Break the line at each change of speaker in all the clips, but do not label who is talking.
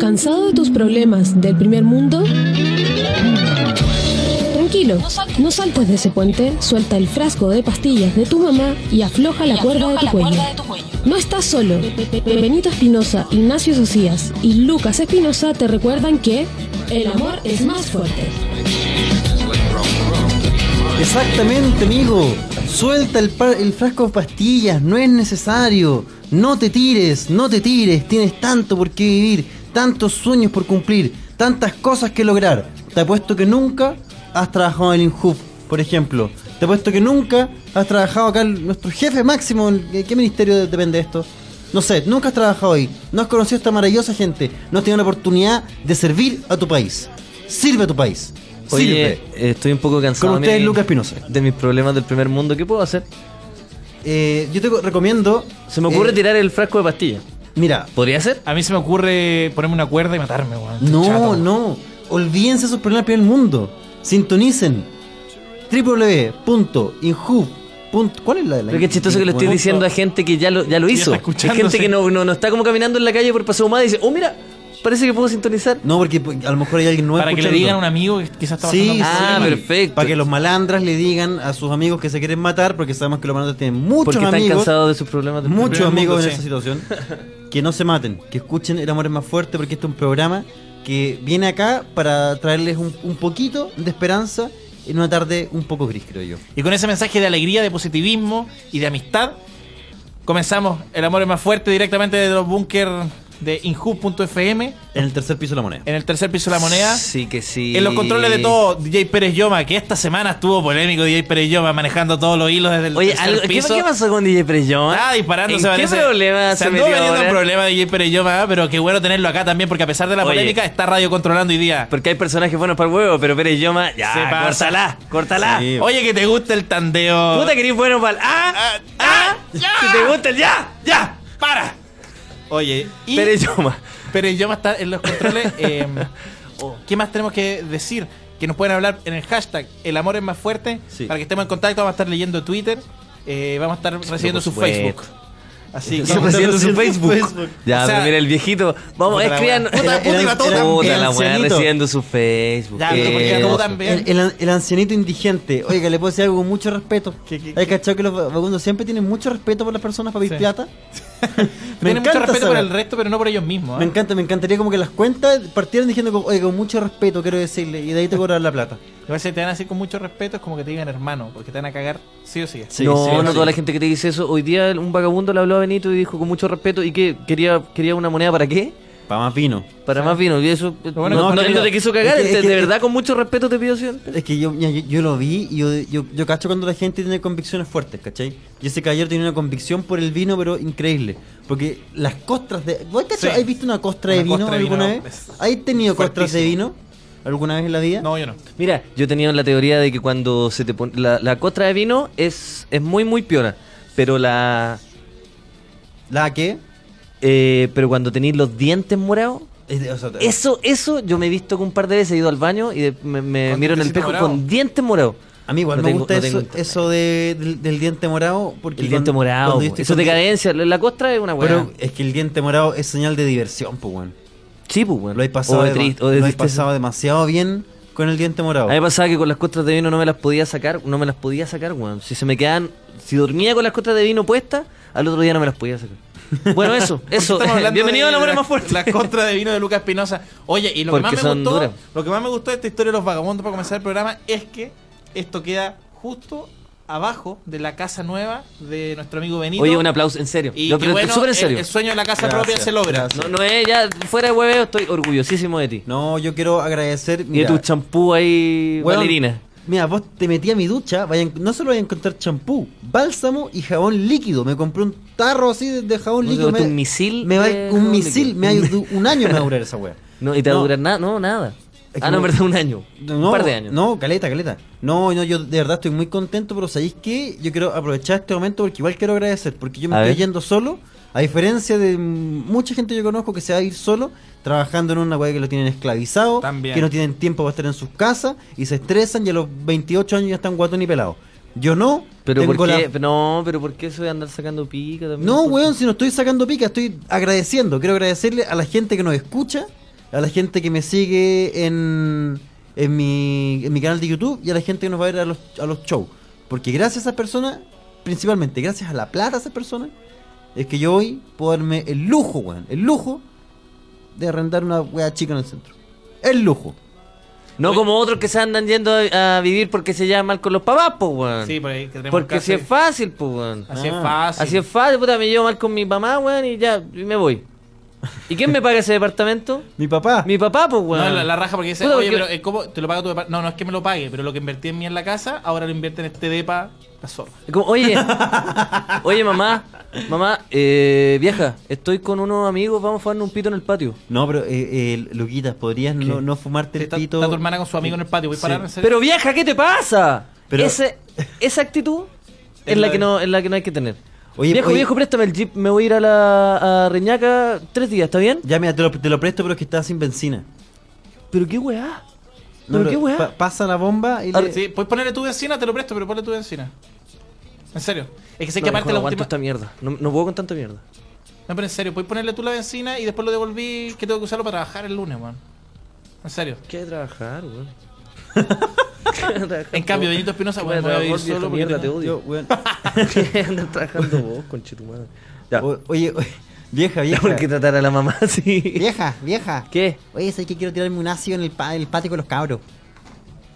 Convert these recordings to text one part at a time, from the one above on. ¿Cansado de tus problemas del primer mundo? Tranquilo, no saltes de ese puente, suelta el frasco de pastillas de tu mamá y afloja la cuerda de tu cuello. No estás solo. Benito Espinosa, Ignacio Socias y Lucas Espinosa te recuerdan que el amor es más fuerte.
Exactamente, amigo. Suelta el, par- el frasco de pastillas, no es necesario. No te tires, no te tires. Tienes tanto por qué vivir, tantos sueños por cumplir, tantas cosas que lograr. Te apuesto que nunca has trabajado en el INHUB, por ejemplo. Te apuesto que nunca has trabajado acá, en nuestro jefe máximo. ¿en ¿Qué, qué ministerio depende de esto? No sé, nunca has trabajado ahí. No has conocido a esta maravillosa gente. No has tenido la oportunidad de servir a tu país. Sirve a tu país.
Oye,
Sirve.
estoy un poco cansado.
Con
de
ustedes,
mi-
Lucas Espinosa.
De mis problemas del primer mundo. ¿Qué puedo hacer?
Eh, yo te co- recomiendo.
Se me ocurre
eh,
tirar el frasco de pastilla.
Mira,
¿Podría ser?
A mí se me ocurre ponerme una cuerda y matarme, weón. Estoy
no,
chato.
no. Olvídense sus problemas del primer mundo. Sintonicen. www.inhub. ¿Cuál es la de la
Pero qué chistoso que lo estoy
Bueno,
diciendo a gente que ya lo, ya lo
ya
hizo.
está
Hay
escuchando,
gente
sí.
que no, no, no está como caminando en la calle por Paseo Humada y dice, oh, mira, parece que puedo sintonizar.
No, porque a lo mejor hay alguien nuevo.
Para que le
escuchando.
digan a un amigo que quizás está
Sí,
pasando
Ah,
sí.
perfecto.
Para que los malandras le digan a sus amigos que se quieren matar, porque sabemos que los malandras tienen muchos
Porque están
amigos.
cansados de sus problemas. del
muchos
primer
amigos
mundo, sí.
en esa situación que no se maten, que escuchen El Amor es más fuerte, porque este es un programa que viene acá para traerles un, un poquito de esperanza en una tarde un poco gris, creo yo.
Y con ese mensaje de alegría, de positivismo y de amistad, comenzamos El Amor es Más Fuerte directamente desde los búnkers de inhub.fm
En el tercer piso de la moneda.
en el tercer piso de la moneda.
Sí que sí.
En los controles de todo, DJ Pérez Yoma, que esta semana estuvo polémico DJ Pérez Yoma manejando todos los hilos desde el
Oye,
tercer
algo- ¿qué,
piso.
qué pasó con DJ Prellón?
Ah, disparándose,
¿En ¿Qué
parece.
problema se
se andó
metió
veniendo un
ahora?
problema de DJ Pérez Yoma, pero qué bueno tenerlo acá también, porque a pesar de la
Oye.
polémica, está radio controlando hoy día.
Porque hay personajes buenos para el huevo, pero Pérez Yoma, ya,
Se pasa.
córtala, córtala.
Sí.
Oye, que te gusta el tandeo.
Puta que eres bueno para el... ¡Ah!
Ah,
¡Ah! Si te gusta el ya, ya.
¡Para! Oye, y
Pérez Yoma.
Pérez Yoma está en los controles. eh, oh, ¿Qué más tenemos que decir? Que nos pueden hablar en el hashtag El Amor es Más Fuerte.
Sí.
Para que estemos en contacto, vamos a estar leyendo Twitter. eh, vamos a estar recibiendo
por
su
supuesto.
Facebook. Así que.
Está haciendo su
Facebook.
Facebook.
Facebook.
Ya,
O sea,
pero mira el viejito. Vamos,
puta la
escriban.
wea. Puta,
puta, iba todo tan
Puta
bien,
la weá,
ancianito.
recibiendo su Facebook. eh,
Ya, pero porque
Eso.
todo tan bien.
Eh, El, el- el ancianito indigente. Oiga, le puedo decir algo con mucho respeto. Hay cachado que los vagabundos siempre tienen mucho respeto por las personas para pedir
Sí.
plata.
Tienen mucho respeto por
saber.
el resto, pero no por ellos mismos.
Me
¿eh?
encanta, me encantaría como que las cuentas partieran diciendo, como, oiga, con mucho respeto quiero decirle, y de ahí te cobran la plata.
A veces te van a decir con mucho respeto, es como que te digan hermano, porque te van a cagar sí o sí.
Sí,
no,
sí,
no
sí.
toda la gente que te dice eso. Hoy día un vagabundo le habló a Benito y dijo con mucho respeto y que quería, quería una moneda para qué?
Para más vino.
Para más vino. Y eso eh,
bueno,
no,
no,
no, él
mira,
no te quiso cagar.
es que-
te-
es que-
de verdad con mucho respeto te pido siempre.
Es que yo, mira, yo, yo lo vi y yo, yo, yo cacho cuando la gente tiene convicciones fuertes, ¿cachai? Yo sé que ayer tenía una convicción por el vino, pero increíble. Porque las costras de... ¿Vos cacho?
Sí.
¿Has visto una costra de
Una
vino
costra de
alguna
vino
vez?
es
¿Has tenido costras de
fuertísimo.
vino alguna vez en la vida?
No, yo no.
Mira, yo tenía la teoría de que cuando se te pone. La, la costra de vino es, es muy, muy piola. Pero la.
¿La qué?
eh, pero cuando tenéis los dientes morados.
Es de- o sea, te-
Eso, eso, yo me he visto que un par de veces he ido al baño y de- me, me
Con
miro en el
dientecito
espejo
morado.
con dientes morados.
A mí igual
No
me
tengo-
gusta
no tengo
eso,
internet.
eso de- del, del diente morado. Porque
El diente
cuando-
morado,
cuando yo
po.
estoy
eso
con-
de cadencia. La costra es una weá.
Pero es que el diente morado es señal de diversión, pues, weón.
sí, pues, weón.
Lo he pasado,
O de
dema-
trist- o de
lo he
tristeza.
pasado demasiado bien con el diente morado.
A mí me pasaba que con las costras de vino no me las podía sacar, no me las podía sacar, weón. Si se me quedaban, si dormía con las costras de vino puestas, al otro día no me las podía sacar. Bueno, eso, eso.
Estamos hablando
Bienvenido
de
al amor es
la-
más fuerte.
La contra de vino de Lucas Espinosa. Oye, y lo
Porque
que más me
son
gustó,
duras.
lo que más me gustó de esta historia de los vagabundos para comenzar el programa es que esto queda justo abajo de la casa nueva de nuestro amigo Benito.
Oye, un aplauso, en serio.
y
Lo
que
pre-
bueno,
súper en
el-
serio.
El, sueño de la casa
Gracias,
propia se logra.
gracias.
No, no es, eh, ya, fuera de hueveo, estoy orgullosísimo de ti.
No, yo quiero agradecer.
y de
Mira,
tu champú ahí,
weón,
valerina.
Mira, vos te metí a mi ducha, vaya, no solo voy a encontrar champú, bálsamo y jabón líquido. Me compré un tarro así de, de jabón
No, te
líquido.
compraste
me-
un misil
Me va,
de
un
jabón
misil,
líquido.
me va a du- un año me va a durar esa wea.
No, y te va a
No.
durar nada, no, nada.
Es que
Ah, no,
no-
en verdad, un año.
No,
un par de años.
No, caleta, caleta. No, no, yo de verdad estoy muy contento, pero ¿sabéis qué? Yo quiero aprovechar este momento porque igual quiero agradecer, porque yo me
A
estoy
ver.
yendo solo, a diferencia de mm, mucha gente que yo conozco que se va a ir solo, trabajando en una weá que lo tienen esclavizado,
También.
que no tienen tiempo para estar en sus casas y se estresan y a los 28 años ya están guatón y pelados. Yo no,
Pero
tengo
¿por qué?
la-
No, pero ¿por qué eso de andar sacando pica también?
No,
¿Por qué?
weón, si no estoy sacando pica, estoy agradeciendo. Quiero agradecerle a la gente que nos escucha, a la gente que me sigue en, en, mi, en mi canal de YouTube y a la gente que nos va a ver a los, a los shows. Porque gracias a esas personas, principalmente gracias a la plata de esas personas, es que yo hoy puedo darme el lujo, weón, el lujo de arrendar una wea chica en el centro. El lujo.
No como otros que se andan yendo a, a vivir porque se llevan mal con los papás, pues, weón.
Sí, por ahí que tenemos
porque
casos.
si es fácil, pues, weón.
Así
Ah,
es fácil.
Así es fácil, puta, me llevo mal con mi mamá, weón, y ya, y me voy. ¿Y quién me paga ese departamento?
Mi papá.
Mi papá, pues, weón.
No, la, la raja porque dice,
Puta,
oye,
porque-
pero eh, ¿cómo te lo paga tu depa? No, no es que me lo pague, pero lo que invertí en mí en la casa, ahora lo invierte en este depa, la zorra.
Como, oye, oye, mamá, mamá, eh, vieja, estoy con unos amigos, vamos a fumarnos un pito en el patio.
No, pero eh, eh, Luquitas, ¿podrías no, no fumarte el
Está,
pito?
está tu hermana con su amigo en el patio, voy a
Sí.
parar en serio?
Pero vieja, ¿qué te pasa?
Pero-
Ese- esa actitud es la que no, es la que no hay que tener.
Oye,
viejo,
oye.
viejo, préstame el jeep, me voy a ir a la a Reñaca tres días, ¿está bien?
Ya, mira, te lo, te lo presto, pero es que está sin benzina.
Pero qué weá.
No,
pero qué weá.
pa- pasa la bomba y
Ah,
le...
Sí, puedes ponerle tu vecina, te lo presto, pero ponle tu vecina. En serio. Es que sé
No,
que
viejo,
aparte
no
la
aguanto
última.
esta mierda. No, no puedo con tanta mierda.
No, pero en serio, puedes ponerle tú la benzina y después lo devolví, que tengo que usarlo para trabajar el lunes, weón. En serio.
¿Qué hay que trabajar, weón?
En cambio, Benito Espinosa,
voy a
weón, me voy a
trabajar,
vivir
viejo,
solo porque
mierda, te
tengo-
Yo,
odio.
weón.
Andas trabajando vos, conchetumada. Ya.
O- oye, oye, vieja, vieja.
¿Por qué tratar a la mamá así?
Vieja, vieja.
¿Qué?
Oye, sé que quiero tirarme un ácido en el, pa- en el patio con los cabros.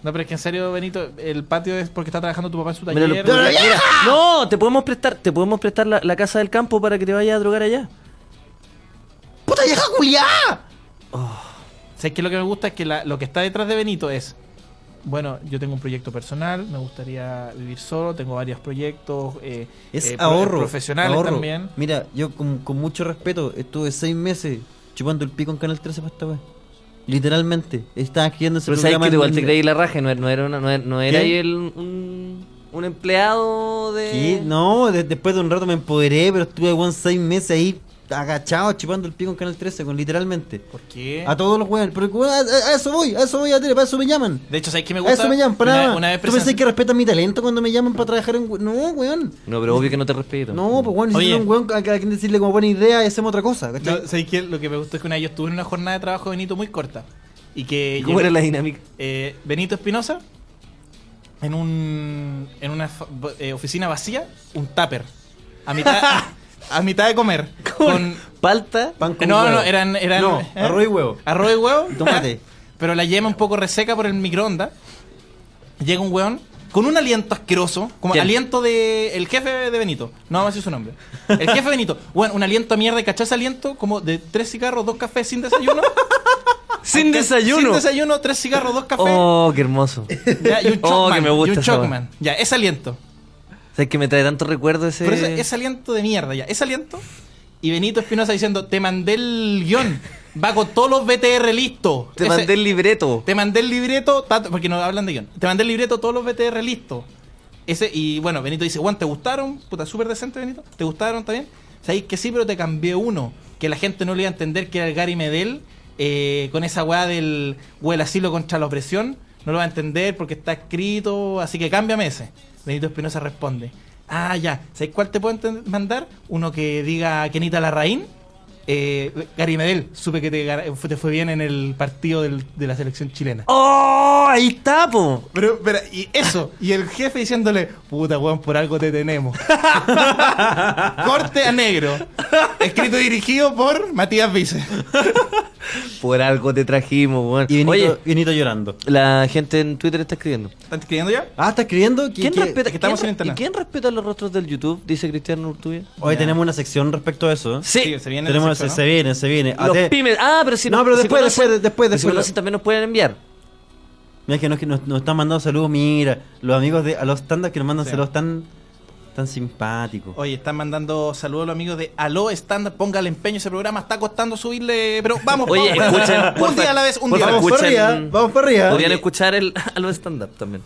No, pero es que en serio, Benito, el patio es porque está trabajando tu papá en su
Mira,
taller.
lo- mira, mira. no, te podemos prestar, te podemos prestar la, la casa del campo para que te vayas a drogar allá.
¡Puta vieja culiá!
¿Sabes qué? Lo Oh. que me gusta es que la- lo que está detrás de Benito es, bueno, yo tengo un proyecto personal, me gustaría vivir solo, tengo varios proyectos. eh,
Es
eh, pro-
ahorro.
Profesionales
ahorro.
también.
Mira, yo con, con mucho respeto estuve seis meses chupando el pico en Canal 13 para esta weá. Literalmente. Estaba escribiendo ese
Pero sabes
programa.
que
en-
igual te creí la raja, no, era- no era, una- no, era- no era
¿Qué?
ahí el- un, un empleado de...
¿Qué? No, de- después de un rato me empoderé, pero estuve weón seis meses ahí agachado chupando el pico en Canal 13, con literalmente.
¿Por qué?
A todos los weones. Pero weón, a, a- a eso voy, a eso voy a tele, para eso me llaman.
De hecho, ¿sabes qué me
A
gusta?
eso me llaman, para
una,
nada.
una vez
¿Tú pensás
present-
que respetan mi talento cuando me llaman para trabajar en... we- No, weón.
No, pero obvio que no te respeto.
No, pues weón,
Oye.
hicieron un weón a, a quien decirle como buena idea y hacemos otra cosa. ¿cachai?
No, ¿sabes qué? Lo que me gustó es que una vez yo estuve en una jornada de trabajo de Benito muy corta. Y que
¿Y ¿Cómo
llegó-
era la dinámica?
eh, Benito Espinosa en un mm, en una fa- bo- eh, oficina vacía, un tupper. A mitad a mitad de comer. Con, Eh,
¿Palta?
Pan con
no, no,
huevo.
eran eran
No,
¿eh?
arroz y huevo.
Arroz y huevo.
Tomate.
Pero la yema un poco reseca por el microondas. Llega un weón con un aliento asqueroso, como
¿Quién?
aliento de el jefe de Benito. No vamos a decir su nombre. El jefe de Benito. Bueno, un aliento a mierda, ¿cachai ese aliento? Como de tres cigarros, dos cafés sin desayuno.
¡Sin
Sin
desayuno!
desayuno, tres cigarros, dos cafés.
¡Oh, qué hermoso!
Ya, y un
Oh,
Chocman.
que me gusta
y un
esa
Chocman. Ya, ese aliento.
¿Sabes que me trae tanto recuerdo ese...?
Pero ese, ese aliento de mierda, ya. Ese aliento. Y Benito Espinosa diciendo, te mandé el guión. Va con todos los BTR listos.
Te
Ese-
mandé el libreto.
te mandé el libreto, tato- porque no hablan de guión. Te mandé el libreto, todos los BTR listos. Ese, y bueno, Benito dice, Juan, ¿te gustaron? Puta, súper decente, Benito. ¿Te gustaron también? Sabéis que sí, pero te cambié uno. Que la gente no lo iba a entender que era el Gary Medel, eh, con esa weá del o el asilo contra la opresión. No lo va a entender porque está escrito, así que cámbiame ese. Benito Espinosa responde. Ah, ya. ¿Sabéis cuál te puedo enten- mandar? Uno que diga Kenita Larraín. Eh, Gary Medel, supe que te, gar- eh, te fue bien en el partido del- de la selección chilena.
¡Oh, ahí está, po!
Pero, pero, y eso, y el jefe diciéndole, puta weón, por algo te tenemos. Corte a negro. Escrito y dirigido por Matías Vice.
Por algo te trajimos, weón.
Y Benito,
Oye,
Benito llorando.
la gente en Twitter está escribiendo.
¿Están escribiendo ya?
Ah, ¿está escribiendo?
¿Quién respeta,
que estamos
quién
sin
re-
internet.
¿Y quién respeta los rostros del YouTube? Dice Cristiano Urtubia.
Hoy
Ya.
tenemos una sección respecto a eso. ¿eh?
Sí.
se viene
Tenemos,
el sexo,
se, se viene, se viene.
Los
Ate-
pymes. Ah, pero si
No, pero
si
después,
conocen-
después, después,
si
después.
conocen también nos pueden enviar.
Mira que nos, que nos, nos están mandando saludos, mira, los amigos de a los tandas que nos mandan
Sí.
saludos tan, tan simpáticos.
¿no? Oye, están mandando saludos a los amigos de Aló Standard. Póngale empeño ese programa. Está costando subirle, pero vamos,
Oye,
vamos.
escuchen,
Un
porfa,
día a la vez, un
porfa,
día a la vez.
escuchen-
para
Podrían escuchar el, a los stand-up también.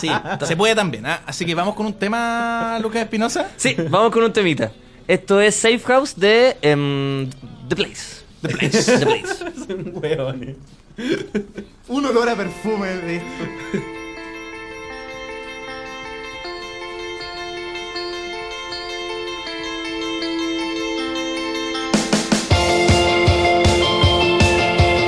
Sí, se puede también. ¿ah? Así que vamos con un tema, Lucas Espinosa.
Sí, vamos con un temita. Esto es Safe House de em, The Place. The Place. The Place.
eh. Un olor a perfume de esto.
Thank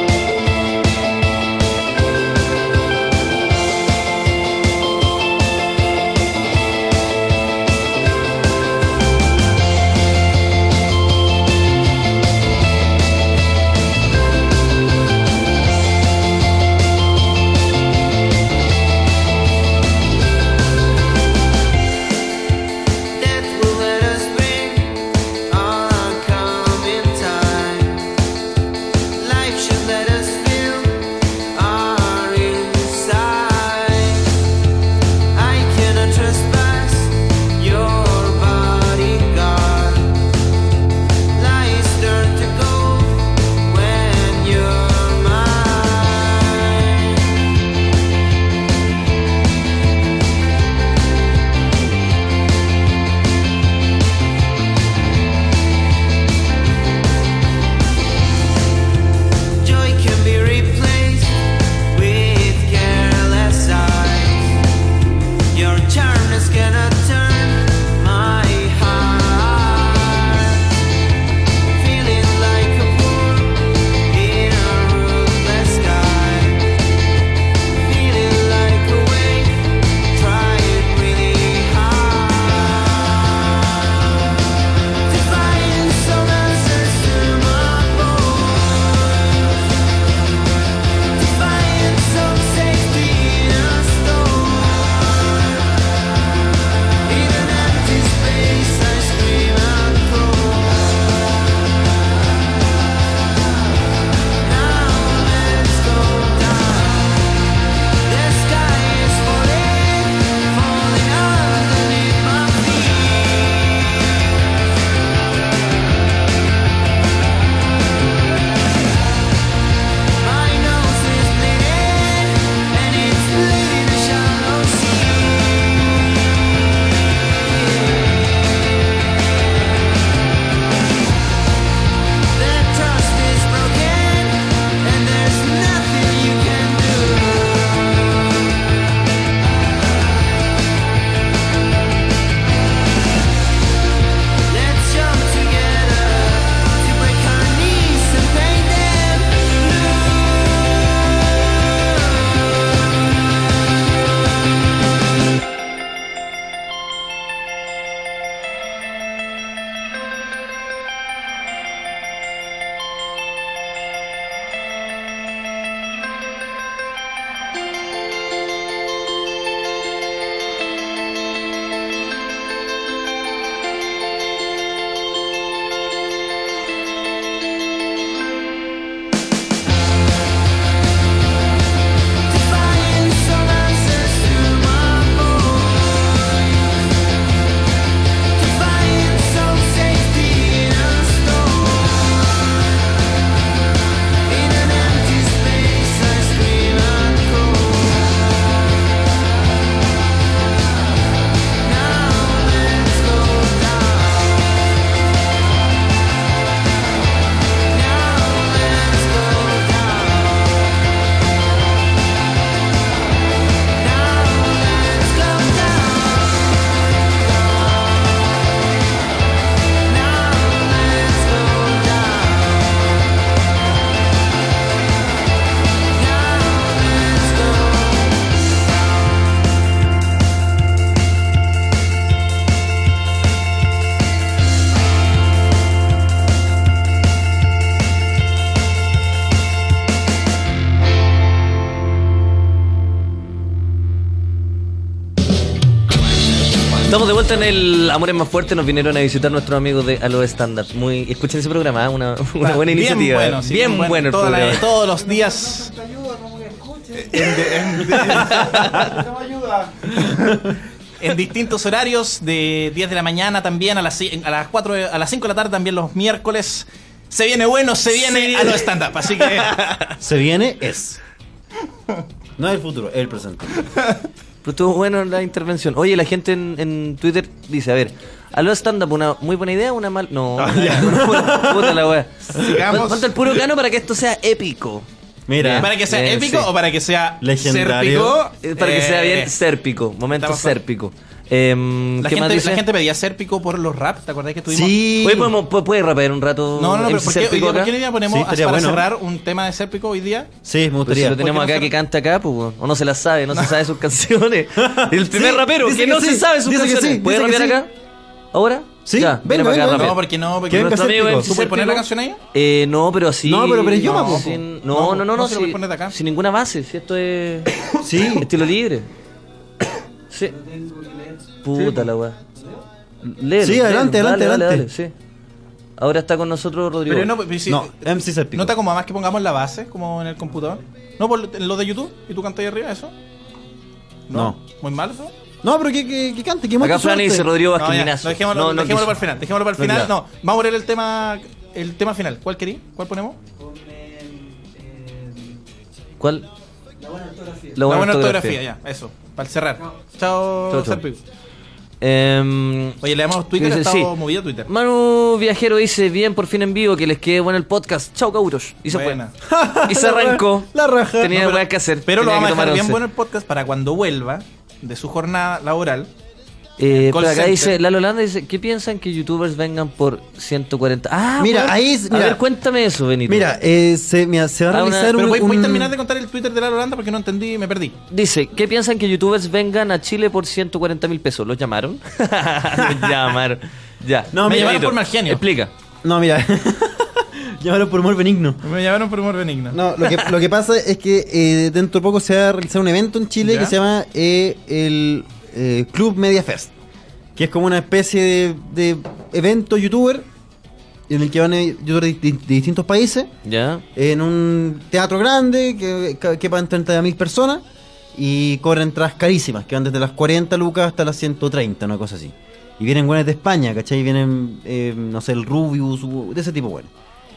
Justo en el Amor es más fuerte nos vinieron a visitar nuestros amigos de Alo Standards. Muy, escuchen ese programa, ¿eh? una, una buena
Bien
iniciativa.
bueno, sí,
bien bueno, el
toda la-
programa.
todos los días. En distintos horarios, de 10 de la mañana también, a las, ci- a las 4, de- a las 5 de la tarde también los miércoles. Se viene bueno, se viene a lo stand-up, así que
Se viene, es. No es el futuro, es el presente.
Pero estuvo bueno la intervención. Oye, la gente en, en Twitter dice, a ver, a los stand-up, una muy buena idea, una mal... No, puta, puta la wea.
Ah, Sigamos.
Ponte el puro cano para que esto sea épico.
Mira,
para que sea
bien,
épico
eh, sí.
o para que sea
Legendario.
sérpico,
Eh, Para que
eh,
sea bien sérpico, momento
estamos con-
sérpico. Em,
La
¿Qué más
gente,
dice?
la gente pedía sérpico por los raps, ¿te acordás que tuvimos?
sí.
Oye, ¿podemos, pu- ¿puede rapear un rato
No, no, no,
MC
pero ¿por qué, hoy
Sérpico
día, ¿por
acá?
qué hoy día ponemos
Sí,
para
estaría bueno.
cerrar un tema de sérpico hoy día?
Sí, me
Pues si
gustaría.
lo tenemos
¿Por qué no
acá que
se-
canta acá, pues, weón. o no se la sabe, no, se sabe sus canciones. El primer
Sí,
rapero
dice
que
que
no
sí,
se sabe sus
dice que
canciones.
sí,
¿Puede
dice que
rapear acá? ¿Ahora?
Sí,
ya,
venga,
viene para acá
venga,
rapea.
No, porque no, porque
¿Qué
no.
venga
Nuestro amigo
Sérpico?
MC
¿Tú puedes poner la
Sérpico-
canción ahí?
Eh, no, pero así.
No, pero- pero yo,
no,
papo.
sin- no, no, no,
No
no,
se lo puede
si-
poner acá.
sin ninguna base, si esto es
Sí.
estilo libre. Sí. Puta la weá. Léelo, léelo,
Sí, adelante, adelante,
dale, dale,
adelante.
dale, sí. Ahora está con nosotros Rodrigo.
Pero no, pero si-
No, MC Sérpico.
¿No está como más que pongamos la base, como en el computador? ¿No por lo de YouTube? ¿Y tú cantas ahí arriba eso?
No.
¿Muy mal eso?
No, pero que, que, que cante, que
acá
muestre
Fran
suerte.
dice Rodrigo
No, ya,
Vasquilinazo.
lo dejémoslo,
No, no,
dejémoslo
quiso.
para el final. Dejémoslo para el
No,
final.
ya.
No, vamos a poner el tema, el tema final. ¿Cuál querí? ¿Cuál ponemos?
¿Cuál?
La buena ortografía, ya. Eso. Para cerrar. Chao,
Chao, chao.
Serpiu.
Em,
Oye, le damos Twitter.
Dice,
Ha
sí.
estado movido Twitter.
Manu Viajero dice, bien, por fin en vivo, que les quede bueno el podcast. Chau, cauros. Y se
Buena.
fue. Y se arrancó.
La raja.
Tenía
No, pero-
weas que hacer.
Pero lo
Tenía
vamos a
que tomar
dejar bien
once.
bueno el podcast para cuando vuelva de su jornada laboral.
Eh,
Call
pero acá
center.
dice, Lalo Landa dice, ¿qué piensan que youtubers vengan por 140? Ah,
Mira,
weón.
ahí es-
A
mira.
ver, cuéntame eso, Benito.
Mira, eh, se, mira, se va a
Ah, una-
realizar
Pero
un...
voy, voy a
un-
terminar de contar el Twitter de la Holanda porque no entendí, me perdí.
Dice, ¿qué piensan que youtubers vengan a Chile por 140 mil pesos? ¿Los llamaron? Los llamaron. Ya.
No,
me
Benito,
llamaron por mal genio.
Explica.
No, mira. Llámalo por humor benigno.
Me llamaron por humor benigno.
No, lo que, lo que pasa es que eh, dentro de poco se va a realizar un evento en Chile
¿Ya?
que se llama eh, el eh, Club Media Fest, que es como una especie de, de evento youtuber en el que van eh, youtubers de, de- de distintos países
Ya.
en un teatro grande que ca- quepan 30.000 personas y cobran entradas carísimas, que van desde las 40 lucas hasta las 130, una cosa así. Y vienen buenas de España, ¿cachai? Vienen, eh, no sé, el Rubius, u- de ese tipo, bueno.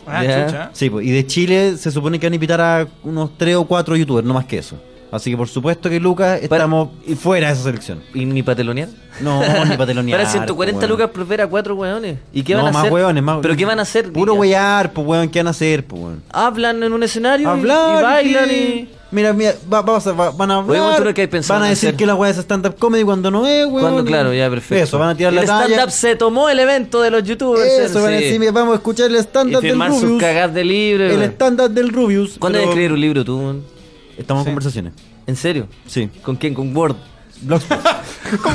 Ah,
Ya.
chucha.
Sí, pues, y de Chile se supone que van a invitar a unos 3 o 4 youtubers, no más que eso. Así que por supuesto que Lucas
Para-
estamos fuera de esa selección.
¿Y ni patelonear?
No, ni para telonear.
Para 140
po, weón.
lucas por ver a cuatro weones. ¿Y qué van
no,
a hacer?
más hueones, más
¿Pero qué van a hacer?
Puro
niña?
huear, pues weón, ¿qué van a hacer, pues weón?
Hablan en un escenario y-
Hablar,
y bailan
sí.
y...
Mira, mira, va- vamos a- va- van a hablar.
Oye, ¿cuánto lo que hay pensado
van a
en
decir
hacer?
que la weá es stand-up comedy cuando no es, weón.
Cuando, claro, ya, perfecto.
Eso, van a tirar
el
la talla.
stand-up se tomó el evento de los youtubers.
Eso, van a
sí.
decir, mira, vamos a escuchar el
Y
stand-up del
firmar sus
Rubius.
cagadas de libro.
El
weón.
stand-up del Rubius.
¿Cuándo vas
pero-
a escribir un libro tú? weón?
Estamos en
Sí.
conversaciones.
¿En serio?
Sí.
¿Con quién? ¿Con Word?
Blogspot.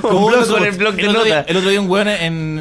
Con
Blogspot.
el blog de
el, otro día,
notas.
el otro día un weón en,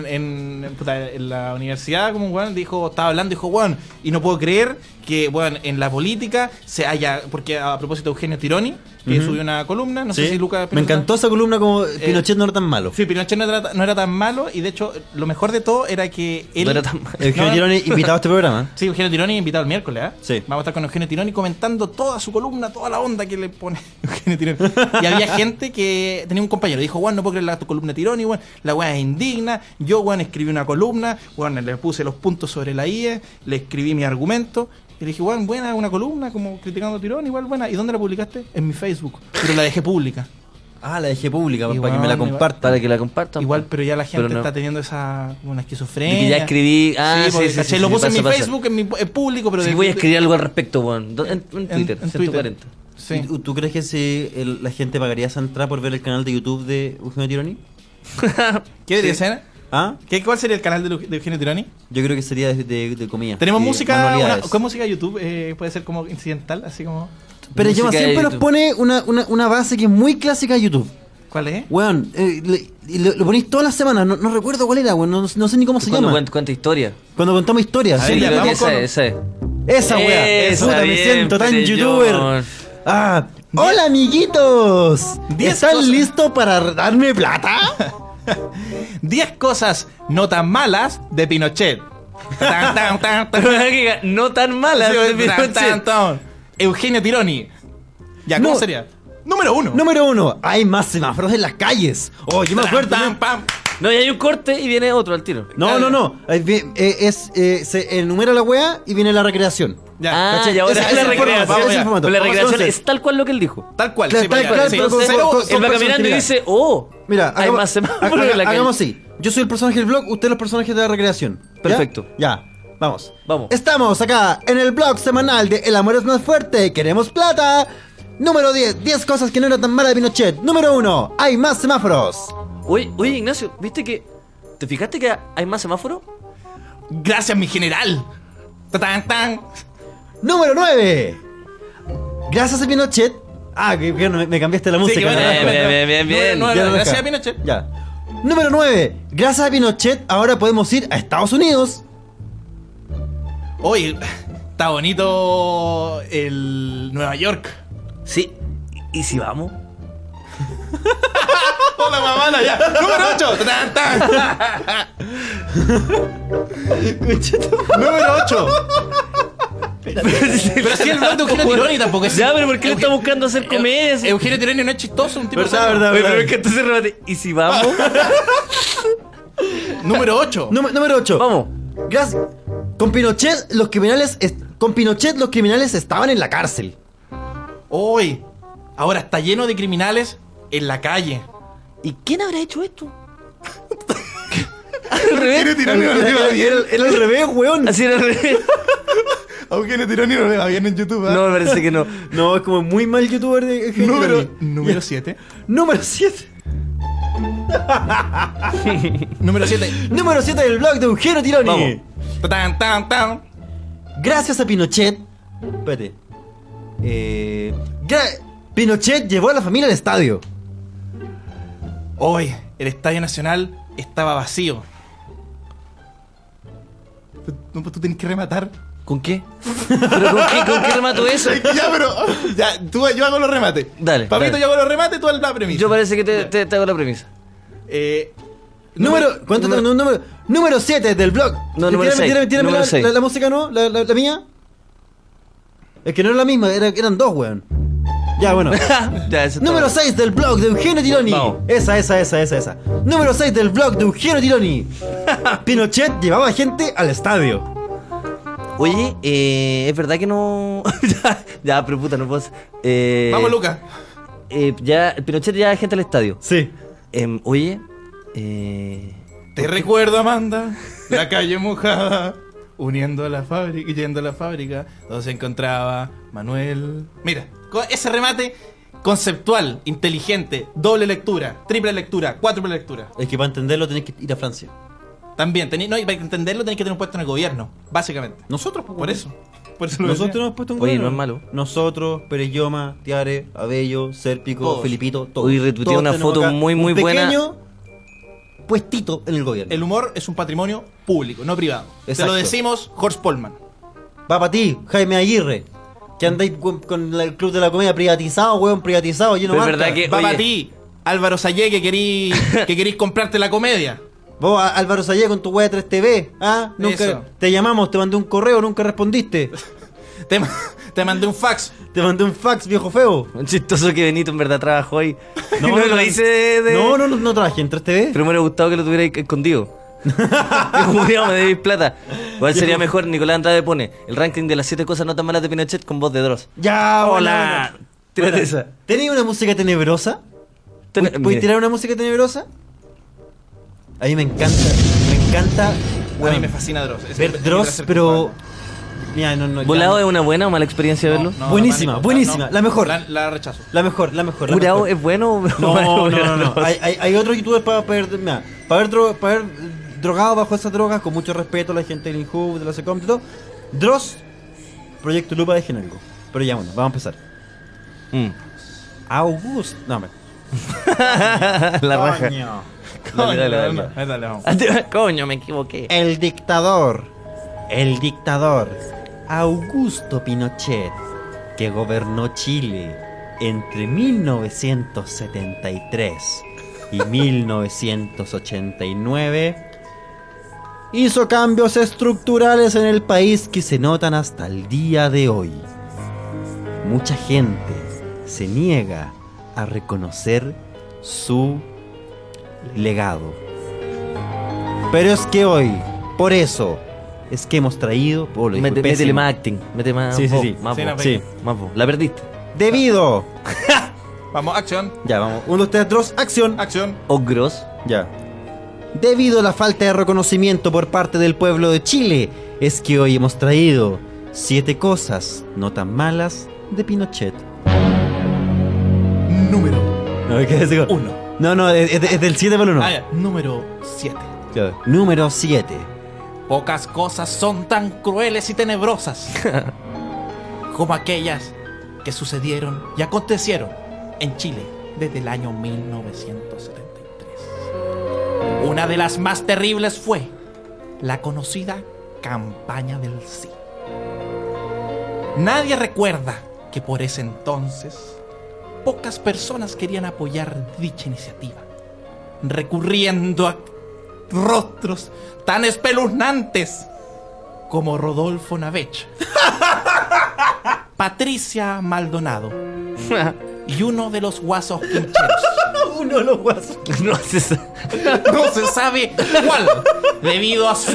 en- en- puta, en la universidad, como un weón, dijo, estaba hablando, dijo, weón, y no puedo creer que, weón, en la política se haya, porque a, propósito de Eugenio Tironi, que subió una columna, no sé
Sí.
si Lucas...
Me encantó esa columna como eh, Pinochet no era tan malo.
Sí, Pinochet no era, ta- no era tan malo y de hecho lo mejor de todo era que él...
No era tan malo.
El que
No,
Gironi invitado a este programa.
Sí, Eugenio Tironi invitado el miércoles, ¿ah?
Sí.
Vamos a estar con Eugenio Tironi comentando toda su columna, toda la onda que le pone Eugenio Tironi. Y había gente que tenía un compañero, dijo, Juan, no puedo creer la, tu columna de Tironi, weón, la weá es indigna, yo, weón, escribí una columna, weón, le puse los puntos sobre la IE, le escribí mi argumento. Y le dije, weón, buena, una columna, como criticando a Tironi, igual buena. ¿Y dónde la publicaste? En mi Facebook. Pero la dejé pública.
Ah, la dejé pública
Y
para que me la
weón,
compartan.
Para que la compartan. pues.
Igual, pero ya la gente
Pero no.
está teniendo esa como una esquizofrenia.
De que ya escribí- ah, sí,
porque,
sí,
¿cachai?
sí,
Lo
sí,
puse en
pasa,
mi
pasa.
Facebook, en mi en público, pero
Sí,
de-
voy a escribir algo al respecto, weón. Do- En, en
en-
Twitter,
en
140.
Sí.
¿Tú, tú crees que si el- la gente pagaría esa entrada por ver el canal de YouTube de Eugenio Tironi?
¿Qué debería ser?
¿Ah?
¿Qué, ¿Cuál sería el canal de, Lu- de Eugenio Tironi?
Yo creo que sería de, de, de comida.
Tenemos
de
música. Una,
manualidades.
¿Qué música de YouTube? Eh, puede ser como incidental, así como.
Pero
Música
lleva
de
siempre nos
YouTube.
pone una, una, una base que es muy clásica de YouTube.
¿Cuál es?
Weón, eh, le- y lo, lo ponéis todas las semanas, no, no recuerdo cuál era, weón, no, no sé ni cómo se
Cuando
llama.
cuento, cuento historia.
Cuando contamos historias.
A
sí,
ver, yo
ya,
creo que
vamos
esa
con-
es, esa es.
Esa weá.
Esa,
Puta, me
bien,
siento tan
Perellón.
youtuber. Ah, ¡Hola, amiguitos!
Diez
¿Están
cosas.
listos para darme plata?
10 cosas no tan malas de Pinochet. Tan, tan, tan, tan.
no tan malas.
Sí,
de
tan,
Pinochet.
tan, tan. Eugenio Tironi. Ya, ¿cómo
No.
sería? Número uno.
Número uno, hay más semáforos en las calles. Oh, yo me
Tan,
acuerdo.
tan,
también-
pam.
No, y hay un corte y viene otro al tiro.
No, no, no. Eh, vi- eh, es, eh, se enumera la weá y viene la recreación.
Ya,
ah,
¿cachai?
y ahora
Ese-
es la
ese formato,
recreación.
vamos ya.
formato.
Pero la
Vamos,
recreación
entonces.
es tal cual lo que él dijo.
Tal cual.
Tal-
sí,
tal
ya,
cual,
sí.
pero con-
Entonces,
con-
oh,
con-
Él va caminando y
personalidad.
dice, oh,
Mira,
hay
hagamos-
más semáforos
haga-
en la calle.
hagamos así. Yo soy el personaje del blog, usted los personajes de la recreación. ¿Ya?
Perfecto.
Ya, vamos.
Vamos.
Estamos acá en el blog semanal de El amor es más fuerte, queremos plata. Número 10, 10 cosas que no eran tan malas de Pinochet. Número 1, hay más semáforos.
Oye, oye, Ignacio, ¿viste que... ¿Te fijaste que hay más semáforos?
Gracias, mi general. Ta, Tan, tan.
Número 9, gracias a Pinochet. Ah, que, que me, me cambiaste la música.
que bueno,
la
bien,
rasca.
bien, eh, bien, bien,
Número nueve,
bien.
Ya la
gracias
rasca.
a Pinochet.
Ya. Número 9, gracias a Pinochet ahora podemos ir a Estados Unidos.
Oye, está bonito el Nueva York.
Sí. ¿Y si vamos?
Hola, mamá, ya. Número 8. Tan, tan. Número 8. Pero si el blog de Eugenio Tironi tampoco es.
Ya, pero ¿por qué le está buscando hacer comedias?
Eu- Eugenio Tironi no es chistoso, un tipo
Verdad,
serio.
verdad.
Oye, pero es que entonces remate. ¿Y si vamos?
Número 8.
Número- número 8.
vamos.
Gracias. Con Pinochet, los criminales. est- Con Pinochet, los criminales estaban en la cárcel.
Hoy. Ahora está lleno de criminales en la calle.
¿Y quién habrá hecho esto? al revés.
Tironi no le va bien.
Era al revés, weón.
Así era al revés.
Eugenio Tironi no le va bien en YouTube.
No, me parece que no.
¿ah? No, es como muy mal youtuber de. de-
Número,
de-
número 7.
Número 7.
Número 7.
Número 7 del blog de Eugenio Tironi.
Vamos.
Tan, tan, tan.
Gracias a Pinochet. Espérate. Eh, gra- Pinochet llevó a la familia al estadio.
Hoy el Estadio Nacional estaba vacío. No, pues tú tenés que rematar.
¿Con qué? ¿Pero con qué, con qué remato eso?
ya, pero. Ya, tú, yo hago los remates.
Dale,
Papito,
dale.
yo hago los remates, tú haz la premisa.
Yo parece que te, te- te hago la premisa.
Eh,
Número. ¿Cuánto
número-
tengo? número? Número 7 del blog.
No, número
Tírame,
seis.
tírame, tírame
Número
la,
seis.
la- la música, ¿no? ¿La, la- la mía? Es que no era la misma, era- eran dos, weón. Ya, bueno.
ya, eso es
Número
todo.
6 del blog de Eugenio Tironi.
Vamos.
Esa, esa, esa, esa, esa. Número 6 del blog de Eugenio Tironi. Pinochet llevaba gente al estadio.
Oye, eh, es verdad que no. ya, ya, pero puta, no puedo. hacer- Eh,
Vamos, Lucas.
eh, ya, el Pinochet ya hay gente al estadio.
Sí.
Em, oye, eh,
Te recuerdo, Amanda. La calle mojada. Uniendo a la fábrica. Yendo a la fábrica. Donde se encontraba Manuel. Mira, con ese remate conceptual, inteligente, doble lectura, triple lectura, cuádruple lectura.
Es que para entenderlo tenés que ir a Francia.
También, tení- no, y para entenderlo tenés que tener un puesto en el gobierno, básicamente.
Nosotros, po,
Por eso. Por eso lo
Nosotros
decía.
hemos puesto un
Oye,
gobierno.
no es malo.
Nosotros, Pereyoma, Tiare, Abello, Sérpico,
Todos.
Felipito, todos.
Hoy retuiteé
Todos
una
tenemos
foto
acá
muy,
un
muy buena.
pequeño puestito en el gobierno.
El humor es un patrimonio público, no privado. Te
Exacto.
lo decimos Horst Polman.
Va para ti, Jaime Aguirre. Que andáis con, con la- el club de la comedia privatizado, weón, privatizado, lleno de
Pero es
marca.
verdad que-
Va
Oye.
para ti, Álvaro Sayé, que querís, que querís comprarte la comedia.
Vos, a- Álvaro Sayé, con tu weá de 3TV. ¿ah? Nunca
Eso.
Te llamamos, te mandé un correo, nunca respondiste.
Te, ma- te mandé un fax.
Te mandé un fax, viejo feo.
chistoso que Benito en verdad trabajó ahí. No, lo hice de. de-
No, no, no, no trabajé en 3TV.
Pero me hubiera gustado que lo tuviera ahí escondido. Como digamos, me debéis plata. Igual sería mejor, Nicolás Andrade pone el ranking de las 7 cosas no tan malas de Pinochet con voz de Dross.
Ya,
Hola. Tírate esa.
¿Tenéis una música tenebrosa?
Ten-
¿Puedes
mire.
tirar una música tenebrosa? A mí me encanta, me encanta
A mí
weón,
me fascina Dross. Es- es-
ver
es-
Dross,
es-
pero. Mira, no, no. ya
¿Volado
no.
es una buena o mala experiencia
No,
verlo?
no,
Buenísima,
no, no,
buenísima,
no.
la mejor.
La, la rechazo.
La mejor, la mejor. la
¿Curado
mejor.
es bueno o
No, no,
malo
no, no.
Dross?
Hay, hay, hay otros youtubers para perder. Mira, para ver, dro- para ver, eh, drogado bajo esas drogas, con mucho respeto a la gente del Inhub, de la Secom, y todo. Dross, Proyecto Lupa de Genalgo. Pero ya bueno, vamos a empezar.
Mm.
August. No, me.
La raja.
Coño.
Dale, dale, dale.
Coño, dale, dale, vamos.
Coño, me equivoqué.
El dictador. El dictador. Augusto Pinochet, que gobernó Chile Entre 1973 y 1989 hizo cambios estructurales en el país que se notan hasta el día de hoy. Mucha gente se niega a reconocer su legado. Pero es que hoy, por eso, es que hemos traído... Oh, lo dije
Mete- Métele
pésimo.
más acting, mete más.
Sí, sí,
voz,
sí.
Más
Sí,
voz,
la
sí,
pegué.
más voz. La perdiste.
Debido.
Vamos, acción,
Ya, vamos. Uno, dos, tres, dos, acción.
acción.
Ogros.
Ya. Debido a la falta de reconocimiento por parte del pueblo de Chile, es que hoy hemos traído siete cosas no tan malas de Pinochet.
Número
No, ¿qué es? Digo,
1.
no, no, es, es- es del 7 para el 1.
Ah, ya. Número 7.
Número 7.
Pocas cosas son tan crueles y tenebrosas como aquellas que sucedieron y acontecieron en Chile desde el año 1973. Una de las más terribles fue la conocida campaña del sí. Nadie recuerda que por ese entonces pocas personas querían apoyar dicha iniciativa, recurriendo a rostros tan espeluznantes como Rodolfo Navech, Patricia Maldonado y uno de los guasos quincheros.
Uno los guasos.
no haces.
No se sabe cuál, debido a su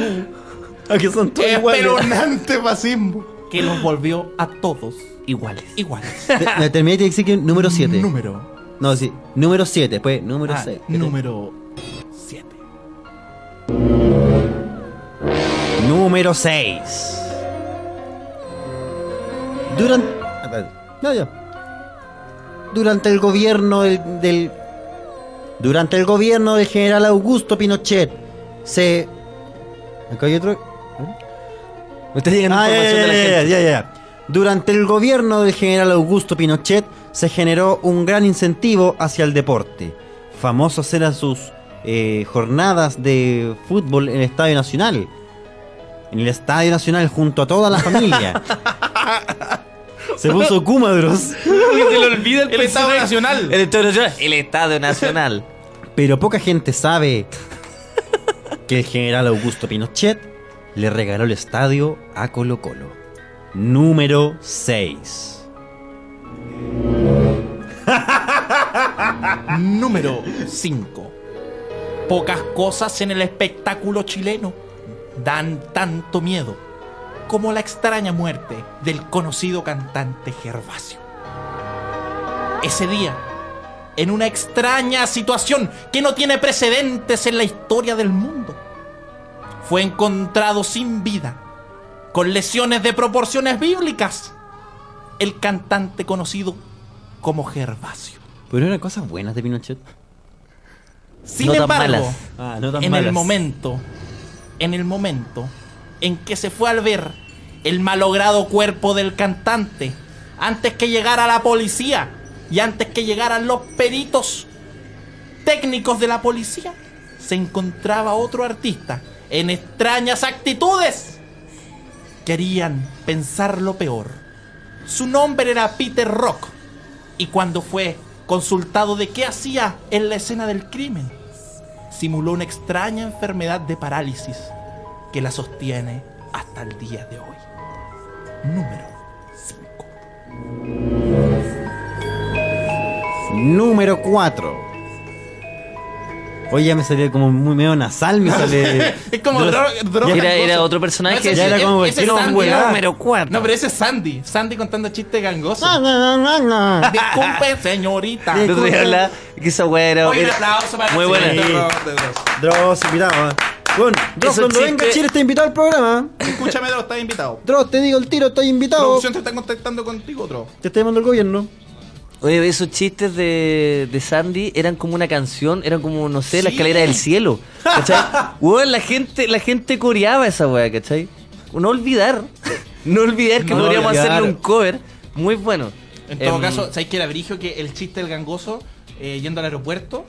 Aquí son todos iguales.
espeluznante fascismo que los volvió a todos iguales. Iguales.
Te- me Terminé de decir que número 7.
Número,
No, sí. Número 7, pues número
ah,
6.
número 7.
Número 6. Durante. No, ya. Durante el gobierno del, del- Durante el gobierno del general Augusto Pinochet se. Acá hay otro.
Me está llegando
Ah, ya,
información de
ya,
la
ya,
gente.
ya, ya, ya. Durante el gobierno del general Augusto Pinochet se generó un gran incentivo hacia el deporte. Famosos eran sus eh, jornadas de fútbol en el Estadio Nacional. En el Estadio Nacional junto a toda la familia. se puso Kumadros.
Se le olvida
El Estado
personaje.
Nacional.
El Estado Nacional. El Estado Nacional.
Pero poca gente sabe que el general Augusto Pinochet le regaló el estadio a Colo Colo. Número 6.
Número 5. Pocas cosas en el espectáculo chileno dan tanto miedo como la extraña muerte del conocido cantante Gervasio. Ese día, en una extraña situación que no tiene precedentes en la historia del mundo, fue encontrado sin vida, con lesiones de proporciones bíblicas, el cantante conocido como Gervasio.
Pero eran cosas buenas de Pinochet.
Sin
No tan
embargo,
malas.
Ah, no
en el momento, en el momento en que se fue al ver el malogrado cuerpo del cantante, antes que llegara la policía y antes que llegaran los peritos técnicos de la policía, se encontraba otro artista en extrañas actitudes. Querían pensar lo peor. Su nombre era Peter Rock. Y cuando fue consultado de qué hacía en la escena del crimen, simuló una extraña enfermedad de parálisis que la sostiene hasta el día de hoy. Número 5.
Número 4. Oye, ya me salía como muy medio nasal, me sale.
Es como
Dro-
dro- droga.
Era- era
gangoso.
otro personaje,
ese-
ya era
ese-
como
ese
vecino
Sandy,
huevada.
número
cuatro.
No, pero ese es Sandy. Sandy contando chistes gangosos.
Na, na, na, na, na.
Disculpe, señorita.
El otro día hablaba que esa weá era.
Oye, un
era-
aplauso para
Muy
el
buena.
señor
Sí.
Dross, de Dross.
Dross, invitado. ¿eh? Bueno, Dross,
Eso
cuando
existe.
venga Chile está invitado al programa. eh.
Escúchame, Dross, estás invitado.
Dross, te digo el tiro, estoy invitado.
Producción te está contactando contigo, Dross.
Te está llamando el gobierno.
Oye, esos chistes de, de Sandy eran como una canción, eran como, no sé, la
Sí.
escalera del cielo. ¿Cachai? Weón, la gente, la gente coreaba esa weá, ¿cachai? No olvidar. No olvidar que
No
podríamos
olvidar.
hacerle un cover muy bueno.
En todo
Em,
caso, ¿sabéis que era brigio que el chiste del gangoso eh, yendo al aeropuerto?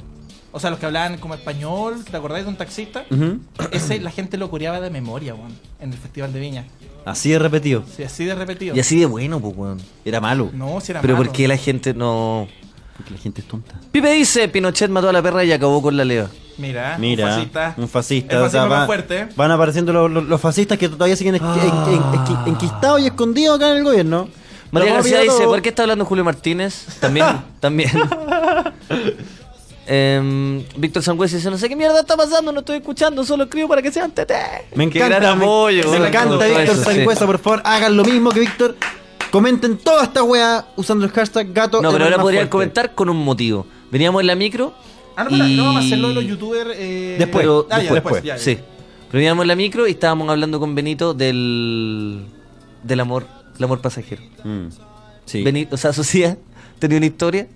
O sea, los que hablaban como español, ¿te acordáis de un taxista? Ese la gente lo curiaba de memoria, weón, en el Festival de Viña.
Así de repetido.
Sí, así de repetido.
Y así de bueno, pues, weón.
Era malo.
No, si era
Pero
malo.
¿por qué la gente no...?
Porque la gente es tonta.
Pipe dice, Pinochet mató a la perra y acabó con la leva.
Mira,
Mira,
Ah, un fascista.
un fascista,
El
o sea,
fascismo
va-
más fuerte. ¿eh?
Van apareciendo los, los- los fascistas que todavía siguen esqui-
Ah.
en- en- esqui- enquistados y escondidos acá en el gobierno.
María
Los
García
vamos a
dice,
pillar
¿por qué está hablando Julio Martínez? También, también. Em, Víctor Sangüez dice, no sé qué mierda está pasando, no estoy escuchando, solo escribo para que sean tete.
Me
Qué
encanta,
gran
me-
apoyo,
me,
weón,
encanta
todo
Víctor
eso, sí.
Sangüesa, por favor, hagan lo mismo que Víctor. Comenten toda esta weá usando el hashtag gato.
No, pero
hermano
ahora podrían
fuerte.
comentar con un motivo. Veníamos en la micro
Ah, no, pero
y-
no vamos a hacerlo de los youtubers. eh,
Después, pues,
ah, ya,
después,
después,
después.
ya, ya.
Sí. Pero íbamos en la micro y estábamos hablando con Benito del. del amor. El amor pasajero.
Mm, sí.
Benito, o sea, Socia tenía una historia.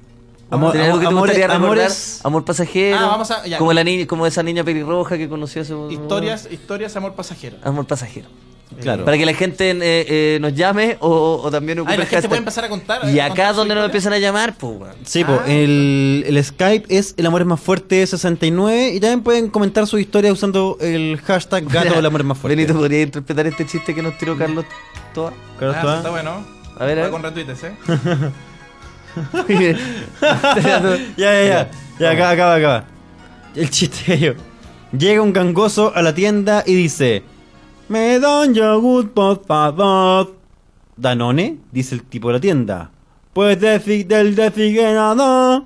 Amor-
¿Tenía algo que te
amores-
gustaría recordar?
amores-
Amor pasajero.
Ah, vamos a- ya.
como, la niña, como esa niña pelirroja que conoció hace.
Historias, historias, amor pasajero.
Amor pasajero.
Claro.
Para que la gente eh, eh, nos llame o, o también ocupe
Ay, la
el
gente
hashtag.
puede empezar a contar.
Y
a contar
acá
su
donde nos
historia.
empiezan a llamar, pues, weón.
Sí, po,
Ah.
el, el Skype es El Amor es más fuerte 69 y también pueden comentar su historia usando el hashtag gato el amor es más fuerte.
Benito podría interpretar este chiste que nos tiró Carlos Toa.
Claro,
Ah,
está.
está bueno.
A ver, a
Va
ver.
con retweets, ¿eh?
Ya, ya, ya. Ya, acaba, acaba, acaba. El chiste yo. Llega un gangoso a la tienda y dice: Me dan yogur, por favor. Danone, dice el tipo de la tienda. Pues de fi- del de Figueroa.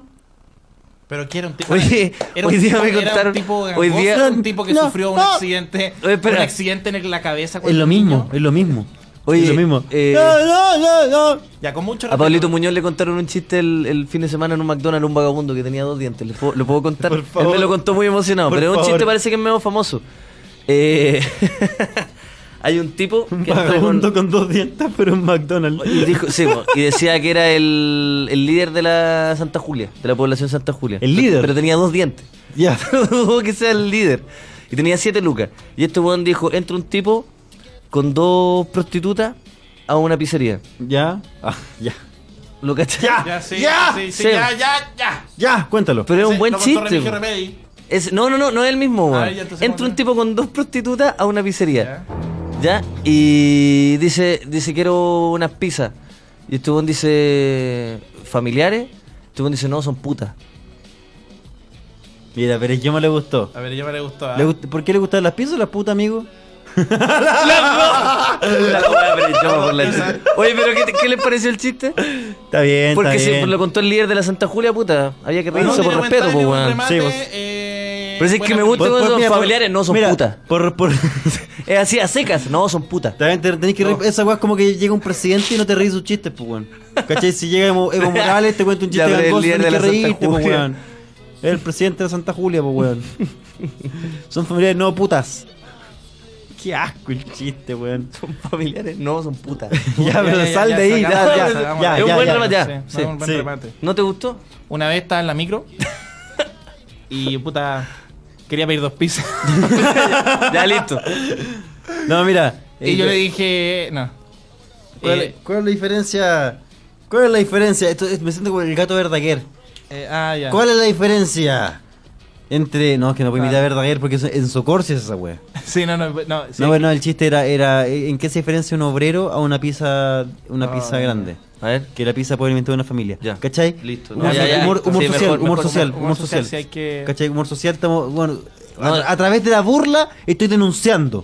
Pero que era un tipo.
Oye,
era
hoy
un
día
tipo-
me
era un
contaron-
tipo
hoy día-
gangoso, un tipo que
No,
sufrió un
no.
accidente.
Oye, espera.
Un accidente en la cabeza.
Es
cuando
lo mismo,
niño.
es lo mismo.
Oye,
es lo mismo.
eh,
No, no, no, no.
Ya con mucho
A
respeto.
Pablito Muñoz le contaron un chiste el, el fin de semana en un McDonald's, un vagabundo que tenía dos dientes. ¿Le puedo- ¿Lo puedo contar?
Por favor.
Él me lo contó muy emocionado,
Por
pero es un
favor.
chiste parece que es medio famoso. Eh, hay un tipo
Un
que entra
vagabundo
con-
con dos dientes, pero un McDonald's.
y, dijo- sí, po, y decía que era el, el líder de la Santa Julia, de la población Santa Julia.
¿El líder?
Pero tenía dos dientes.
Ya.
Dudo que sea el líder. Y tenía siete lucas. Y este weón dijo, entra un tipo con dos prostitutas a una pizzería.
Ya. Ah, ya.
¿Lo cachai?
Ya, sí.
¡Ya!
Sí, sí,
Sí.
ya, ya, ya.
Ya, cuéntalo.
Pero es un
Sí,
buen
lo contó
chiste.
Remigio
po.
Remedi.
Es- no, no, no, no es el mismo,
Ah,
weón.
ya, entonces,
Entra
¿cuál
un tipo con dos prostitutas a una pizzería.
Ya.
¿Ya? Y dice, dice, quiero unas pizzas. Y este weón dice, familiares. Este weón dice, no, son putas.
Mira, pero yo me le gustó.
A ver, yo me le gustó. ¿ah?
¿Le gust- ¿Por qué le gustaban las pizzas o las putas, amigo?
La weá, pero yo por la chucha. Oye, pero ¿qué, te- qué les pareció el chiste?
Está bien,
Porque
está
si
bien.
lo contó el líder de la Santa Julia, puta. Había que
No,
reírse por
tiene buen
respeto, pues,
timing, un
weón.
remate,
Sí, vos.
eh,
Pero si es
buena
que me gusta-
película.
son familiares, no son
pues, mira,
putas.
Por, por,
Es así a secas, no, son putas.
también te- tenés que reír- Esa weá es como que llega un presidente y no te reís sus chistes, pues, weón. ¿Cachai? Si llega Evo, Evo Morales, te cuenta un
Ya,
chiste
pero el
gangoso,
líder
tenés que
de la Santa
reírte, pues,
Julia.
weón. Es el presidente de la Santa Julia, pues, weón. Son familiares, no putas. Qué asco el chiste, weón.
Son familiares, no, son putas.
ya, pero sal de ahí, ya,
sacamos-
ya,
sacamos-
ya,
Es un
ya,
buen
ya.
remate, ya.
Sí,
Sí,
no, un buen
sí.
remate.
¿No te gustó?
Una vez estaba en la micro y puta quería pedir dos pizzas.
Ya, listo.
No, mira.
y yo
eh,
le dije, no.
¿Cuál,
Eh,
cuál es la diferencia? ¿Cuál es la diferencia? Esto es- me siento como el gato Verdaguer.
eh, ah, ya.
¿Cuál es la diferencia? Entre. No, es que no puedo imitar a
Ah.
Verdaguer porque es- en Socorcio es esa wea.
Sí, no, no, no, sí.
No, bueno, el chiste era, era. eh, ¿En qué se diferencia un obrero a una pizza, una
Ah,
pizza
ya.
grande?
A ver.
Que la pizza puede alimentar a una familia.
Ya.
¿Cachai?
Listo.
Humor,
No, ya, ya,
humor,
listo.
humor
Sí,
social,
mejor,
humor
mejor,
social,
humor
humor
social,
social.
sí, hay que-
¿Cachai? Humor social, estamos. Bueno,
No.
a, a través de la burla estoy denunciando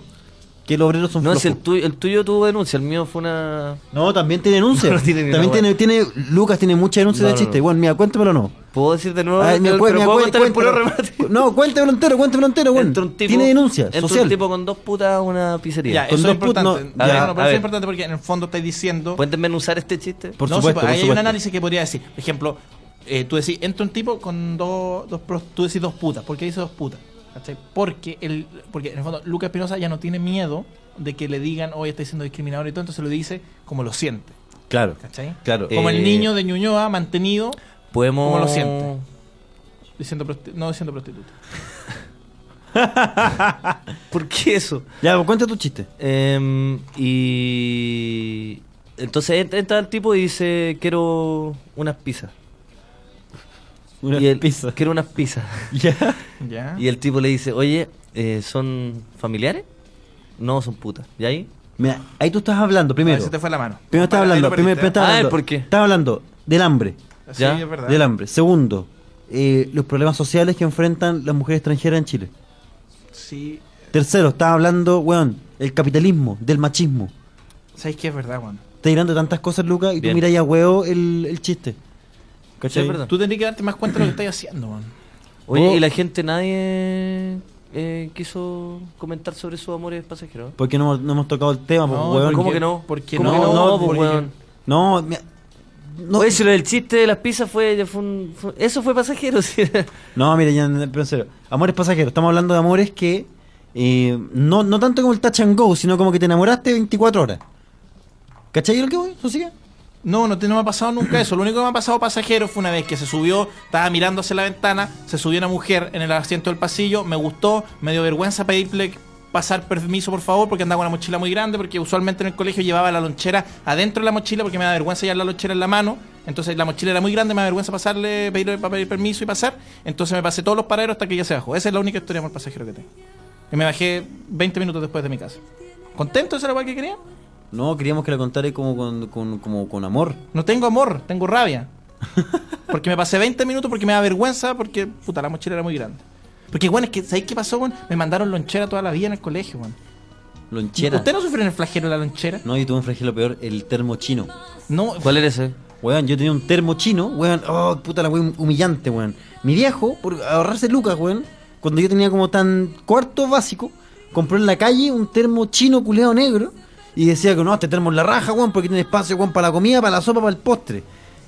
que los obreros son
No, es
flojos.
el tuyo, el tuyo tuvo denuncia, el mío fue una...
No, también tiene denuncia.
No, no tiene ni
también
una
tiene, tiene- Lucas tiene mucha denuncia
No,
de
no,
chiste.
no.
Bueno, mira, cuéntemelo o no.
¿Puedo decir de nuevo?
Ay, mira,
Pero-
cu-
pero
mira,
¿Puedo
cu-
contar el puro
cuéntalo.
remate?
No, cuéntemelo entero, cuéntemelo entero, bueno.
Entra un tipo-
tiene denuncia
entra
social.
un tipo con dos putas a una
Ya,
pizzería.
con
eso
dos
es
put- no,
importante.
a
Ya,
ver,
no,
a
pero eso
ver.
es importante porque en el fondo estáis diciendo
¿Pueden desmenuzar este chiste?
Por
No, sí,
supuesto,
pues,
por
ahí hay
supuesto.
un análisis que podría decir. Por ejemplo, eh, tú decís, entra un tipo con dos, dos pros- tú decís dos putas. ¿Por qué dice dos putas? ¿Cachai? Porque, el, porque en el fondo Lucas Espinosa ya no tiene miedo de que le digan, hoy está siendo discriminador y todo, entonces lo dice como lo siente.
Claro,
¿Cachai?
claro.
Como
Eh,
el niño de Ñuñoa mantenido
Podemos...
¿Cómo lo siente? diciendo prosti- no diciendo prostituta.
¿Por qué eso?
Ya, pues, cuenta tu chiste.
Em, y... Entonces ent- entra el tipo y dice, quiero unas pizzas.
Una
y él,
pizza.
Quiero unas pizzas.
Ya.
¿Ya?
Y el tipo le dice, oye, eh, ¿son familiares? No, son putas. ¿Y ahí?
Mira, ahí tú estás hablando
Primero.
primero.
Se te fue la mano.
Primero estás
Ahí lo
hablando, primero,
perdiste,
primero estás
Ah,
hablando.
¿por qué?
Estás hablando del hambre.
¿eh?
ya,
Sí, es verdad.
Del hambre. Segundo, eh, los problemas sociales que enfrentan las mujeres extranjeras en Chile.
Sí.
Tercero, estás hablando, weón, el capitalismo, del machismo.
¿Sabes qué es verdad, Juan?
Estás tirando tantas cosas, Lucas, y
Bien.
tú miras ya huevo el, el chiste. ¿Cachai?
Sí, es verdad.
Tú tendrías que darte más cuenta de lo que estás haciendo, Juan.
Oye,
Oh.
y la gente, nadie eh, quiso comentar sobre sus amores pasajeros.
Porque no, hemos- no hemos tocado el tema, pues, weón.
¿Cómo
porque-
que no?
porque
¿Cómo
no,
que
no,
pues,
porque-
weón?
No, mira, no,
Oye, si lo del chiste de las pizzas fue, fue un- fue- eso fue pasajero, sí.
no, mira, ya, pero en serio. Amores pasajeros, estamos hablando de amores que. eh, no, no tanto como el touch and go, sino como que te enamoraste 24 horas. ¿Cachai lo que voy? ¿Sosiga?
No, no, te, no me ha pasado nunca eso. Lo único que me ha pasado pasajero fue una vez que se subió, estaba mirando hacia la ventana, se subió una mujer en el asiento del pasillo, me gustó, me dio vergüenza pedirle pasar permiso por favor porque andaba con una mochila muy grande porque usualmente en el colegio llevaba la lonchera adentro de la mochila porque me da vergüenza llevar la lonchera en la mano entonces la mochila era muy grande me da vergüenza pasarle pedirle para pedir permiso y pasar entonces me pasé todos los paraderos hasta que ella se bajó esa es la única historia por pasajero que tengo y me bajé 20 minutos después de mi casa ¿contento? ¿eso era lo que quería?
No, queríamos que la contara como con, con, como con amor.
No tengo amor, tengo rabia. Porque me pasé 20 minutos porque me da vergüenza, porque puta, la mochila era muy grande. Porque, bueno, es que, ¿sabéis qué pasó, weón? Me mandaron lonchera toda la vida en el colegio, weón.
Lonchera.
¿Usted no sufrió en el flagelo de la lonchera?
No, yo tuve un flagelo peor, el termo chino.
No,
¿Cuál era ese?
Weón, yo tenía un termo chino, weón. Oh, puta la weón, humillante, weón. Mi viejo, por ahorrarse lucas, weón, cuando yo tenía como tan cuarto básico, compró en la calle un termo chino culeado negro y decía que no, este termo es la raja, weón, porque tiene espacio, weón, para la comida, para la sopa, para el postre.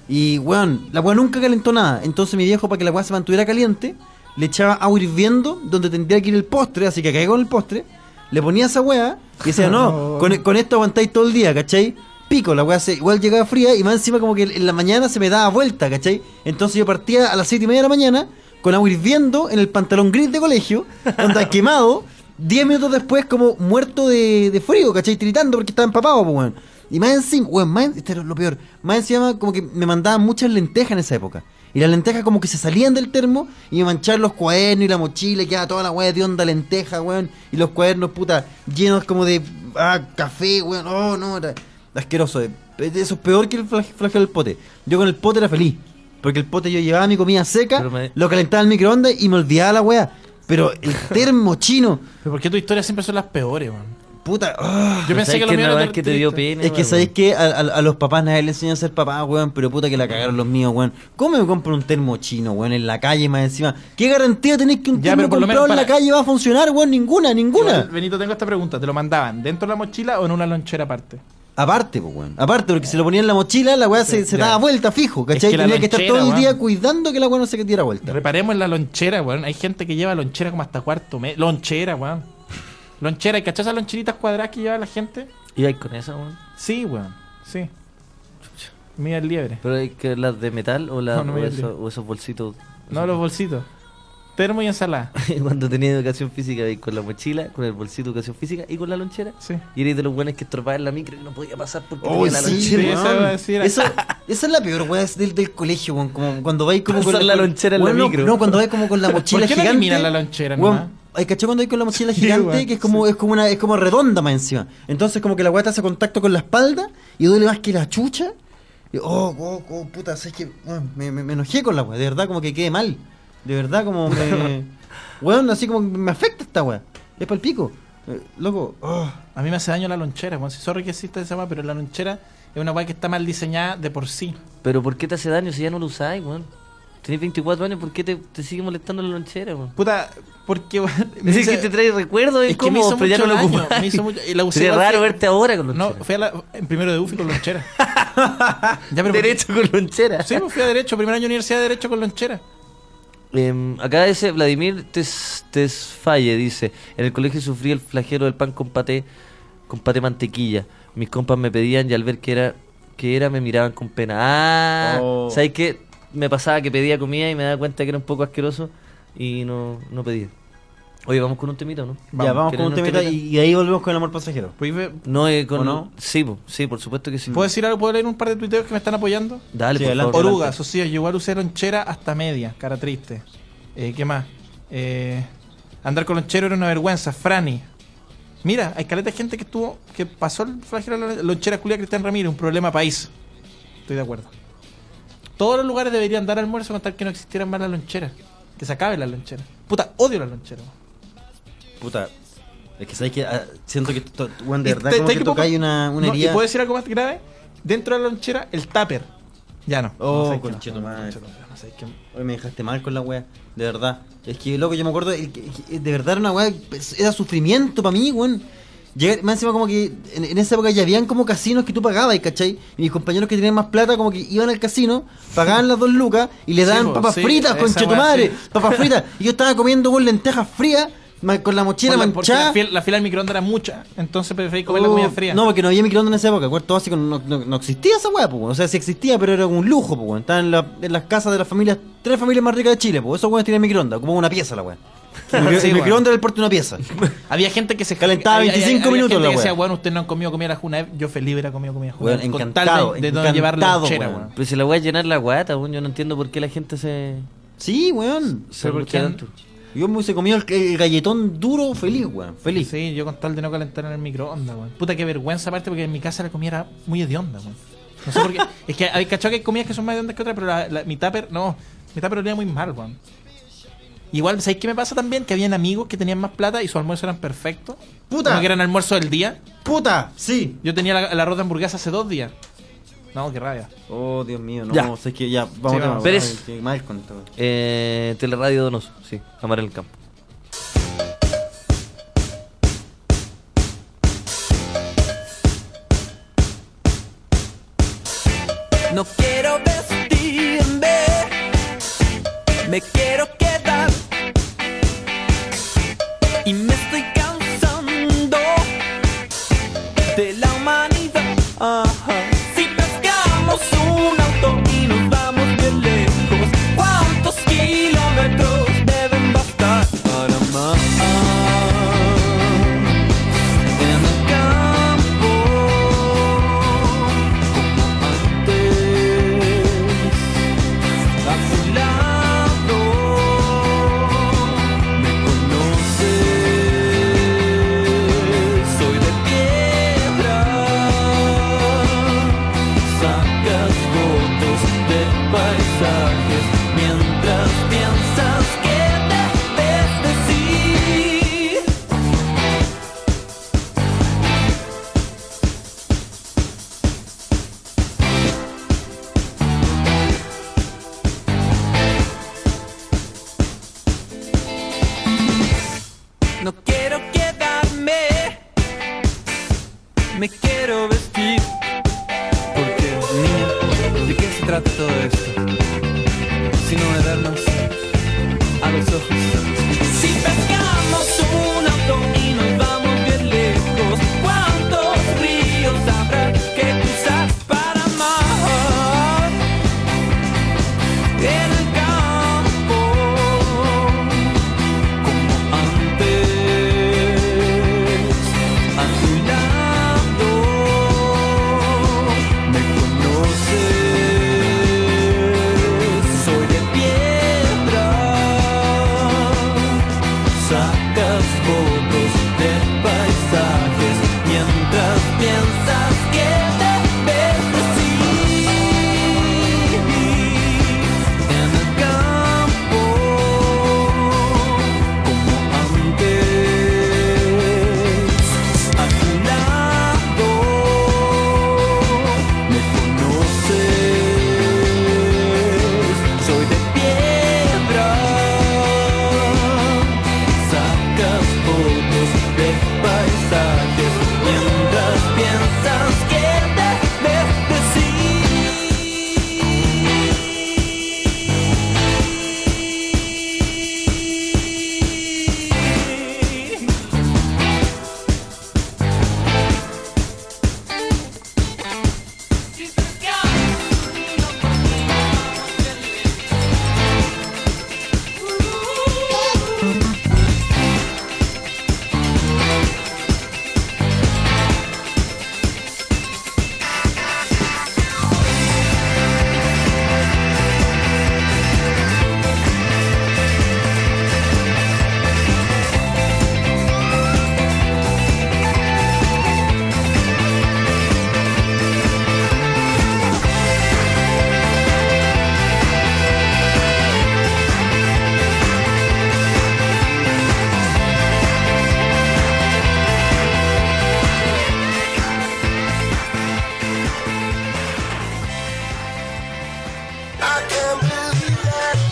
Y, weón, la weón nunca calentó nada. Entonces mi viejo, para que la weón se mantuviera caliente, le echaba agua hirviendo donde tendría que ir el postre, así que caí con el postre. Le ponía esa weá y decía, no, con, con esto aguantáis todo el día, ¿cachai? Pico, la weá se, igual llegaba fría y más encima como que en la mañana se me daba vuelta, ¿cachai? Entonces yo partía a las 7 y media de la mañana con agua hirviendo en el pantalón gris de colegio, onda quemado, 10 minutos después como muerto de, de frío, ¿cachai? Tiritando porque estaba empapado, pues, weón. Y más encima, weón, más en- esto era lo peor. Más encima, como que me mandaban muchas lentejas en esa época. Y las lentejas como que se salían del termo y me manchaban los cuadernos y la mochila, y quedaba toda la weá de onda lenteja, weón. Y los cuadernos, puta, llenos como de ah, café, weón. Oh, no, era asqueroso. eh. Eso es peor que el flag- flagelo del pote. Yo con el pote era feliz. Porque el pote yo llevaba mi comida seca,
Pero me-
lo calentaba en el microondas y me olvidaba la weá. Pero el termo chino,
¿pero ¿por qué tus historias siempre son las peores, weón?
puta, ah.
Yo pensé que lo
que
mío
una
era
vez que te dio
triste.
pena.
Es que
weón.
sabéis que a, a- a los papás nadie le enseña a ser papá, weón, pero puta que la cagaron los míos, weón. ¿Cómo me compro un termo chino, weón, en la calle más encima? ¿Qué garantía tenéis que un
Ya,
termo
pero por lo
comprado
menos
en la
para-
calle va a funcionar, weón? Ninguna,
Igual,
ninguna.
Benito, tengo esta pregunta. ¿Te lo mandaban dentro de la mochila o en una lonchera aparte?
Aparte, pues, weón. Aparte, porque si lo ponía en la mochila, la weá se, se
ya.
daba vuelta fijo, ¿cachai?
que la
Tenía que estar
lonchera,
todo el día
weón.
cuidando que la weá no se diera vuelta.
Reparemos la lonchera, weón. Hay gente que lleva lonchera como hasta cuarto mes. Lonchera, weón. Lonchera, ¿y cachás esas loncheritas cuadradas que lleva la gente?
¿Y ahí con esa, weón?
Sí, weón. Sí. Mira el liebre.
¿Pero hay que las de metal o, la-
No, no me
o,
dio
eso- o esos bolsitos?
No, los bolsitos. Termo y ensalada.
Cuando tenía educación física, veis con la mochila, con el bolsito de educación física y con la lonchera.
Sí.
Y eres de los buenos que estorbaban en la micro y no podía pasar porque
Oh,
tenía la
sí,
lonchera.
eso
weón.
iba a decir.
Eso- esa es la peor weá es del, del colegio, weón. Como cuando vais como
Pasar
con
la lonchera en la
Weón, no,
micro.
No, cuando vais como con la mochila
¿Por qué no
gigante.
eliminan la lonchera
weón,
nomás?
ay, ¿cachai cuando vais con la mochila
Sí,
gigante
weón,
que es como, es como una, es como redonda más encima? Entonces como que la weá te hace contacto con la espalda y duele más que la chucha. Y, oh, oh, oh, puta, es que weón, me, me- me enojé con la weá, de verdad como que quedé mal. De verdad como me. weón, así como que me afecta esta weá. Es pa'l pico. Eh, loco, oh.
A mí me hace daño la lonchera, weón. Sí, Sorry que exista esa weá, pero la lonchera es una weá que está mal diseñada de por sí.
Pero ¿por qué te hace daño si ya no lo usáis, weón? Tenés 24 años, ¿por qué te, te sigue molestando la lonchera, weón?
Puta, porque weón. me
Es
hizo-
que te trae recuerdos, es
es que me hizo
como, pero ya no
mucho
lo
daño,
ocupáis.
me hizo mucho- y la usé
Sería
igual
raro
que-
verte ahora con
No,
lonchera.
fui a la- en primero de UFI con lonchera. ya, pero
Derecho con lonchera.
Sí, pues fui a Derecho, primer año de universidad de Derecho con lonchera.
Em, acá dice Vladimir Tes- Tesfaye, dice, en el colegio sufrí el flagelo del pan con paté, con paté mantequilla. Mis compas me pedían y al ver que era, que era me miraban con pena. Ah,
Oh.
¿sabes qué? Me pasaba que pedía comida y me daba cuenta que era un poco asqueroso y no, no pedía. Oye, vamos con un temita, o ¿no?
ya vamos con
¿Quieren
un temita
temita?
y, y ahí volvemos con el amor pasajero.
Pues, ve-
No, eh, con...
¿O no?
Sí, po, sí, por supuesto que
Mm.
sí.
¿Puedo decir algo? ¿Puedo leer un par de tuiteos que me están apoyando?
Dale,
Sí,
por
adelante.
favor.
Orugas, socios, yo igual usé lonchera hasta media, cara triste. Eh, ¿Qué más? Eh, andar con lonchero era una vergüenza, Franny. Mira, hay caleta de gente que estuvo, que pasó el flagelo de la lonchera culia Cristian Ramírez, un problema país. Estoy de acuerdo. Todos los lugares deberían dar almuerzo con tal que no existieran más las loncheras. Que se acabe la lonchera. Puta, odio la lonchera. weón.
Puta. Es que sabes que ah, siento que, to- to- weón, de
Y
verdad,
te-
como
te-
que
que
toca
poco-
ahí una, una
No,
herida.
¿Y puedo decir algo más grave? Dentro de la lonchera, el tupper. Ya no. No
Oh,
sé qué más.
conchetumadre.
Conchetumadre, no sé qué más.
Hoy me dejaste mal con la wea, de verdad. Es que, loco, yo me acuerdo, el que- que- de verdad era una wea, era sufrimiento para mí, weón. Llegar, más encima como que en, en esa época ya habían como casinos que tú pagabas, ¿cachai? Y mis compañeros que tenían más plata como que iban al casino, pagaban las dos lucas y le
Sí,
daban
po,
papas
sí,
fritas,
esa
conche tu
wea,
madre,
sí.
papas fritas. Y yo estaba comiendo, weón, lentejas frías, ma- con la mochila
Por la- porque
manchada.
la fila, la fila del microondas era mucha, entonces preferí comer la
Oh,
comida fría.
No, porque no había microondas en esa época, cuarto básico no, no- no existía esa weá, po, weón. o sea, sí existía, pero era un lujo, po, weón. Estaba en, la- en las casas de las familias, tres familias más ricas de Chile, pues esos weones tienen microondas, como una pieza la weá. El, micro-
Sí,
el
weón.
microondas era el porte de una pieza.
Había gente que se
Calentaba
había-
25
había
minutos
gente
la
que
wea.
decía, bueno, ustedes no han comido comida a la juna. Yo feliz hubiera comido comida a la juna.
Weón,
con
encantado,
tal de, de no llevar la
encantado,
lonchera,
weón.
weón.
Pero si la voy a llenar la guata, weón, yo no entiendo por qué la gente se.
Sí, weón.
se angustia
bloquean.
tanto.
Yo me hubiese comido el, el galletón duro feliz, weón. Feliz.
Sí, yo con tal de no calentar en el microondas, weón. Puta, qué vergüenza aparte porque en mi casa la comida era muy hedionda, weón. No sé por qué. es que hay cachado que hay comidas que son más hediondas que otras, pero la, la- mi tupper, no. Mi tupper olía muy mal, weón. Igual, ¿sabéis qué me pasa también? Que habían amigos que tenían más plata y sus almuerzos eran perfectos.
Puta.
Como que eran almuerzo del día.
¡Puta! Sí.
Yo tenía la- el arroz de hamburguesa hace dos días. No, qué rabia.
Oh, Dios mío, no,
Ya.
sé es que ya, vamos
vamos.
a tema,
Pero
weón,
es-
qué mal con esto, weón.
Eh, Teleradio Donoso, sí, Amar el Campo.
No quiero vestirme, me quiero quedar. Y me estoy cansando de la humanidad. Ajá. Si pescamos un auto y nos vamos bien lejos, ¿cuántos kilómetros deben bastar para amar? En el campo antes a tu lado me conoces soy de piedra sacas fotos de paisajes mientras piensas que debes decir No quiero quedarme, me quiero vestir. Porque, niña, ¿de qué se trata todo esto? Sino de vernos a los ojos. Si pescamos un auto y nos vamos bien lejos, ¿cuántos ríos habrá que cruzar para amar? En el campo como antes a tu lado me conoces soy de piel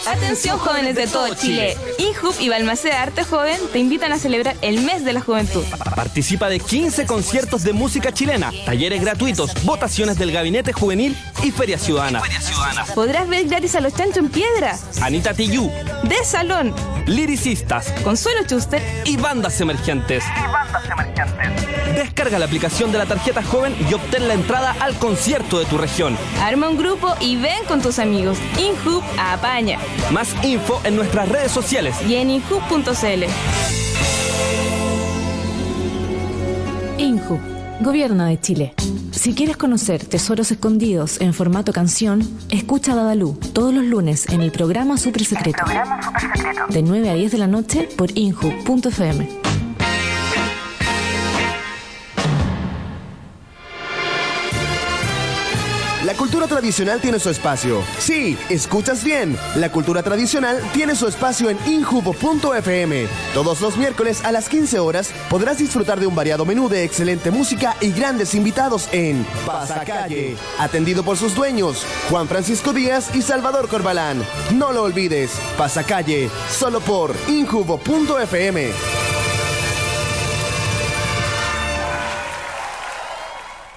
Atención jóvenes de todo Chile. INJUB y Balmaceda de Arte Joven te invitan a celebrar el mes de la juventud.
Participa de 15 conciertos de música chilena, talleres gratuitos, votaciones del Gabinete Juvenil y Feria Ciudadana.
Podrás ver gratis a los chanchos en piedra,
Anita Tiyu,
de salón,
liricistas
Consuelo Chuster
y bandas emergentes. Descarga la aplicación de la tarjeta joven y obtén la entrada al concierto de tu región.
Arma un grupo y ven con tus amigos. InHub apaña.
Más info en nuestras redes sociales.
Y en inhub.cl.
INJU, Gobierno de Chile. Si quieres conocer tesoros escondidos en formato canción, escucha a Dadalú todos los lunes en el programa Super Secreto. De 9 a 10 de la noche por inju.fm.
La cultura tradicional tiene su espacio. Sí, escuchas bien. La cultura tradicional tiene su espacio en injubo.fm. Todos los miércoles a las 15 horas podrás disfrutar de un variado menú de excelente música y grandes invitados en Pasacalle. Atendido por sus dueños, Juan Francisco Díaz y Salvador Corbalán. No lo olvides, Pasacalle, solo por injubo.fm.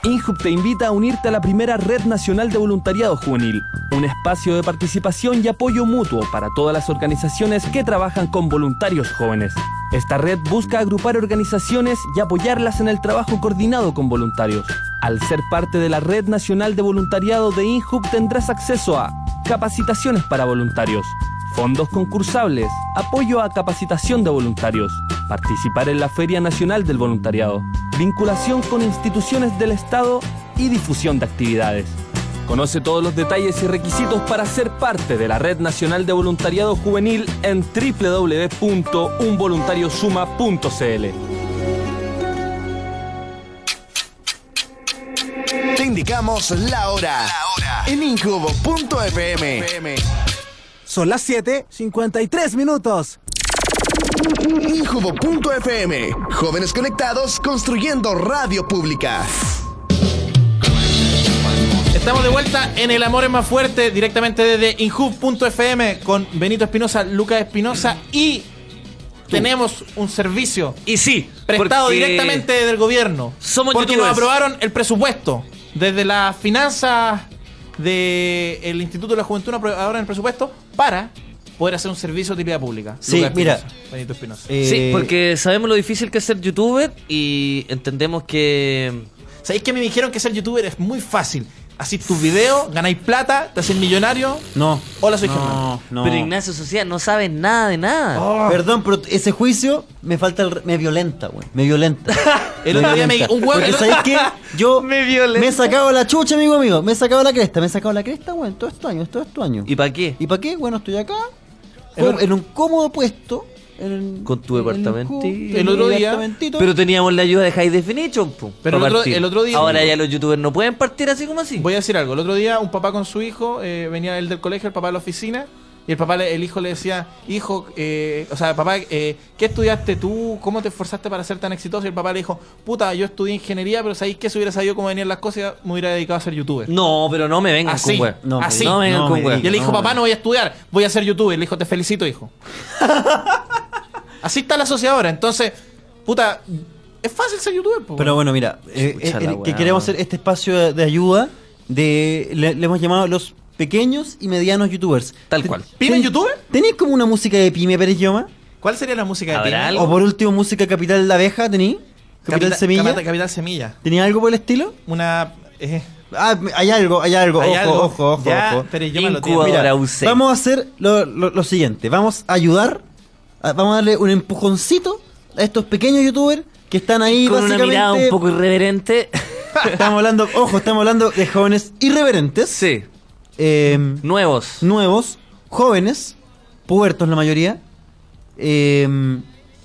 INJUB te invita a unirte a la primera Red Nacional de Voluntariado Juvenil, un espacio de participación y apoyo mutuo para todas las organizaciones que trabajan con voluntarios jóvenes. Esta red busca agrupar organizaciones y apoyarlas en el trabajo coordinado con voluntarios. Al ser parte de la Red Nacional de Voluntariado de INJUB tendrás acceso a capacitaciones para voluntarios, fondos concursables, apoyo a capacitación de voluntarios, participar en la Feria Nacional del Voluntariado, vinculación con instituciones del Estado y difusión de actividades. Conoce todos los detalles y requisitos para ser parte de la Red Nacional de Voluntariado Juvenil en www.unvoluntariosuma.cl.
Te indicamos la hora. En incubo.fm.
Son las 7, 53 minutos.
Injubo.fm. Jóvenes conectados construyendo radio pública.
Estamos de vuelta en El Amor es más fuerte, directamente desde inhub.fm con Benito Espinosa, Lucas Espinosa y tenemos un servicio
Y sí,
prestado
porque
directamente del gobierno.
Somos
porque nos
youtubers.
aprobaron el presupuesto. Desde las finanzas del Instituto de la Juventud nos aprobaron el presupuesto para poder hacer un servicio de utilidad pública.
Sí,
Lucas
mira.
Espinosa, Benito Espinosa.
Sí,
Eh,
porque sabemos lo difícil que es ser youtuber y entendemos que
¿Sabéis que me dijeron que ser youtuber es muy fácil? Hacís tus videos, ganáis plata, te haces millonario.
No.
Hola, soy Germán.
no, no.
Pero Ignacio Sociedad no sabe nada de nada.
Perdón, pero ese juicio me falta el re- me violenta, güey. Me violenta.
El otro día me-
violenta.
un huevo-
Porque ¿sabes qué? Yo
Me violenta.
me he sacado la chucha, amigo mío. Me he sacado la cresta, me he sacado la cresta, güey. Todo estos años, todo estos años.
¿Y para qué?
¿Y para qué? Bueno, estoy acá,
En un-
en un, cómodo puesto. en-
Con tu
en un
departamento.
cu-
El
en mi
otro día-
departamentito.
Pero teníamos la ayuda de High Definition, po,
Pero
pa
el otro-
partir.
el otro día-
Ahora ya los youtubers no pueden partir así como así.
Voy a decir algo. El otro día, un papá con su hijo, eh, venía el del colegio, el papá de la oficina, y el papá, le- el hijo le decía, hijo, eh, o sea, papá, eh, ¿qué estudiaste tú? ¿Cómo te esforzaste para ser tan exitoso? Y el papá le dijo, puta, yo estudié ingeniería, pero sabéis que si hubiera sabido cómo venían las cosas, me hubiera dedicado a ser youtuber.
No, pero no me vengan
Así,
con web.
no, así.
No me vengan
no
con
me
web.
Y él
digas.
dijo,
No,
papá,
no.
no voy a estudiar, voy a ser youtuber. Le dijo, te felicito, hijo. así está la sociedad ahora. Entonces, puta, es fácil ser youtuber, po,
Pero bueno, mira, eh,
Chucha
eh,
la
eh,
weá,
que queremos
weón.
hacer este espacio de, de ayuda, de le, le hemos llamado los pequeños y medianos youtubers.
Tal cual.
¿Pyme
ten-
youtuber?
¿Tenéis como una música de pyme, Pérez Yoma?
¿Cuál sería la música
¿Habrá
de Pyme?
algo?
O por último, música Capital de Abeja, ¿tenéis? Capital
Capita-
Semilla.
Capita- Capital Semilla.
¿Tenéis algo por el estilo?
Una... eh,
Ah, hay algo, hay algo.
Hay
ojo,
algo.
ojo, ojo,
Ya,
ojo.
pero yo me lo tengo.
Incubador.
Mira,
Ahora usé.
Vamos a hacer lo, lo- lo siguiente. Vamos a ayudar, a- vamos a darle un empujoncito a estos pequeños youtubers que están ahí
Con una
básicamente...
mirada un poco irreverente.
Estamos hablando, ojo, estamos hablando de jóvenes irreverentes.
sí.
eh,
Nuevos.
nuevos, jóvenes, puertos la mayoría, eh,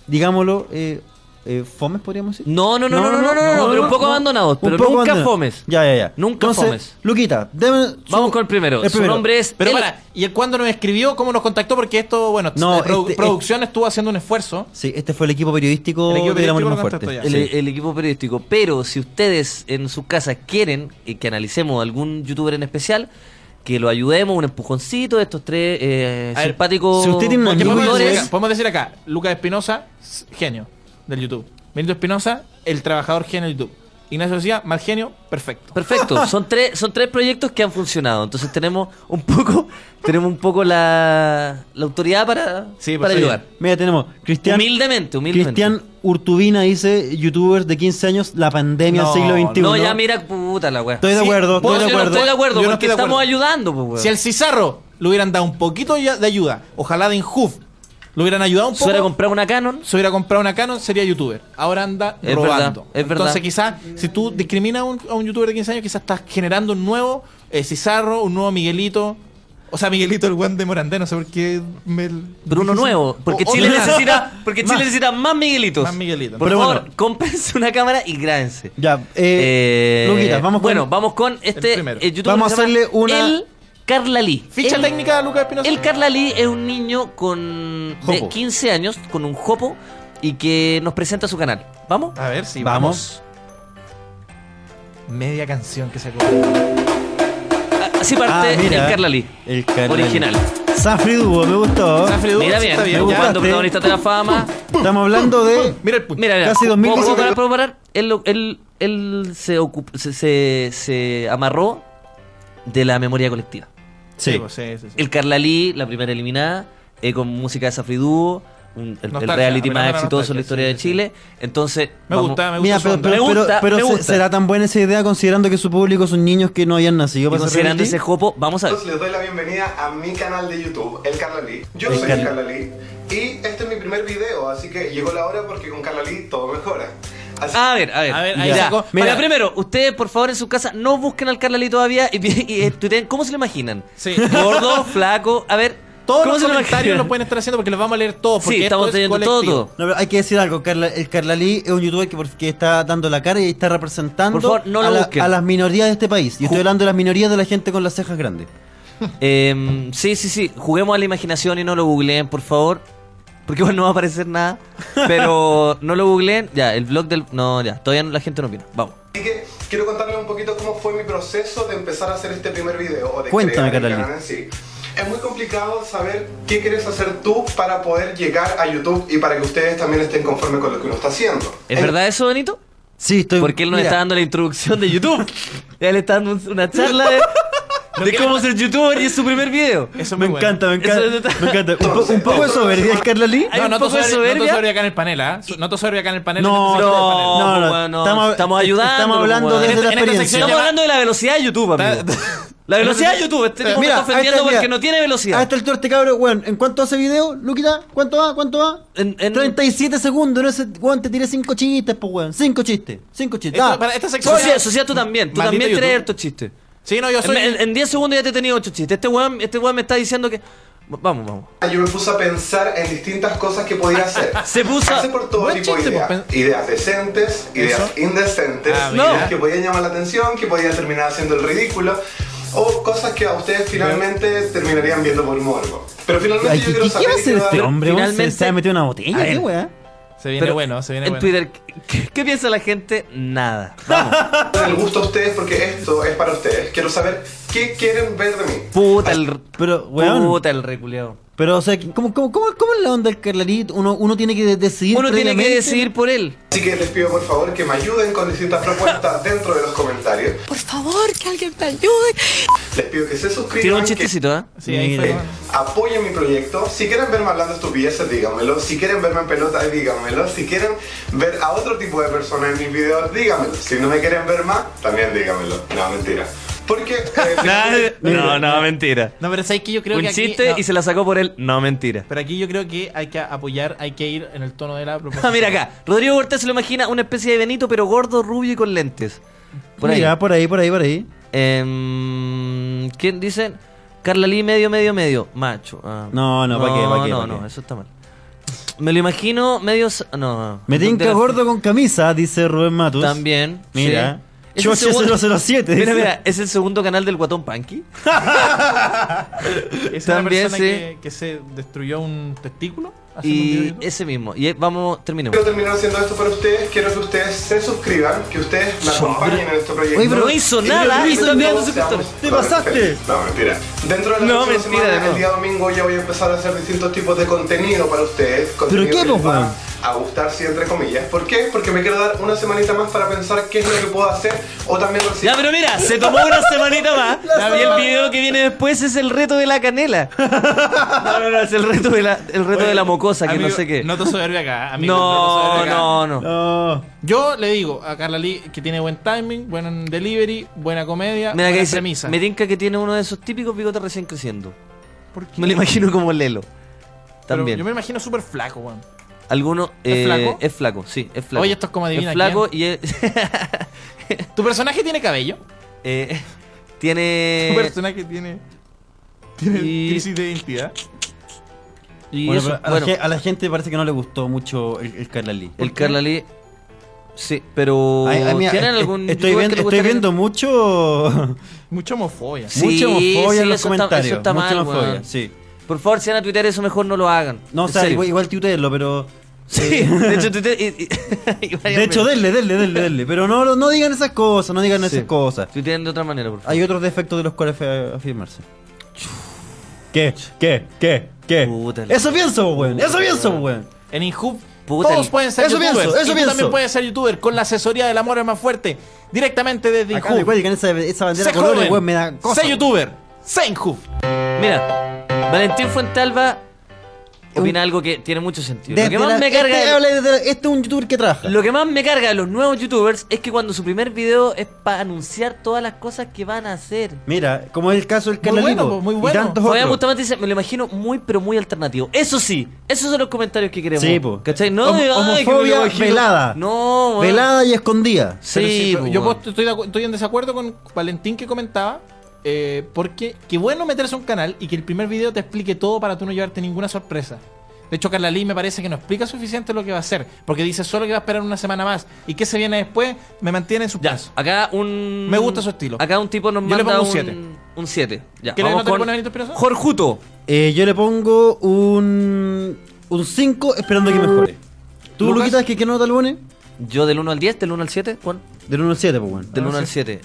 digámoslo, eh, eh, fomes podríamos decir.
No, no, no, no, no, no, no, no, pero un poco abandonados, pero nunca fomes.
Ya, ya, ya.
Nunca
Entonces,
fomes.
Luquita, deme su-
Vamos con el primero. Su nombre es
Pero
El-
para, ¿y el cuándo nos escribió? ¿Cómo nos contactó? Porque esto, bueno,
No,
eh, produ-
este-
producción estuvo haciendo un esfuerzo.
Sí, este fue el equipo periodístico
El equipo
de la Amor
periodístico
Más
lo
Fuerte.
contactó
el,
Sí.
el equipo periodístico. Pero si ustedes en su casa quieren eh, que analicemos algún youtuber en especial, que lo ayudemos, un empujoncito de estos tres eh,
A ver,
simpáticos.
si usted tiene una
Porque
Luis
podemos, decir
Flores.
acá, podemos decir acá, Lucas Espinosa, s- genio del YouTube. Benito Espinosa, el trabajador genio del YouTube. Ignacio García, mal genio, perfecto.
Perfecto, son tres, son tres proyectos que han funcionado. Entonces tenemos un poco, tenemos un poco la, la autoridad para,
Sí,
para
pues,
ayudar.
Mira, tenemos Cristian,
Humildemente, humildemente.
Cristian Urtubina dice, youtubers de 15 años, la pandemia
No,
del siglo XXI.
No, ya mira, puta la weá.
Estoy de
Sí,
acuerdo,
puedo
estoy
decir-
de
yo no
acuerdo.
estoy de acuerdo,
Yo no
porque
estoy de
estamos
acuerdo.
ayudando, pues, weón.
Si al Cizarro le hubieran dado un poquito ya de ayuda, ojalá de Injuf, le hubieran ayudado un
Se hubiera
poco.
comprado una Canon,
se hubiera comprado una Canon, sería youtuber. Ahora anda
Es
robando.
verdad, es verdad.
Entonces, quizás, si tú discriminas a un, a un youtuber de 15 años, quizás estás generando un nuevo eh, Cizarro, un nuevo Miguelito. O sea, Miguelito el guante de Morandé, no sé por qué me.
pero uno nuevo. Porque
O-
Chile
otro-
necesita, porque Chile
Más.
necesita más Miguelitos.
Más Miguelitos.
Por
Pero
favor,
bueno.
cómprense una cámara y grábense.
Ya, eh,
Eh,
Luquitas, vamos con-
Bueno, vamos con este
El primero.
eh, youtuber
Vamos
que
a
se llama
hacerle una-
El Carla Lee.
Ficha
El-
técnica de Lucas Espinosa.
El Carla Lee es un niño con de
Jopo.
15 años, con un jopo, y que nos presenta su canal. ¿Vamos?
A ver si
Vamos.
Media canción que sacó.
Así parte
Ah, mira.
el Carla Lee.
El canal.
Original.
Safri Duo, me gustó.
Safri Duo,
Mira
sí,
bien,
está bien.
Me gusta.
ocupando
Gustaste.
protagonista de la fama.
Estamos hablando de
Mira el punto.
Mira, mira.
Casi 2017.
¿Puedo parar? puedo parar? Él, lo- él, él se, ocup- se, se, se amarró de la memoria colectiva.
Sí.
pues, sí, sí, sí.
El Carla Lee, la primera eliminada, eh, con música de Safri Duo, un- el, el
Nostalgia,
reality más
americana
exitoso
nostalgia,
en la historia
sí,
de
sí,
Chile. Entonces,
Me
vamos-
gusta, me gusta.
Mira,
su
pero,
onda.
pero,
Me
pero-
gusta,
pero
me
se-
gusta.
será tan buena esa idea considerando que su público son niños que no habían nacido
y
para hacer
considerando ese
reality?
jopo, vamos a ver.
Les doy la bienvenida a mi canal de YouTube, El Carlalí. Yo soy El Carlalí y este es mi primer video, así que llegó la hora porque con Carlalí todo mejora. Así
A ver, a ver.
A ver, ahí
Ya.
sacó-
Mira,
Mira.
primero, ustedes por favor en su casa no busquen al Carla Lee todavía y, y, eh, tuiteen, ¿cómo se lo imaginan?
Sí.
Gordo, flaco, a ver.
Todos
¿cómo
los
se lo
comentarios
imaginan?
los pueden estar haciendo porque los vamos a leer todos. porque
Sí,
esto
estamos
es
teniendo todo,
colectivo.
todo.
No, pero hay que decir algo, Carla- el Carla Lee es un youtuber que, por- que está dando la cara y está representando
Por favor, no lo
a, la-
busquen.
a las minorías de este país. Y estoy hablando de las minorías de la gente con las cejas grandes.
Eh, sí, sí, sí. Juguemos a la imaginación y no lo googleen, por favor. Porque igual no va a aparecer nada. Pero no lo googleen. Ya, el blog del. No, ya. Todavía no- la gente no opina. Vamos.
que quiero contarles un poquito cómo fue mi proceso de empezar a hacer este primer video o de
Cuéntame,
crear el
Carlalí.
canal en sí. Es muy complicado saber qué quieres hacer tú para poder llegar a YouTube y para que ustedes también estén conformes con lo que uno está haciendo.
¿Es verdad eso, Benito?
Sí, estoy.
Porque él nos
mira,
está dando la introducción de YouTube. Él está dando un- una charla de, de cómo ser youtuber y es su primer video.
Eso es
Me
muy bueno.
encanta, me
Eso
encanta.
está-
Me encanta. Un, po- un poco de soberbia, ¿es Carla Lee?
Hay
No,
un
no te
poco
soberbia,
de
no te
soberbia.
soberbia acá en el panel, ¿ah? Su- No te soberbia acá en el panel.
No,
te soberbia acá en el
no,
panel.
pues, weón, no. Estamos ayudando,
Estamos hablando
pues, weón.
desde la
En esta- en esta
experiencia.
sección
Estamos hablando de la velocidad de YouTube, amigo. La velocidad de YouTube. Este tipo me está
a esta-
ofendiendo porque
mira,
no tiene
A
velocidad.
esta altura este cabrón, weón, ¿en cuánto hace video, Luquita? ¿Cuánto va? ¿Cuánto va?
En- en-
37 segundos, no ese weón, te tiré 5 chistes, pues weón. 5 chistes, 5 chistes.
Esto-
Ah,
para esta sección.
Sociedad, sociedad, tú también. Tú
Maldito
también
YouTube.
tienes estos chistes.
Sí, no, yo
En-
soy.
En en 10 segundos ya te he tenido 8 chistes. Este weón, este weón me está diciendo que. Vamos, vamos.
Yo me puse a pensar en distintas cosas que podía hacer.
Se puso-
Pasé por todo
Buen
tipo de
chiste,
ideas.
pues, pen-
Ideas decentes, ideas
Eso.
indecentes,
Ah,
mira.
ideas que podían llamar la atención, que podían terminar haciendo el ridículo, o cosas que a ustedes finalmente terminarían viendo por morbo. Pero finalmente
ay,
yo
¿qué,
quiero
qué
saber
va a hacer
quiero
este
dar-
hombre? weón? Se,
finalmente-
se ha metido una botella,
A ver.
qué weón.
Se viene
Pero
bueno, se viene
en
bueno.
Twitter, ¿qué, qué piensa la gente? Nada. Vamos.
dar el gusto a ustedes porque esto es para ustedes. Quiero saber qué quieren ver de mí.
Puta el.
Pero, weón.
Puta el reculeado.
Pero, o sea, ¿cómo, cómo, cómo, cómo es la onda del Carla Lee? Uno, uno tiene que de- decidir.
Uno tiene que
previamente.
decidir por él.
Así que les pido por favor que me ayuden con distintas propuestas dentro de los comentarios.
Por favor, que alguien me ayude.
Les pido que se
Tiene un
suscriban, que
chistecito, ¿eh?
Sí, ahí fue.
Eh, apoyen mi proyecto. Si quieren verme hablando estupideces, díganmelo. Si quieren verme en pelota, díganmelo. Si quieren ver a otro tipo de personas en mis videos, díganmelo. Si no me quieren ver más, también díganmelo. No, mentira. Porque... eh,
No, no, mentira.
No, pero sabes que yo creo
Un
que. aquí-
chiste
no,
y se la sacó por él. No, mentira.
Pero aquí yo creo que hay que apoyar, hay que ir en el tono de la propuesta.
Ah, mira acá. Rodrigo Cortés se lo imagina una especie de Benito, pero gordo, rubio y con lentes. Por ahí.
Mira, por ahí, por ahí, por ahí.
Em, ¿Quién dicen? Carla Lee, medio, medio, medio. Macho. Ah.
No, no, ¿pa' qué, pa' qué,
No,
pa'
no,
qué?
eso está mal. Me lo imagino medio. s- No.
Me tinca gordo con camisa, dice Rubén Matus.
También.
Mira.
sí.
Yo
Es el segundo-
007.
Mira,
dice.
mira, es el segundo canal del Guatón Punky.
Esa es la
También,
persona
sí.
que, que se destruyó un testículo.
Y ese mismo. Y eh, vamos, terminemos.
Quiero terminar haciendo esto para ustedes. Quiero que ustedes se suscriban, que ustedes me acompañen en este proyecto.
Oye, pero no hizo
Y
nada,
que
hizo
todos
nada,
seamos
suscriptor.
realmente felices. No, mentira. Dentro de la
No,
próxima
mentira,
semana,
no.
el día domingo ya voy a empezar a hacer distintos tipos de contenido para ustedes. contenido
qué,
que
pues,
les va
weón?
A gustar, sí, entre comillas. ¿Por qué? Porque me quiero dar una semanita más para pensar qué es lo que puedo hacer o también recibir.
Ya, pero mira, se tomó una semanita más.
La
y el
semana.
video que viene después es el reto de la canela. No, no, no, es el reto de la, el reto de la mocosa, que
Amigo,
no sé qué.
No te soberbia acá, amigo. te
No,
soberbia acá.
no, no.
Yo le digo a Carla Lee que tiene buen timing, buen delivery, buena comedia,
Mira que
buena
dice,
premisa.
me tinca que tiene uno de esos típicos bigotes recién creciendo.
¿Por qué?
Me lo imagino como Lelo.
Pero
También.
Yo me imagino súper flaco, weón.
Alguno
¿Es
eh,
flaco?
es flaco, sí, es flaco.
Oye, esto es como adivina
Es flaco y es-
¿Tu personaje tiene cabello?
eh,
¿Tu
tiene
personaje tiene, tiene
Eh, y,
crisis de identidad?
y
Bueno,
eso,
pero a,
bueno,
la, ge- a la gente parece que no le gustó mucho el, el Carla Lee.
el Carla Lee sí, pero
Ay, ay, mira,
¿tienen
eh,
algún
estoy
youtuber que
viendo,
le guste
estoy
la-
viendo mucho.
Mucha homofobia.
Sí,
mucha homofobia
sí,
en
eso
los
está-
comentarios.
eso está
mucha
mal,
homofobia,
weón.
sí.
Por favor, si van a tuitear eso, mejor no lo hagan.
No, o
En
sea,
serio.
igual, igual tuitearlo, pero. eh,
Sí, de hecho, tuitear. y- y- y
De
varias
hecho,
veces.
denle, denle, denle, denle. Pero no, no digan esas cosas, no digan
Sí.
esas cosas.
Tuiteen de otra manera, por favor.
Hay otros defectos de los cuales afi- afirmarse. ¿Qué? ¿Qué? ¿Qué? ¿Qué?
Puta la-
Eso pienso, pues, weón. Eso pienso, weón.
En Inhub
Puta,
todos
el-
pueden ser
Eso
youtubers.
pienso,
y
eso
tú
pienso.
también puedes ser youtuber con la asesoría del amor es más fuerte. Directamente desde
Acá me
Inhub.
cuelgan esa, esa bandera
Sé
de colores,
joven,
weón. Me da cosa.
sé youtuber, sé Inhub.
Mira, Valentín Fuentalba opina algo que tiene mucho sentido. Lo
Desde
que más
la-
me carga.
Este,
de-
habla desde la- este es un youtuber que trabaja.
Lo que más me carga de los nuevos youtubers es que cuando su primer video es para anunciar todas las cosas que van a hacer.
Mira, como es el caso del
Muy
Carla
bueno,
Ligo,
pues, muy
Y
bueno.
tantos
Fabián
otros.
Bustamante dice, me lo imagino muy pero muy alternativo. Eso sí, esos son los comentarios que queremos.
Sí, po.
¿Cachai? No,
Homo-
de, "Ay, que me lo
homofobia
imagino".
velada.
No, weón.
Velada y escondida.
Sí,
Pero sí,
po,
yo
weón.
post- estoy, de acu- estoy en desacuerdo con Valentín que comentaba. eh, porque qué bueno meterse a un canal y que el primer video te explique todo para tú no llevarte ninguna sorpresa. De hecho, Carla Lee me parece que no explica suficiente lo que va a hacer. Porque dice solo que va a esperar una semana más. Y qué se viene después, me mantiene en su
Ya,
paso.
acá un.
Me gusta su estilo.
Acá un tipo nos
Yo le
manda
pongo un
un 7. Un 7. Ya.
¿Qué le
Vamos
nota le
con
pone Benito Peraza?
Jorjuto.
Eh, yo le pongo un. Un 5 esperando que mejore. ¿Tú,
Lucas?
Luquitas, que qué nota le pones?
Yo del 1 al 10, del 1 al 7, Juan.
Del 1 al 7, pues, weón.
Del 1 al 7.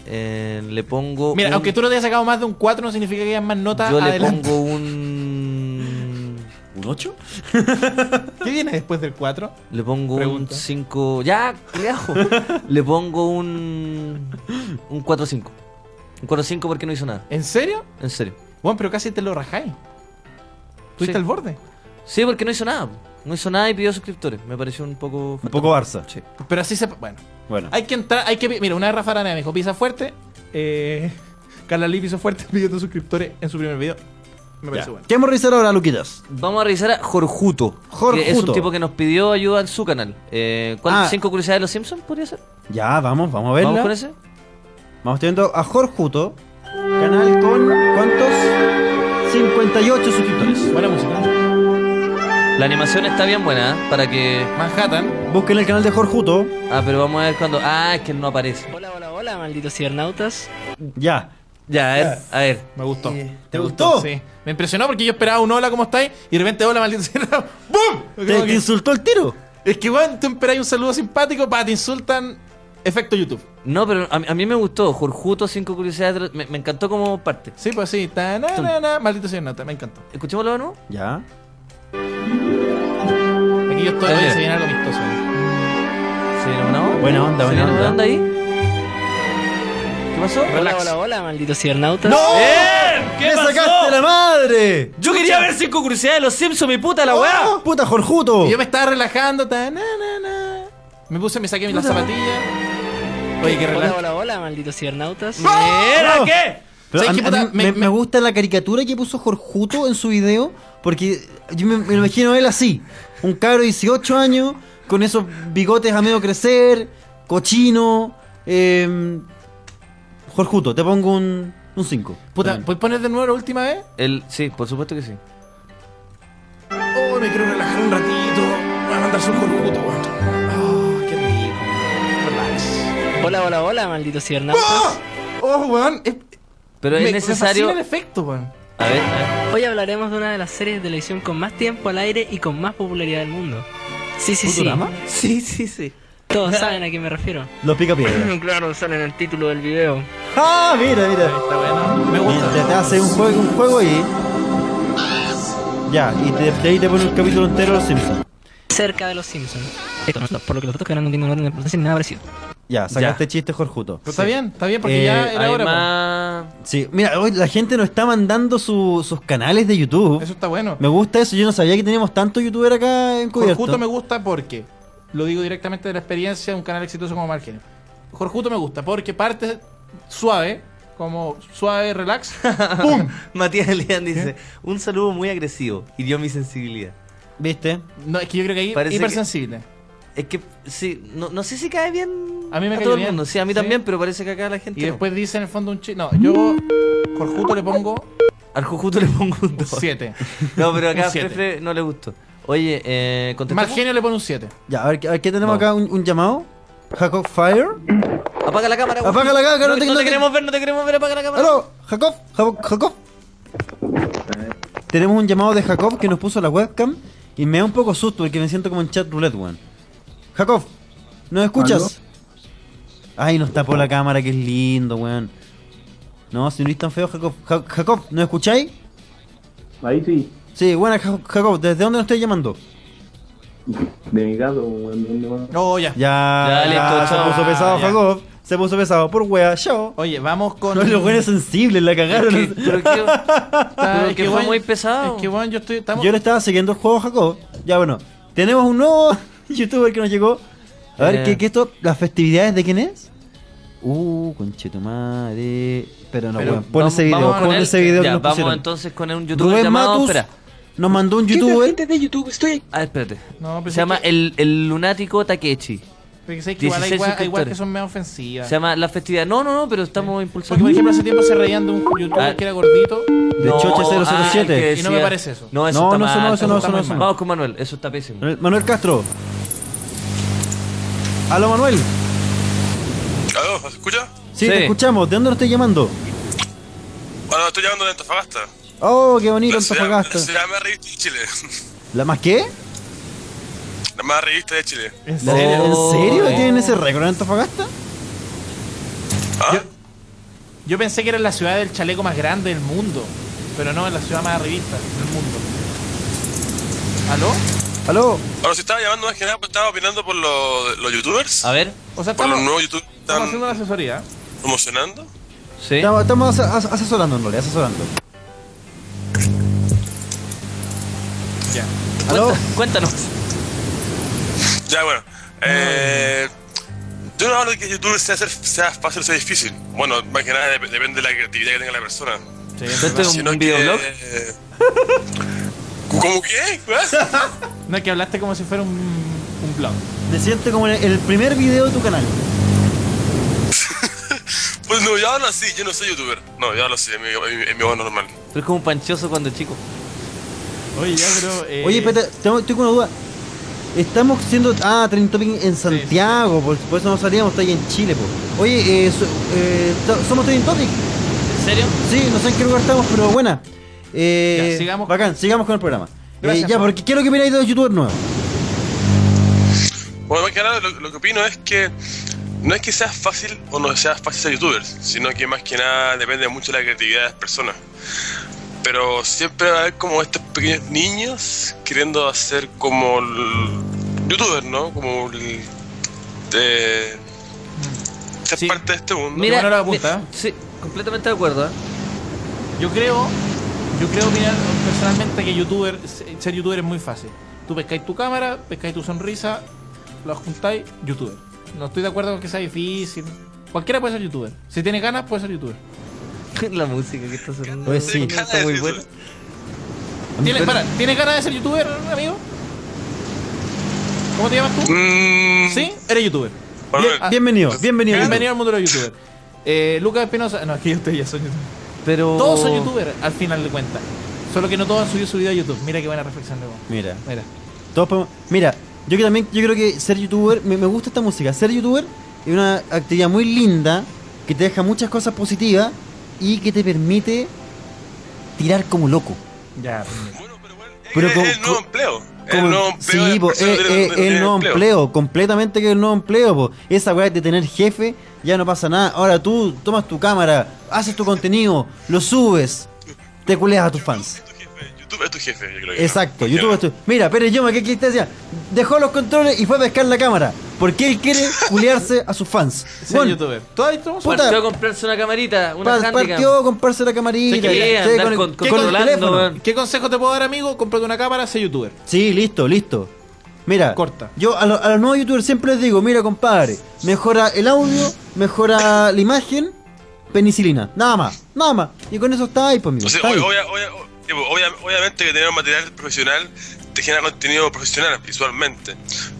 le pongo.
Mira,
un-
aunque tú no te hayas sacado más de un 4, no significa que hayas más notas
Yo le
adelante.
pongo un.
¿Un 8?
¿Qué viene después del 4?
Le pongo
Pregunta.
un 5. ¡Ya! ¡Leajo! le pongo un. Un 4-5. Un 4-5 porque no hizo nada.
¿En serio?
En serio.
Bueno, pero casi te lo rajáis. Tuviste
Sí.
al borde.
Sí, porque no hizo nada. No hizo nada y pidió suscriptores. Me pareció un poco.
Un poco Barça.
Sí.
Pero así se. Bueno.
Bueno.
Hay que entrar, hay que. Mira, una vez Rafa Aranea me dijo, pisa fuerte. Eh, Carla Lee pisó fuerte pidiendo suscriptores en su primer video. Me parece bueno.
¿Qué hemos revisado ahora, Luquitas?
Vamos a revisar a Jorjuto.
Jorjuto.
Que es un tipo que nos pidió ayuda en su canal. Eh, ¿Cuál?
Ah.
¿Cinco curiosidades de los Simpsons podría ser?
Ya, vamos, vamos a verla.
¿Vamos
Vamos,
con ese?
teniendo a Jorjuto. Canal con. ¿Cuántos? 58 suscriptores.
Buena música.
La animación está bien buena, ¿eh? Para que.
Manhattan.
Busquen el canal de Jorjuto.
Ah, pero vamos a ver cuando. Ah, es que no aparece.
Hola, hola, hola, malditos cibernautas.
Ya.
Ya, ah, a ver. A ver.
Me gustó.
¿Te gustó?
Sí. Me impresionó porque yo esperaba un hola, ¿cómo estáis? Y de repente, hola, maldito cerrado. ¡Bum!
¿Te,
Como
te
que-
insultó el tiro?
es que, bueno, tú esperáis un saludo simpático para te insultan. Efecto YouTube.
No, pero a, a mí me gustó. Jorjuto, cinco curiosidades. de los- Me, me encantó como parte.
Sí, pues sí. Tananana, maldito cibernauta. Me encantó.
Escuchémoslo de nuevo.
Ya.
Aquí yo estoy.
Está
Oye,
bien.
se viene algo amistoso.
Se viene buena onda.
Buena
Se
onda, buena
viene
onda.
ahí. ¿Qué pasó?
Hola, hola, hola, malditos cibernautas.
¡No!
¡Bien! ¿Qué
¡Me
pasó?
sacaste la madre!
Yo quería ver cinco curiosidades de los Simpsons, mi puta la weá.
¡Ah, ¡Puta, Jorjuto!
Oh. Y yo me estaba relajando. tananana. Me puse, me saqué las zapatillas. Oye, qué
Hola,
relajo.
hola, hola, malditos cibernautas.
¿Era
No.
qué?
Pero
¿Sabes
a
qué,
mí- a
puta?
mí me,
Me-
me gusta la caricatura que puso Jorjuto en su video, porque yo me, me lo imagino a él así, un cabro de 18 años, con esos bigotes a medio crecer, cochino. eh, Jorjuto, te pongo un 5.
Puta, ¿puedes poner de nuevo la última vez?
El, sí, por supuesto que sí.
Oh, me quiero relajar un ratito. Voy a mandarse un corcuto, weón. Ah, qué rico. Relax.
Hola, hola, hola, malditos cibernautas.
Oh, weón. es-
Pero
me-
es
Me fascina
necesario.
el efecto, weón.
A ver, a ver.
Hoy hablaremos de una de las series de televisión con más tiempo al aire y con más popularidad del mundo. Sí, sí, sí.
¿Futurama?
Sí, sí, sí. Todos saben a quién me refiero.
Los pica piedra.
pues.
claro, sale en el título del video.
¡Ah, mira, mira!
Me gusta.
Mira, te hace un juego, un juego y. Ya, y te, de ahí te pone un capítulo entero de los Simpsons.
Cerca de los Simpsons. Esto no es lo- por lo que los datos que ganan no tienen un orden de importancia ni nada parecido.
Ya, sacaste
Ya.
chiste, Jorjuto.
Pero está bien, está bien, porque ya
Eh,
era hora. po.
Ah,
Sí, mira, hoy la gente nos está mandando su- sus canales de YouTube.
Eso está bueno.
Me gusta eso, yo no sabía que teníamos tanto youtuber acá encubierto.
Jorjuto me gusta porque, lo digo directamente de la experiencia de un canal exitoso como Margen. Jorjuto me gusta porque parte suave, como suave, relax. ¡Pum! ¿Eh?
Matías Elian dice, un saludo muy agresivo, hirió mi sensibilidad.
¿Viste?
No, es que yo creo que ahí
Parece
hipersensible.
Es que, sí, no, no sé si cae bien
A mí me
a
cae
todo el
bien.
mundo. Sí, a mí
Sí.
también, pero parece que acá la gente
Y
no.
después dice en el fondo un chiste. No, yo Jorjuto le pongo
Al Jujuto le pongo un 2.
7.
No, pero acá
Un
a
siete.
Fefre no le gustó. Oye, eh,
Mal
contestamos.
genio le pone un 7.
Ya, a ver, ¿qué- a ver, ¿qué tenemos
No.
acá? ¿Un, un llamado? ¿Jacob Fire?
Apaga la cámara. güey.
Apaga la cámara,
No,
no te-
no
no
te
te-
queremos ver, no te queremos ver. Apaga la cámara.
¡Aló! ¿Jacob? ¿Jacob? ¿Jacob? Tenemos un llamado de Jacob que nos puso la webcam y me da un poco susto porque me siento como en chat roulette, weón. Jacob, ¿nos escuchas? Ay, nos tapó la cámara, que es lindo, weón. No, si no es tan feo, Jacob. Ja- Jacob, ¿nos escucháis?
Ahí sí,
Sí, bueno, Ja- Jacob, ¿desde dónde nos estáis llamando?
de mi gato, weón, ¿dónde va?
No, ya.
Ya,
Ya,
listo,
ya, Ah, se
chao.
puso pesado,
Ya.
Jacob. Se puso pesado por wea, chao.
Oye, vamos con.
No, los buenos sensibles, la cagaron.
Que- pero que-
Ah,
pero
es
que fue
bueno,
muy pesado.
Es que bueno, yo estoy. Estamos...
Yo le estaba siguiendo el juego a Jacob. Ya bueno, tenemos un nuevo youtuber que nos llegó. A ver,
Eh.
¿qué, qué esto? ¿Las festividades de quién es? Uh, conchetumare. Pero no,
Pero
weón, pon ese
vamos
video,
con
pon
el-
ese video
Ya,
que nos
vamos
pusieron.
entonces con un youtuber
Rubén
llamado...
Matus
Espera.
nos mandó un youtuber.
de YouTube? Estoy
Ah, espérate.
No, pero
Se
es
llama
que-
el, el lunático Takechi.
Porque sé que igual hay
16
weas- hay weas que
suscriptores.
son menos ofensivas.
Se llama La Festividad. No, no, no, pero estamos
Porque,
impulsando.
por ejemplo, hace tiempo se reían de un youtuber
Ah.
que era gordito.
De Chocha 007.
ah, el que
Y no me
decía-
parece eso.
No, eso
No,
está
no, eso no,
mal,
eso no,
está
eso no,
muy
eso
mal.
no.
Vamos con Manuel, eso está pésimo.
Manuel- Manuel Castro. Aló, Manuel.
¿Aló? ¿Se escucha?
Sí,
Sí.
te escuchamos. ¿De dónde nos estás llamando?
Bueno, estoy llamando de Antofagasta.
Oh, qué bonito,
La ciudad-
Antofagasta.
La ciudad más revista de Chile.
¿La más qué?
La más revista de Chile.
¿En
¿La-
serio?
¿En serio?
Oh.
¿Tienen ese récord en Antofagasta?
¿Ah?
Yo pensé que era la ciudad del chaleco más grande del mundo. Pero no, es la ciudad más revista del mundo. ¿Aló?
Aló.
Ahora, si estaba llamando más que nada, pues estaba opinando por los, los youtubers.
A ver,
O sea,
Por los
estamos,
nuevos youtubers que
estamos haciendo una
están
asesoría.
promocionando.
sí.
Estamos, estamos as- as- asesorando, en realidad, asesorando.
Ya.
¿Aló?
Cuenta- Cuéntanos.
Ya, bueno. Eh, yo no hablo de que YouTube sea, hacer- sea fácil o sea difícil. Bueno, más que nada dep- depende de la creatividad que tenga la persona.
Esto es un,
Sino
un
que,
videoblog.
eh, ¿Cómo qué? ¿Ah?
No es que hablaste como si fuera un, un blog.
Me siento como en el- el primer video de tu canal.
Pues no, yo hablo así, yo no soy youtuber. No, yo hablo así, es mi, es mi- es mi voz normal.
Pero es como un panchoso cuando chico.
Oye, ya, pero. eh,
Oye, espérate, tengo- estoy con una duda. Estamos siendo. Ah, Trending Topic en Santiago, Por, por eso no salíamos, está ahí en Chile, po. Oye, eh, so- eh, to- somos Trending Topic.
¿En serio?
Sí, no sé en qué lugar estamos, pero buena. Eh,
Ya, sigamos.
Bacán, sigamos con el programa. Eh,
Gracias,
ya,
Juan.
porque quiero que miráis dos youtubers nuevos.
Bueno, más que nada, lo, lo que opino es que no es que sea fácil o no sea fácil ser youtuber, sino que más que nada depende mucho de la creatividad de las personas. Pero siempre va a haber como estos pequeños niños queriendo hacer como el youtuber, ¿no? Como el. de- ser
Sí.
parte de este mundo.
Mira, bueno la punta,
mi- sí, completamente de acuerdo. ¿eh?
Yo creo. Yo creo opinar personalmente que youtuber, ser youtuber es muy fácil. Tú pescáis tu cámara, pescáis tu sonrisa, la juntáis, youtuber. No estoy de acuerdo con que sea difícil. Cualquiera puede ser youtuber. Si tiene ganas, puede ser youtuber.
La música que está sonando.
Pues sí.
Está muy buena.
¿Tienes, para, ¿tienes ganas de ser youtuber, amigo? ¿Cómo te llamas tú?
Mm,
Sí, eres youtuber.
Manuel,
Ah,
Bienvenido,
pues,
bienvenido.
Bienvenido al mundo de los youtubers. Eh, Lucas Espinosa. No, es que yo ustedes ya son youtubers.
Pero.
Todos son youtubers, al final de cuentas. Solo que no todos han subido su video a YouTube. Mira qué buena reflexión, Lucas.
Mira,
Mira.
todos podemos- Mira, yo que también yo creo que ser youtuber, me, me gusta esta música. Ser youtuber es una actividad muy linda que te deja muchas cosas positivas y que te permite tirar como loco.
Ya.
Pero
es
co-
el nuevo
co-
empleo.
como-
El nuevo empleo.
sí,
de
po,
las personas
eh,
del-
eh,
del-
el
del
nuevo empleo, completamente que es el nuevo empleo. po. Esa weá de tener jefe, ya no pasa nada. Ahora tú tomas tu cámara, haces tu contenido, lo subes, te culeas a tus fans.
YouTube es tu jefe, yo creo que.
Exacto, YouTube es tu- Mira, Pérez Yoma, ¿qué quisiste decir? Dejó los controles y fue a pescar la cámara. Porque él quiere culearse a sus fans.
Ser
Bueno,
youtuber. Todavía estamos-
Puta.
Partió a comprarse una camarita, una
pa-
handicam.
partió a comprarse la camarita.
Se quería
¿cachai?
andar
el-
con-
¿qué
controlando, weón.
¿Qué consejo te puedo dar, amigo? Cómprate una cámara, sé youtuber.
Sí, listo, listo. Mira,
Corta.
yo a, lo- a los nuevos youtubers siempre les digo, mira compadre, mejora el audio, mejora la imagen, penicilina, nada más, nada más. Y con eso está ahí, pues amigo.
O sea,
está ahí.
obvia- obvia- obvia- obvia- obviamente que tener un material profesional te genera contenido profesional visualmente,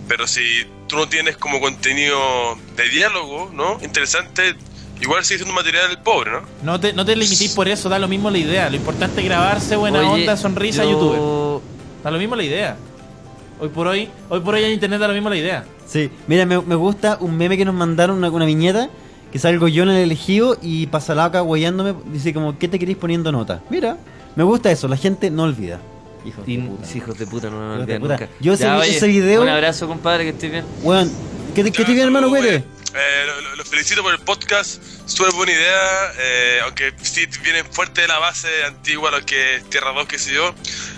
pero si tú no tienes como contenido de diálogo, ¿no? Interesante, igual sigue siendo un material pobre, ¿no?
No te, no te limitís por eso, da lo mismo la idea. Lo importante es grabarse buena
Oye,
onda, sonrisa,
yo-
youtuber. Da lo mismo la idea. Hoy por hoy, hoy por hoy en internet da lo mismo la idea.
Sí, mira, me, me gusta un meme que nos mandaron, una, una viñeta, que salgo yo en el elegido y pasa la acá guayándome, dice como, ¿qué te queréis poniendo nota? Mira, me gusta eso, la gente no olvida. Hijos
Y- Hijos de puta, no me
Hijos de
olvidan
puta.
nunca.
Yo ese- ese video-
Un abrazo, compadre, que estés bien.
Weón, ¿qué te, qué te viene, hermano, güey?
Eh, lo- lo- los felicito por el podcast, súper buena idea, eh, aunque sí vienen fuerte de la base antigua, lo que es Tierra 2, qué sé yo.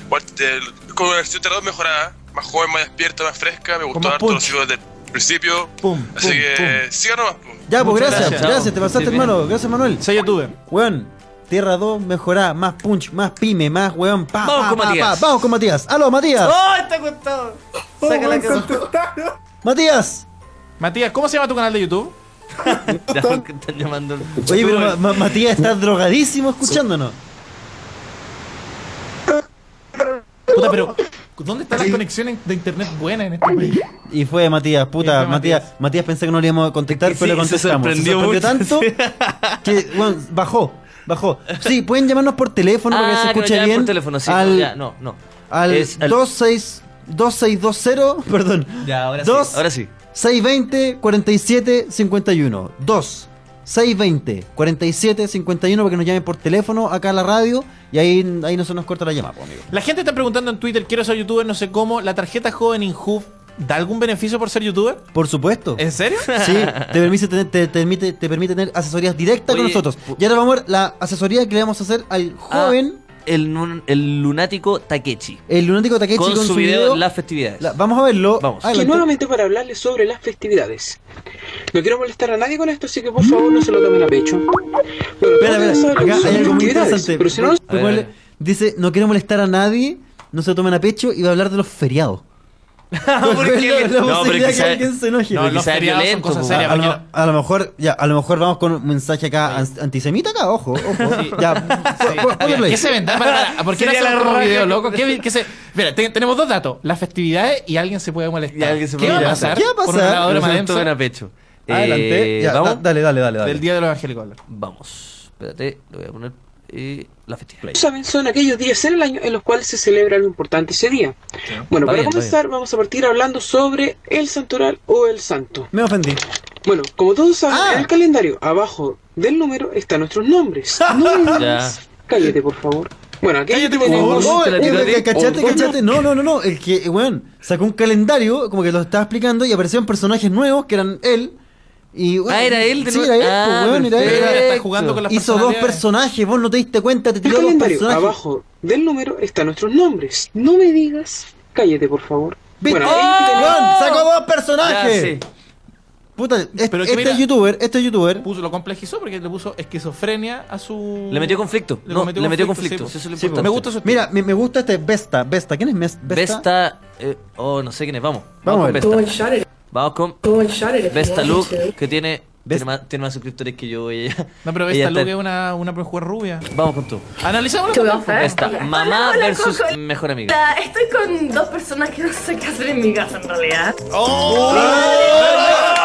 Igual, eh, Es como una versión Tierra 2 mejorada, más joven, más despierta, más fresca, me gustó
más
harto los
punch.
hijos del principio.
Pum,
Así
pum,
que sigan nomás. po.
Ya, pues
Muchas
gracias,
gracias.
gracias, te pasaste,
Estoy bien.
hermano, gracias, Manuel.
Sé youtuber.
Weón, Tierra 2 mejorá, más punch, más pyme, más weón. Pa,
Vamos
pa,
con
pa,
Matías.
pa. Vamos con Matías. ¡Aló, Matías!
¡Oh, está contado! Saca la cara.
¡Matías!
Matías, ¿cómo se llama tu canal de YouTube?
Ya, porque están llamando.
Oye, pero Ma- Ma- Matías está drogadísimo escuchándonos.
Puta, pero ¿dónde están las conexiones de internet buenas en este país?
Y fue Matías,
Y
puta,
fue Matías.
Matías. Matías. pensé que no le íbamos a contactar,
Sí,
pero le
se
contestamos. Se
sorprendió
sorprendió,
mucho,
tanto que weón, bajó, bajó. Sí, pueden llamarnos por teléfono para que se
Ah, que nos
escuche
llaman
bien.
por teléfono, sí,
al
no, ya, no, no.
al
Es al-
26 2620, perdón.
Ya, ahora
Dos-
sí. Ahora sí.
620 47 51 2 620 47 51 para que nos llamen por teléfono acá a la radio y ahí, ahí no se nos corta la llamada, pues, amigo.
La gente está preguntando en Twitter, quiero ser youtuber, no sé cómo. ¿La tarjeta joven InHub da algún beneficio por ser youtuber?
Por supuesto.
¿En serio?
Sí, te permite, tener, te, te permite, te permite tener asesorías directas con
Oye,
nosotros. Y ahora vamos a ver la asesoría que le vamos a hacer al
Ah,
joven,
el, nun- el lunático Takechi.
el lunático Takechi
Con, su video, Las festividades.
La- vamos a verlo.
Vamos.
Adelante.
Que nuevamente para hablarles sobre las festividades. No quiero molestar a nadie con esto, así que por favor no se lo tomen a pecho. Bueno,
Espera, espera,
todos saben que
acá
son
hay algo muy
festividades,
interesante.
Pero si no,
Voy a
A ver, a
ponerle- Dice, no quiero molestar a nadie, no se lo tomen a pecho y va a hablar de los feriados.
¿Por qué?
La- la
No, pero
posibilidad
quizá-
que alguien se enoje.
No,
Pero
los
quizá es
feriados son
violento,
cosas
po.
serias.
a, a
porque-
lo, a lo mejor, ya, a lo mejor vamos con un mensaje acá an- antisemita acá, ojo, ojo. Ya,
Sí.
pon-
Ah,
ponle
Mira,
play.
¿Qué se vendrá para para- ¿Por qué no
Sería
hacemos
la
como
raja.
video, loco? ¿Qué, vi- qué se... Mira, te- tenemos dos datos. Las festividades y alguien se puede molestar.
Y alguien se
¿Qué,
puede
va a
molestar.
pasar?
¿Qué va a
Por
pasar?
una lavadora
No se lo
más
tomen
densa
a pecho.
Adelante,
Eh,
ya, da-
vamos.
dale, dale, dale. dale.
del Día de los Evangélicos.
Vamos. Espérate, lo voy a poner. eh, la festividad.
como saben, son aquellos días en el año en los cuales se celebra algo importante ese día.
Está
Bueno, para
bien, está
comenzar vamos a partir hablando sobre el santoral o el santo.
Me ofendí.
Bueno, como todos saben,
Ah.
en el calendario, abajo del número, están nuestros nombres. No me digas. Cállate, por favor. Bueno, aquí
Cállate, por
tenemos...
Oh,
te la tiró
eh,
a ti.
cachate,
Oh,
cachate. No, no, no, no. El que, eh, weón, sacó un calendario, como que lo estaba explicando, y aparecieron personajes nuevos que eran él. Y, weón,
Ah, era él de
Sí,
nuevo.
era él,
Ah,
pues, weón, era él.
perfecto.
Está jugando con las
Hizo dos
personalidades.
personajes, vos no te diste cuenta, te
El
tiró dos
calendario,
personajes.
abajo del número, están nuestros nombres. No me digas. Cállate, por favor.
¿Viste?
Bueno, ahí
Weón, sacó dos
Ya,
personajes.
sí.
Puta, es-
Pero que
este
mira-
youtuber, este youtuber,
Puso, lo complejizó porque le puso esquizofrenia a su...
Le metió conflicto.
Le
no,
metió
le metió conflicto.
conflicto, pues,
Eso es lo
Sí,
importante.
Me gusta su
Mira, me, me gusta este Vesta, Vesta. ¿Quién es Mes- Vesta?
Vesta. eh, oh, no sé quién es. Vamos.
Vamos a
Vamos,
ver.
con Vesta. Vamos con Vesta Luke, que tiene,
Vesta-
tiene, más, tiene más suscriptores que yo. Ella,
No, pero
ella
esta
está-
Luke es una, una mujer rubia.
Vamos con tú.
Analicémoslo.
Vesta. Mamá
hola,
versus
Coco.
mejor amiga.
Ta- Estoy con dos personas que no sé qué hacer en mi casa en realidad.
¡Oh!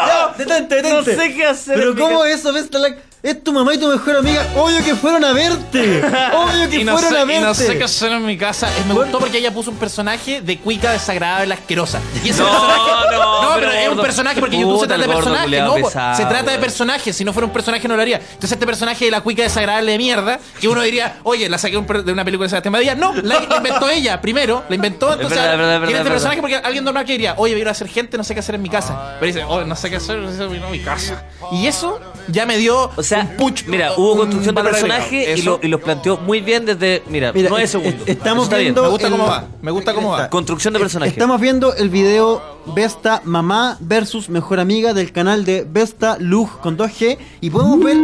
Ya, Detente, detente.
qué hacer.
Pero ¿cómo eso, Vesta? la- Es tu mamá y tu mejor amiga. Obvio que fueron a verte. Obvio que
Y no
fueron
sé-
a
y
verte.
no sé qué hacer en mi casa. Eh, Me gustó porque ella puso un personaje de cuica desagradable, asquerosa. Y ese
No,
personaje.
no,
pero,
pero
es un
gordo.
personaje porque YouTube se
Puta,
trata
el
de
gordo
personajes.
culiao
No, po,
pesado,
se trata de
weón.
personajes. Si no fuera un personaje, no lo haría. Entonces, este personaje de la cuica desagradable de mierda, que uno diría, oye, la saqué un per- de una película de Sebastián Badía. No, la la inventó ella primero. La inventó. Entonces,
verdad, es verdad, es
tiene
verdad,
este
es
personaje
verdad.
porque alguien normal que diría, oye, voy a ir a hacer gente, no sé qué hacer en mi casa. Pero dice, oh, no sé qué hacer, no sé qué hacer en mi casa. Y eso ya me dio
O sea,
un punch.
mira, hubo
un
construcción de
valor agregado.
personaje y
Eso.
lo, y los planteó muy bien desde. Mira,
Mira,
nueve
es-
segundos.
es-
Eso
estamos
está bien.
viendo
Me gusta
el-
cómo va. Me gusta cómo va.
Construcción de personaje.
Estamos viendo el video Besta Mamá versus Mejor Amiga del canal de Besta Luz con 2G y podemos ver.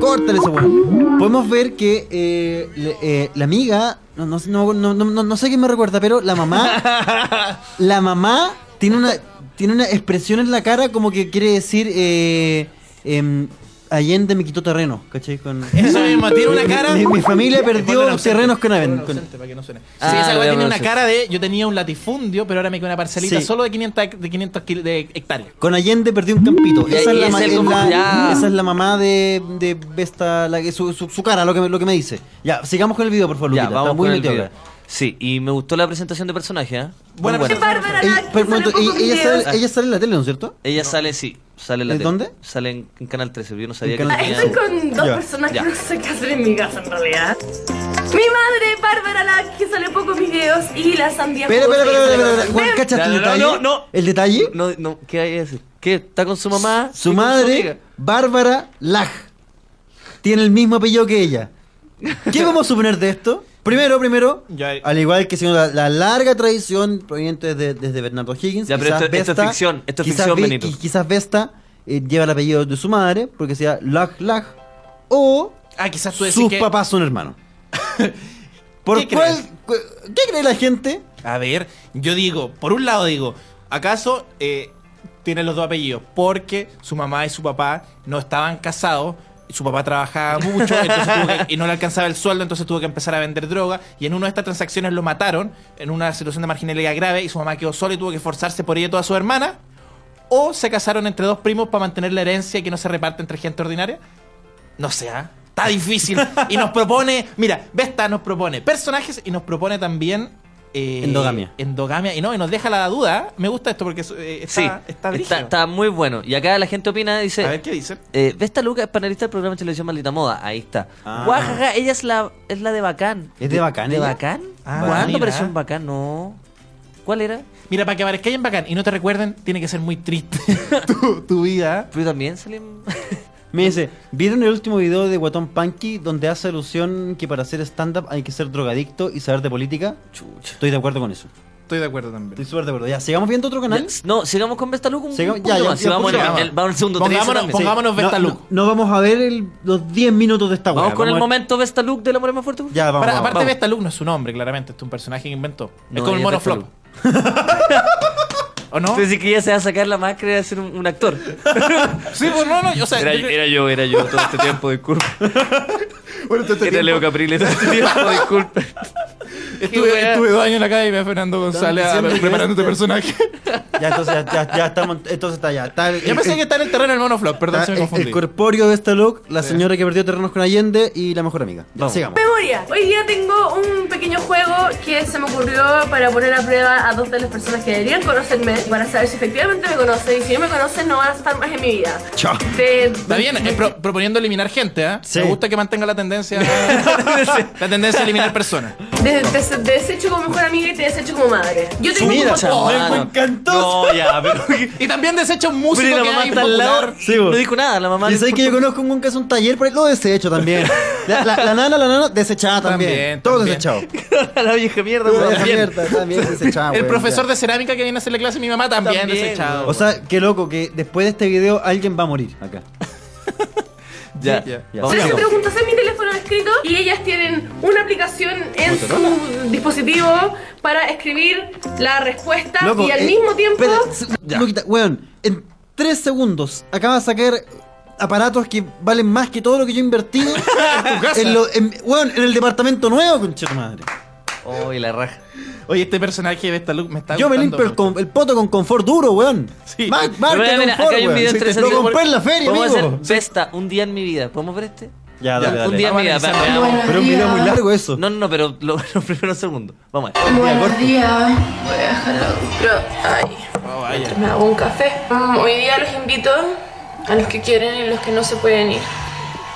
Córtale ese weón. Podemos ver que eh, le- eh, la amiga. No, no, sé- no, no, no- no- no sé quién me recuerda, pero la mamá. la mamá tiene una, tiene una expresión en la cara como que quiere decir. Eh, em, Allende me quitó terreno, ¿cachai? Con...
Eso mismo, tiene una cara-
Mi, mi familia
Ponlo en
perdió
ausente,
terrenos con Aven.
ponlo en
con-
ausente para que no suene.
Ah,
sí, esa
ya,
weá tiene
bueno,
una
sí.
cara de. Yo tenía un latifundio, pero ahora me queda una parcelita
Sí.
solo de 500, hec- de 500 kil- de hectáreas.
Con Allende perdí un campito.
Y- y
Esa, es la,
es
ma-
el
es
como-
la-
ya.
esa es la mamá de, de Vesta, la que- su, su- su cara, lo que, me- lo que me dice. Ya, sigamos con el video, por favor,
Ya,
Luquita.
vamos
Está muy
con el
metido
video.
acá.
Sí, y me gustó la presentación de personaje, ¿eh?
Muy bueno.
Bárbara, la-
Ella-
que
pero
sale
un momento,
en pocos
ella, ella
videos.
sale, ella sale en la tele, ¿no es cierto?
Ella sale, sí, sale en la
¿En
tele.
dónde?
Sale en, en Canal 13, pero yo no sabía que
Canal
Ah,
tenía-
Estoy con dos
Ya.
personas
Ya.
que no sé qué hacer en mi casa en realidad. Mi madre, Bárbara, la que sale poco en mis videos, y la sandía.
Espera,
jugosa
espera, espera,
que sale
espera,
con-
espera. Juan,
Ven,
¿cachas
Ya,
el
no, no,
detalle?
no, no.
¿El detalle?
No, no, ¿qué hay que decir? ¿Qué? ¿Está con su mamá? y
Su
con
madre,
amiga?
Bárbara Laj, tiene el mismo apellido que ella. ¿Qué vamos a suponer de esto? Primero, primero,
Ya, eh.
al igual que sino la, la larga tradición proveniente de- desde Bernardo Higgins.
Ya, pero
quizás
esto- esto es ficción, esto es
quizás
ficción,
Ve-
Benito.
y Quizás Vesta eh, lleva el apellido de su madre, porque sea Laj Laj, o
Ah, quizás tú decís
sus
que.
papás son hermanos. ¿Por
¿Qué
cuál?
crees?
cu- ¿Qué cree la gente?
A ver, yo digo, por un lado digo, ¿acaso eh, tiene los dos apellidos? Porque su mamá y su papá no estaban casados. y Su papá trabajaba mucho entonces tuvo que- y no le alcanzaba el sueldo, entonces tuvo que empezar a vender droga. Y en una de estas transacciones lo mataron en una situación de marginalidad grave. Y su mamá quedó sola y tuvo que forzarse por ella y toda su hermana. O se casaron entre dos primos para mantener la herencia y que no se reparte entre gente ordinaria. No sé, ¿ah? está difícil. Y nos propone, mira, Vesta nos propone personajes y nos propone también. eh,
Endogamia.
Endogamia. Y no, y nos deja la duda. ¿eh? Me gusta esto porque eh, está,
Sí,
está, brígido.
está, está muy bueno. Y acá la gente opina, dice...
A ver qué dice.
Eh, Vesta Luca es panelista del programa de televisión Maldita Moda. Ahí está.
Ah.
Guajaja, ella es la, es la de Bacán.
¿Es de Bacán
¿De
ella?
Bacán?
Ah, mira.
¿Cuándo apareció en Bacán? No. ¿Cuál era?
Mira, para que aparezca en bacán y no te recuerden, tiene que ser muy triste tu, tu vida.
Pero también salí en-
Me dice, ¿vieron el último video de Guatón Punky donde hace alusión que para hacer stand-up hay que ser drogadicto y saber de política?
Chucha.
Estoy de acuerdo con eso.
Estoy de acuerdo también.
Estoy súper de acuerdo. Ya, sigamos viendo otro canal.
Ya, no, sigamos con Vesta Luca un
Sigamos-
poquito
ya, ya,
más.
ya,
Sí, vamos,
poquito
en-
más.
el- vamos en el segundo trece
Pongámonos,
también. Sí.
pongámonos Vesta
no,
Luca.
no- no vamos a ver el- los 10 minutos de esta
Vamos
weá,
con el
a ver-
momento Vesta Luca de la More Más Fuerte.
Ya, vamos.
Para-
vamos,
aparte,
vamos.
Vesta Luke no es su nombre, claramente. Este Es un personaje que inventó.
No,
es como el
ella
mono
es Vesta
flop. ¿O no?
Tú decís que ella se va a sacar la máscara y va a ser un, un actor.
Sí, pues no, no. O sea,
Era,
yo creo-
era yo, era yo todo este tiempo, disculpa. era Leo Capriles todo este tiempo, disculpa.
estuve, estuve dos años en la academia, Fernando González,
Están diciendo
a-
que
preparando este
este-
personaje.
Ya, entonces ya, ya- ya estamos. Entonces está ya. Está el,
Yo pensé que está en el terreno del monoflop, perdón, se me
el- el,
confundí.
corpóreo de esta look, la señora que perdió terrenos con Allende y la mejor amiga. Ya,
Vamos.
sigamos.
Memoria. Hoy día tengo un pequeño juego que se me ocurrió para poner a prueba a dos de las personas que deberían conocerme para saber si efectivamente me conocen y si no me conocen no van a estar más en mi vida.
Chao.
Te-
Está bien, eh, pro- proponiendo eliminar gente, ¿ah?
Sí.
Me gusta que mantenga la tendencia la tendencia a eliminar personas.
de- te- te desecho como mejor amiga y te desecho como madre. Yo tengo
Mira,
como
chao.
Ah,
me
no.
encantó.
No, ya, pero...
Y también desecha un músico
Pero Pues la
que
mamá
hay
está al lado.
popular.
Sí, vos.
no dijo nada, la mamá.
Y sabes que yo conozco un que es un taller, pero lo desecho también. La, la- la nana, la nana, desechada también.
También,
Todo
también.
desechado.
la vieja mierda,
Todo
weón.
desechado, también desechado,
El
weón,
profesor
Ah, ya.
de cerámica que viene a hacerle clase a mi mamá también,
También,
desechado.
O sea, qué loco que después de este video alguien va a morir acá.
Ya,
Sí, ya.
ya.
Yo hice
Vamos.
preguntas en mi teléfono escrito y ellas tienen una aplicación en su dispositivo para escribir la respuesta y al
eh,
mismo tiempo
espera, se- Luquita, weón, en tres segundos acaba de sacar aparatos que valen más que todo lo que yo he invertido en, lo- en- weón, en el departamento nuevo, concha de tu madre.
Oh, y la raja.
Oye, este personaje de esta look me está
Yo me
gustando
limpio el,
mucho.
con- el poto con confort duro, weón.
Sí.
Mar-
Mira,
marca
Mira, mira,
confort,
acá hay un
weón.
video
Sí,
interesante.
Lo compré en la feria,
Vamos a
amigo.
hacer Festa, un día en mi vida. ¿Podemos ver este? Ya,
Ya, dale, dale.
Un día en mi vida.
Vamos a
va-
analizarlo.
veamos.
Pero un video muy largo eso.
No, no, no, pero lo, lo primero segundo. Vamos a ver.
Buenos días. Voy a dejar la GoPro. Ay,
Oh, vaya.
me hago un café. Mm, Hoy día los invito a los que quieren y los que no se pueden ir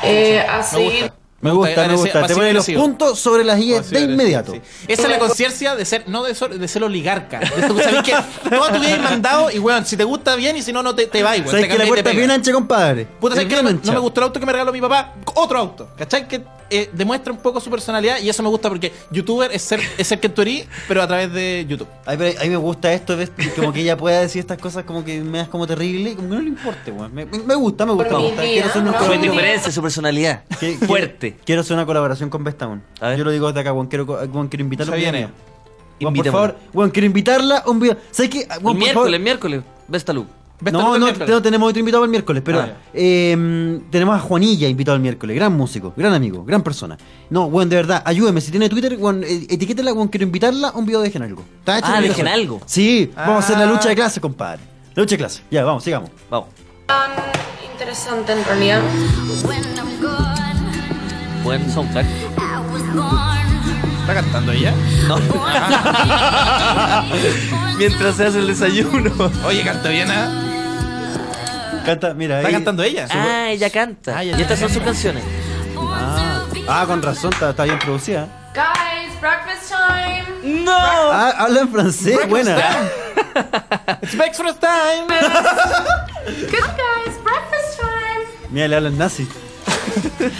eh, a seguir.
Me gusta, me
Parece-
gusta. Te
parece
pone los
agresivo.
puntos sobre las IES de inmediato.
Esa es la conciencia de ser, no de ser, de ser oligarca. De pues, ser- sabés que toda tu vida es mandado y, weón, si te gusta bien y si no, no te, te va, weón.
Sabes
Te
que la
cambias y te
puerta es
pegas.
bien ancha, compadre.
Puta,
Es
¿sabes qué?
bien
No,
ancha.
no me gustó el auto que me regaló mi papá. Otro auto. ¿Cachai? Que eh, demuestra un poco su personalidad y eso me gusta porque youtuber es ser, es ser que tú eres, pero a través de YouTube.
Ay, pero A mí me gusta esto, ¿ves?
este
como que ella pueda decir estas cosas como que me das como terrible, como que no le importe, weón. Me, me- me gusta, me gusta.
Por
me
mi
gusta.
día,
Quiero hacer una
Su
¿no?
colaboración.
indiferencia, su personalidad.
Que- que-
Fuerte.
Quiero hacer una colaboración con Bestown. Yo lo digo desde acá, weón. Quiero, co- weón, quiero invitarla a
Se
un video
viene.
mío. Weón, por
Invitémosla.
favor, weón, quiero invitarla a un video. ¿Sabes qué? Weón,
El
por
miércoles,
favor.
el miércoles. Vesta Luke.
No, no, te- no tenemos otro invitado el miércoles, pero
Ah, ya.
eh, tenemos a Juanilla invitado el miércoles, gran músico, gran amigo, gran persona. No, weón, de verdad, ayúdeme, si tiene Twitter, weón, eh, etiquétela, weón, quiero invitarla a un video de Genalgo. ¿Está hecho
Ah, de
el video?
Genalgo.
Sí, vamos a hacer la
Ah.
lucha de clase, compadre. La lucha de clase. Ya, vamos, sigamos.
Vamos.
Tan interesante en realidad.
Buen soundtrack.
¿Está cantando ella?
No. Mientras se hace el desayuno.
Oye, canta bien, ¿ah?
¿eh? Canta, mira,
¿Está
ahí-
cantando ella?
Ah, ella canta.
Ah, ya,
y estas
ya,
son sus canciones.
Ah, Ah, con razón, está, está bien producida.
Guys, breakfast time.
¡No!
Ah, habla en francés, buena.
It's breakfast time.
Good guys, breakfast time.
Mira, le hablan nazi.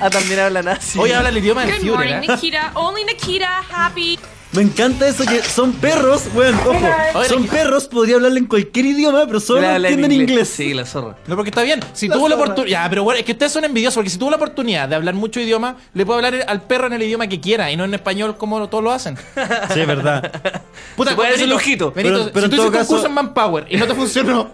Ah, también habla nazi.
Hoy habla el idioma del
Good
Führer,
morning,
¿eh?
¿ah?
Nikita. Only Nikita, happy.
Me encanta eso que son perros, weón, ojo,
Oye,
son
la-
perros, podría hablarle en cualquier idioma, pero solo
Le habla en
entienden inglés.
Sí, la zorra.
No, porque está bien. Si
La
tuvo la
zorra.
oportunidad. Ya, pero bueno, es que ustedes son envidiosos. Porque si tuvo la oportunidad de hablar mucho idioma, le puedo hablar al perro en el idioma que quiera y no en español como todos lo hacen.
Sí, es verdad.
Puta,
Se puede hacer
Benito,
un ojito.
Benito,
Pero- pero en
si tú hiciste
todo
un
caso-
curso en Manpower y no te funcionó.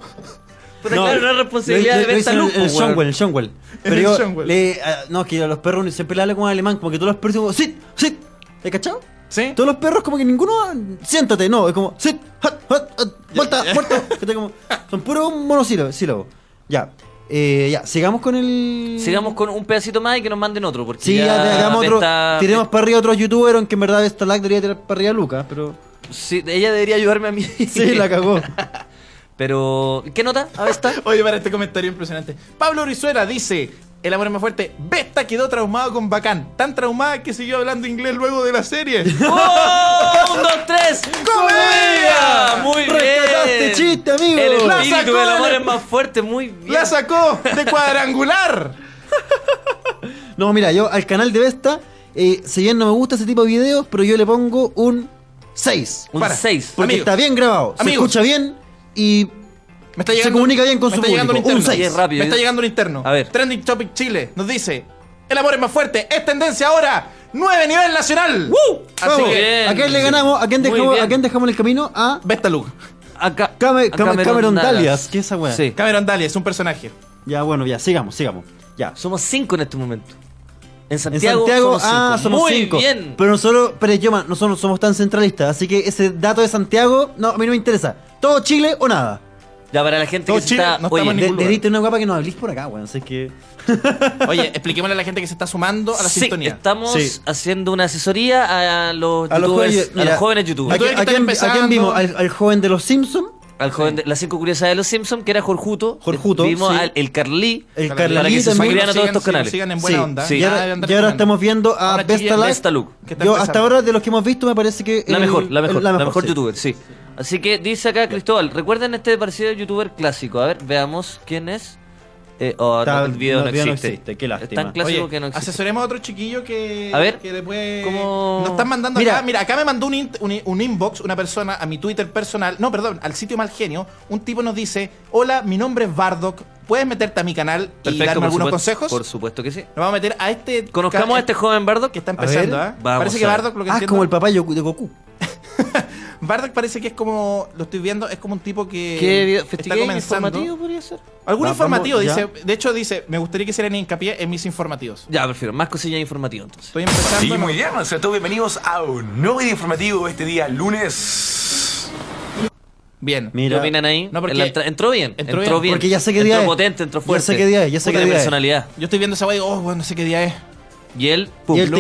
Pero claro, no es responsabilidad
lo-
de
lo- lo
Vesta
hizo
Luke.
El, el
po, weón.
Schonwell, el Schonwell. Pero
El
yo,
Schonwell.
le- ah, no, es que a los perros uno siempre le habla como en alemán, como que todos los perros como, sit, sit, ¿te cachado?
¿Sí?
Todos los perros como que ninguno, siéntate, no, es como, sit, hot, hot, hot, vuelta, vuelta, que está como, son puros monosílabos, sílabos. Ya, eh, ya, sigamos con el...
Sigamos con un pedacito más y que nos manden otro. Porque
Sí, ya,
ya
te- hagamos otro,
Vesta-
tiremos para arriba a otros youtubers, aunque en verdad esta lag debería tirar para arriba a Lucas, pero...
Sí, ella debería ayudarme a mí.
Sí, la cagó.
Pero, ¿qué nota? A ver, está.
Oye, para este comentario impresionante. Pablo Urizuela dice: El amor es más fuerte. Vesta quedó traumado con Bacán. Tan traumada que siguió hablando inglés luego de la serie.
¡Oh! ¡Un, dos, tres!
¡Comedia!
¡Muy bien!
Rescataste chiste, amigo.
El
La
espíritu
sacó
del amor
de-
es más fuerte, muy bien.
¡La sacó de cuadrangular!
No, mira, yo al canal de Vesta, eh, si bien no me gusta ese tipo de videos, pero yo le pongo un 6.
Un
Para.
6.
Porque
Amigos.
está bien grabado, se
Amigos.
escucha bien y
Me está
Se
llegando,
comunica bien con
me
su
está llegando
público.
Un
Un
interno.
seis.
Es rápido,
me está
¿eh?
llegando un interno.
A ver.
Trending Topic Chile nos dice: El amor es más fuerte. Es tendencia ahora. Nueve nivel nacional. ¡Woo! Así
vamos,
que.
¿a quién le ganamos? ¿A quién
Muy
dejamos,
bien.
¿a quién dejamos en el camino? A
Vesta Luke.
Acá,
Came-
a
Came- Cameron
Dallas.
Dallas, ¿qué es esa weá?
Sí.
Cameron Daly es un personaje.
Ya, bueno, ya, sigamos, sigamos. Ya.
Somos 5 en este momento. En
En
Santiago,
Santiago,
somos
ah,
cinco.
somos
Muy
5.
bien.
Pero nosotros, pero yo man, nosotros no somos tan centralistas, así que ese dato de Santiago, no, a mí no me interesa. ¿Todo Chile o nada?
Ya para la gente
Todo
que se
Chile,
está.
no estamos
oye,
en
De-
ningún lugar.
Dedite una guapa que nos hablís por acá, weón, así que...
Oye, expliquémosle a la gente que se está sumando a la
sí,
sintonía.
estamos
Sí.
haciendo una asesoría a los,
A los
youtubers,
jóvenes-
a
mira,
los jóvenes youtubers.
¿A,
Youtubers
quién-
que
a
están
quién, a quién
empezando.
vimos? ¿Al, al joven de los Simpsons?
Al joven de, las cinco curiosidades de los Simpsons, que era Jorjuto.
Jorjuto,
Vimos
sí.
al el Carlí.
El
Para que
para
Carlalí
que se
también.
suscriban a todos estos
sigan-
canales.
sigan en buena
Sí,
onda.
sí. Y
Ya
ahora,
de andar
y ahora
terminando.
estamos viendo a
Ahora,
Besta
chiquillos,
Live.
Besta Look.
que está
Yo
empezando.
hasta ahora de los que hemos visto me parece que...
La
el-
mejor, la mejor,
el-
la mejor,
sí.
youtuber, sí. Así que dice acá Cristóbal, recuerden este parecido de youtuber clásico. A ver, veamos quién es. Eh, oh,
Está-
no, el video no,
el video no
existe.
existe, qué
Es
lástima.
tan clásico
Oye,
que no existe.
asesoremos a otro chiquillo que,
A ver,
que le puede-
¿cómo?
Nos están mandando
Mira.
acá. Mira, acá me mandó un, int- un, un inbox una persona a mi Twitter personal. No, perdón, al sitio Malgenio. Un tipo nos dice: Hola, mi nombre es Bardock. ¿Puedes meterte a mi canal y darme
por
algunos
supuesto-
consejos?
Por supuesto que sí.
Nos vamos a meter a este.
Conozcamos a este joven Bardo
que está empezando,
ver,
¿ah?
vamos
Parece que
a ver.
Bardock lo que
Ah, es
entiendo-
como el papá de Goku.
Bardock parece que es como, lo estoy viendo, es como un tipo que
¿Qué video-
está
festival
comenzando.
informativo podría ser?
Alguno
Va-
informativo,
vamos, ya.
dice, de hecho dice, me gustaría que hicieran hincapié en mis informativos.
Ya, prefiero. Más cosillas informativas entonces.
Estoy empezando.
Y muy bien, sean todos bienvenidos a un nuevo video informativo este día lunes.
Bien.
¿Qué opinan ahí?
No, porque-
En la entra- entró bien.
Entró
Entró,
bien.
bien.
Porque ya sé qué
entró
día es.
potente, entró
Ya
fuerte.
sé qué día es, ya sé
Puta
qué día es.
personalidad.
Yo estoy viendo esa wey, oh, bueno, no sé qué día es.
Y él, pum, él te, lo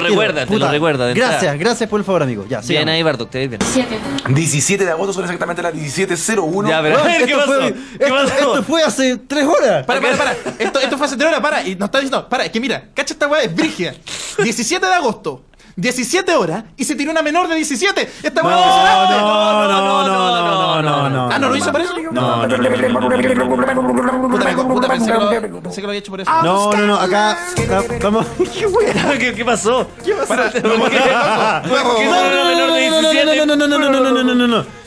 recuerda, te lo recuerda. de entrada.
gracias por el favor, amigo. Ya,
Bien ahí, Bardock, te ves bien.
17 de agosto son exactamente las 17.01.
Ya, pero-
Weón,
¿qué
esto
pasó?
fue-
Esto, esto fue hace tres horas.
Para, para, para. Esto, esto fue hace tres horas, para. Y nos está diciendo, para, es que mira, cacha esta weá, es brígida. 17 de agosto. 17 horas y se tiró una menor de 17. Esta weá impresionante.
no, no, no, no, no, no.
Ah, no lo hizo por eso.
No, no,
Puta, me- puta, pensé que lo- pensé que lo había hecho por eso.
No, no, no, acá. acá vamos. ¿Qué, wea?
¿Qué, pasó?
¿Qué pasó?
¿Por qué? ¿Por qué solo era menor de
No, no,
17?
no, no, no, no, no, no, no, no, no, no, no, no, no,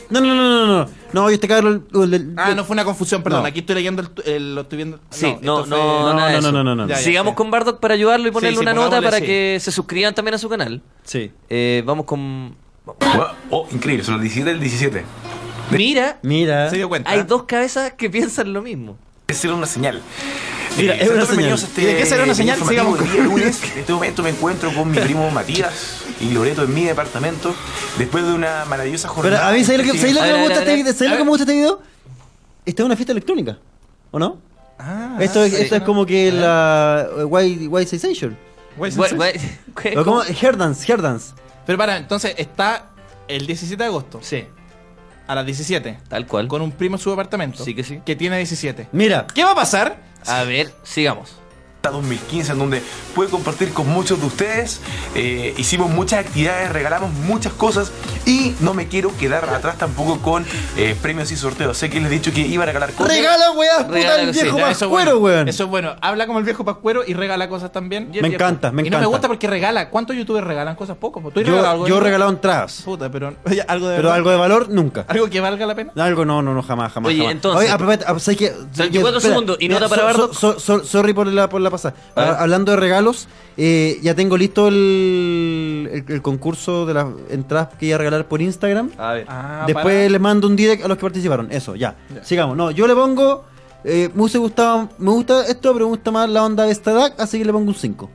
no, no, no. No, yo te cago el- el- el-
Ah, no fue una confusión, perdón.
No.
Aquí estoy leyendo el, el- lo estoy viendo.
Sí,
esto
no,
fue-
no, no, nada de eso.
Ya, ya,
Sigamos
sí.
con Bardock para ayudarlo y ponerle
sí,
una nota
pongámosle,
para
sí.
que se suscriban también a su canal.
Sí.
Eh, vamos con.
Oh, increíble, son las 17 del 17.
Mira,
Mira.
hay dos cabezas que piensan lo mismo.
Es una señal.
Mira, es
sean
una
todos bienvenidos
señal.
a este
¿Y de qué será una
video
señal?
informativo
Sigamos.
del día lunes. En este momento me encuentro con mi primo Matías y Loreto en mi departamento después de una maravillosa
Pero
jornada.
a mí, ¿sabes lo
Sí.
que, ¿sabes lo que me gusta este video? ¿Sabes lo que me gusta este video? Esta es una fiesta electrónica, ¿o no?
Ah,
Ah, esto es,
sí.
esto es como que la eh, White, White Sensation.
Güey,
Guay-
sí, sí.
guay-
¿O cómo? Hair dance, hair dance.
Pero para, entonces está el 17 de agosto.
Sí.
A las 17.
Tal cual.
Con un primo en su apartamento.
Sí que sí.
Que tiene 17.
Mira.
¿Qué va a pasar?
A ver, sigamos.
Hasta 2015 en donde pude compartir con muchos de ustedes. Eh, hicimos muchas actividades, regalamos muchas cosas y no me quiero quedar atrás tampoco con eh, premios y sorteos. Sé que les he dicho que iba a regalar cosas.
Regala, weá, puta, el
Regala, sí,
viejo
Ya,
más
eso es
cuero,
bueno.
weón.
Eso es bueno. Habla como el viejo pascuero y regala cosas también.
Me encanta,
y
me
no
encanta.
me gusta porque regala. ¿Cuántos youtubers regalan cosas poco? ¿Tú has regalado algo
Yo,
de
yo he
verdad?
regalado entradas,
Puta, pero ya, algo de
pero
verdad.
algo de valor, nunca.
algo que valga la pena.
Algo no, no, no, jamás, jamás.
Oye,
jamás.
entonces-
Oye, aparte, ah, ¿sabes qué?
34
Espera,
segundos y
mira,
nota para Bardock.
sorry por la, por la pasada.
A ver.
Ah, Hablando de regalos, eh, ya tengo listo el, el, el concurso de las entradas que iba a regalar por Instagram.
A ver.
Ah,
Después
para-
le mando un direct a los que participaron. Eso, ya. Sigamos. No, yo le pongo. Eh, me, hubiese gustado- me gusta esto, pero me gusta más la onda de esta edad, así que le pongo un 5.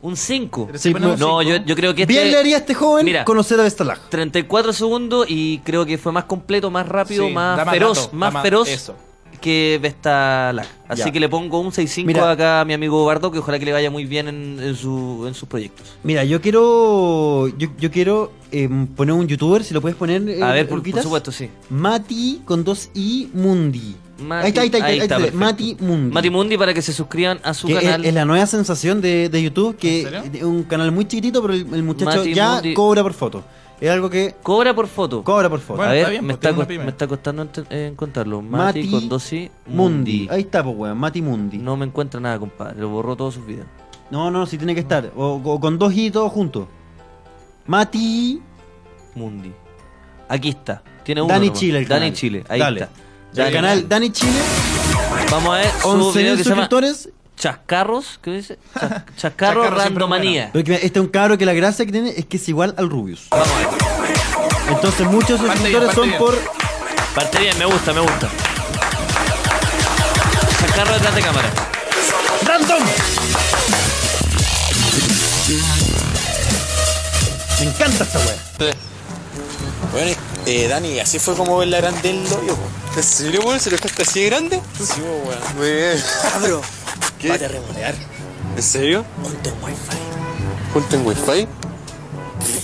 Un 5.
Sí,
no,
un cinco.
yo, yo creo que este
Bien le haría a este joven
Mira.
conocer a Vestalag.
34 segundos y creo que fue más completo, más rápido,
Sí,
más,
da más
feroz,
dato, da
más
más-
feroz
eso.
que Vestalag. Así
Ya.
que le pongo un 6.5
Mira.
acá a mi amigo Bardo, que ojalá que le vaya muy bien en, en su- en sus proyectos.
Mira, yo quiero. Yo, yo quiero eh, poner un youtuber, si lo puedes poner. eh,
A ver, por, por
Luquitas.
supuesto, sí.
Mati con dos I Mundi.
Mati-
ahí está, ahí está, ahí
ahí
está,
está,
ahí
perfecto.
está, Mati Mundi.
Matimundi para que se suscriban a su
que es-
canal.
Es, la nueva sensación de, de YouTube, que
¿En serio?
es un canal muy chiquitito, pero el, el muchacho
Mati
ya
Mundi.
cobra por foto. Es algo que
Cobra por foto.
cobra por foto.
Bueno,
a ver,
está bien, pues,
me, está
tiene una
cost-
pyme.
me está costando ent- eh, encontrarlo. Mati,
Mati
con dos I, Mundi.
Mundi. Ahí está, pues, weón, Mati Mundi. No,
No me encuentra nada, compadre. Lo borró todos sus videos.
no, no, si tiene que estar. O, o con dos I todos juntos. Mati.
Mundi. Aquí está. Tiene uno.
Dani
nomás.
Chile, el
Dani
canal.
Chile. Ahí
Dale.
está.
El
Dani
canal
Chile.
Dani Chile,
Vamos a ver su
11.000
video que se llama
suscriptores.
Chascarros. ¿Qué dice? Chas- Chascarro
Chascarro siempre
Randomanía.
Pero que este es un cabro que la gracia que tiene es que es igual al Rubius. Entonces muchos
Parte bien,
suscriptores
parte
son
bien.
por
Parte bien, me gusta, me gusta. Chascarro detrás de cámara.
¡Random! Me encanta esta wea.
Bueno, eh, Dani, así fue como ver la grande del hoyo. ¿En serio, weón? ¿Se lo dejaste así de grande? Sí, weón. Muy bien. Cabro. ¿Qué? Vate a remodear. ¿En serio? Junto en wifi. ¿Junto en wifi?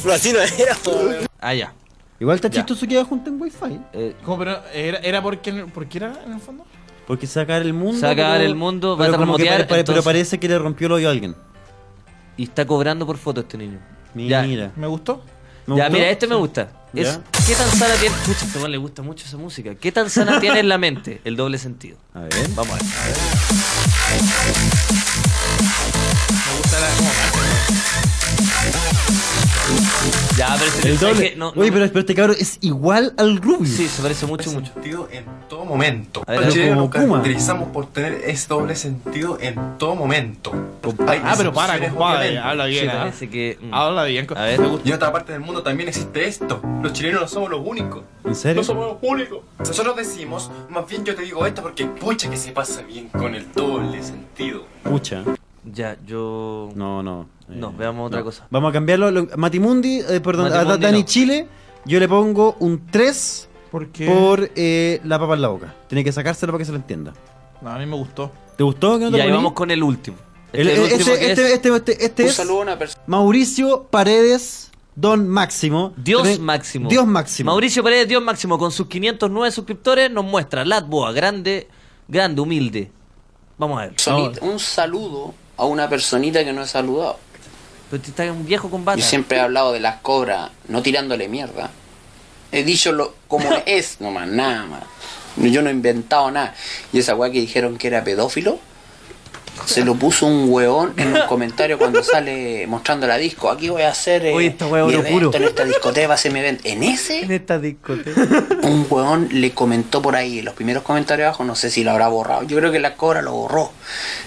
Pero así no era, weón.
Ah, ya.
Igual está
Ya.
chistoso que va junto en Wi-Fi.
Eh,
¿Cómo, pero era, era porque, porque era en el fondo?
Porque se va a caer el mundo.
Se va a acabar el mundo, va a
como que
terremotear,
pare- pare- pero
entonces-
parece que le rompió el hoyo a alguien.
y está cobrando por foto este niño.
Mira.
Ya.
Me gustó.
Me
ya,
gustó.
mira, este me gusta. Es, ¿Qué tan sana tiene? Pucha, a este weón le gusta mucho esa música. ¿Qué tan sana tiene en la mente el doble sentido?
A ver.
Vamos a ver.
Me gusta la. como-
Ya, pero ese-
El
es
doble.
que no-
Oye, pero, pero este cabrón es igual al Rubio.
Sí, se parece mucho, mucho.
en todo momento.
A ver,
En Chile
como
nos
Kuma.
caracterizamos por tener ese doble sentido en todo momento. Hay
Ah, pero para,
excepciones,
compadre.
obviamente.
Habla bien,
Sí,
¿ah?
parece
que. mm.
Habla bien. co-
ver.
Y en otra parte del mundo también existe esto. Los chilenos no somos los únicos.
¿En serio?
No somos los únicos. Nosotros decimos, más bien yo te digo esto porque pucha que se pasa bien con el doble sentido.
Pucha.
Ya, yo.
No, Eh. no.
No, veamos otra cosa.
Vamos a cambiarlo. lo- Matimundi, eh, perdón, a
Matimundi
Dani
no.
Chile, yo le pongo un 3
¿Por qué?
por eh, la papa en la boca. Tiene que sacárselo para que se lo entienda.
No, a mí me gustó.
¿Te gustó? ¿Qué no te
Ya, y
poní?
vamos con el último.
El-
Este es
este,
el último que
este-
es-
este- este- este
Un
es
saludo a una
Mauricio Paredes, Don Máximo.
Dios
Re-
máximo.
Dios máximo.
Mauricio Paredes, Dios máximo, con sus 509 suscriptores, nos muestra Latboa, grande, grande, humilde. Vamos a ver.
Sonita- un saludo a una personita que no he saludado.
Pero te está un viejo combate.
Yo siempre he hablado de las cobras, no tirándole mierda. He dicho lo, como es, nomás, nada más. Yo no he inventado nada. Y esa weá que dijeron que era pedófilo, se lo puso un weón en un comentario cuando sale mostrando la disco. Aquí voy a hacer eh,
Oye, esta weá
mi
este oro
evento,
puro.
en esta discoteca va a ser mi evento. En ese
En esta discoteca.
un weón le comentó por ahí, en los primeros comentarios abajo, no sé si lo habrá borrado, yo creo que la cobra lo borró.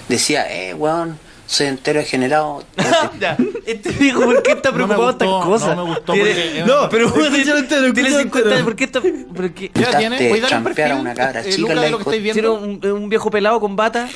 Decía, eh, weón, soy entero degenerado.
este viejo, ¿por qué está
preocupado de estas cosas?
no me gustó Tiene- porque- no, pero bueno, escúchalo entero, tiene escúchalo 50 entero. ¿por qué está- por qué?
Ya tiene, voy a dar un champear a perfil, una cabra eh, chica Luca, en la de lo que disco- estáis
Tiene un, eh, un viejo pelado con bata,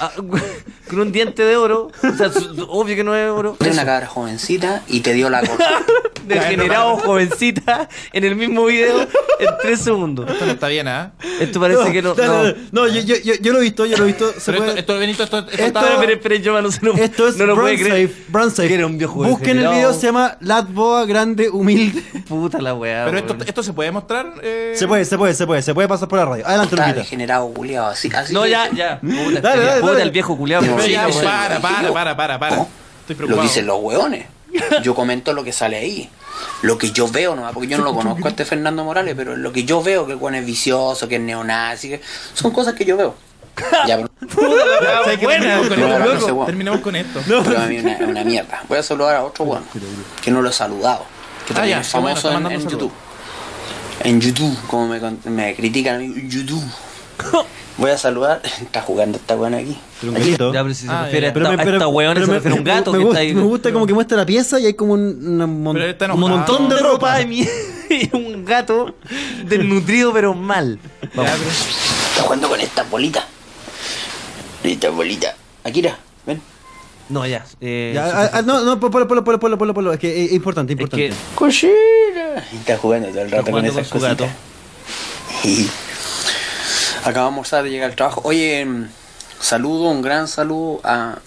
ah, con un diente de oro. O sea, su- obvio que no es oro.
Era una cabra jovencita y te dio la gorra.
Degenerado, jovencita, en el mismo video, en tres segundos. Esto
no está bien, ¿ah?
Esto parece que no. no.
no, yo, yo- yo- yo lo he visto, yo lo he visto. se
Pero esto,
puede-
esto, Benito, esto, esto,
Esto-
está-
Espera, espera, yo no, se lo-
Esto es
no lo puede
Brand
creer.
Safe, Brand Safe.
Que era un viejo
Busquen el
degenerado.
video, se llama Latboa Grande Humilde.
Puta la weá.
Pero esto, esto se puede mostrar. Eh,
Se puede, se puede, se puede, se puede pasar por la radio. Adelante,
Está
Luquita.
degenerado, culiado, así, así.
No,
que-
ya, ya. Puta,
Dale,
este-
dale,
puta,
dale.
el viejo culiado.
Pero ya,
Eso-
para, para,
para, para, para. Estoy
Lo
preocupado.
dicen los hueones. Yo comento lo que sale ahí. Lo que yo veo nomás, porque yo no lo conozco a este Fernando Morales, pero lo que yo veo, que el hueón es vicioso, que es neonazi, que... son cosas que yo veo. Ya, pero-
¿Sabes qué?
Buena.
Terminemos con
No,
esto, loco.
no, no sé,
Terminemos con esto.
Pero a mí una, una mierda. Voy a saludar a otro bueno que no lo he saludado. Que
Ah,
también
ya,
es
qué bueno, está
famoso en-
mandando
en,
saludos.
YouTube. En YouTube, como me, con- me critican a mí, YouTube. Voy a saludar. Está jugando esta buena aquí.
Ya, pero si se refiere a esta- a esta weona,
pero
se
me-
refiere a un
me-
gato
me
que
gusta,
está ahí.
Me gusta como que muestra la pieza y hay como un, una mon-
Pero está
un
enojado.
montón de ropa.
de mierda y un gato desnutrido pero mal.
Está jugando con esta bolita. Esta bolita. Akira, ven.
No, ya. eh,
Ya,
sí,
ah,
sí, sí.
ah, no, no, ponlo, ponlo, ponlo, ponlo, ponlo, ponlo, Es que es importante, importante.
Cochera. Y está jugando todo el rato con
jugando
esas
con su
cositas. Y acabamos de almorzar, de llegar al trabajo. Oye, mm, saludo, un gran saludo a,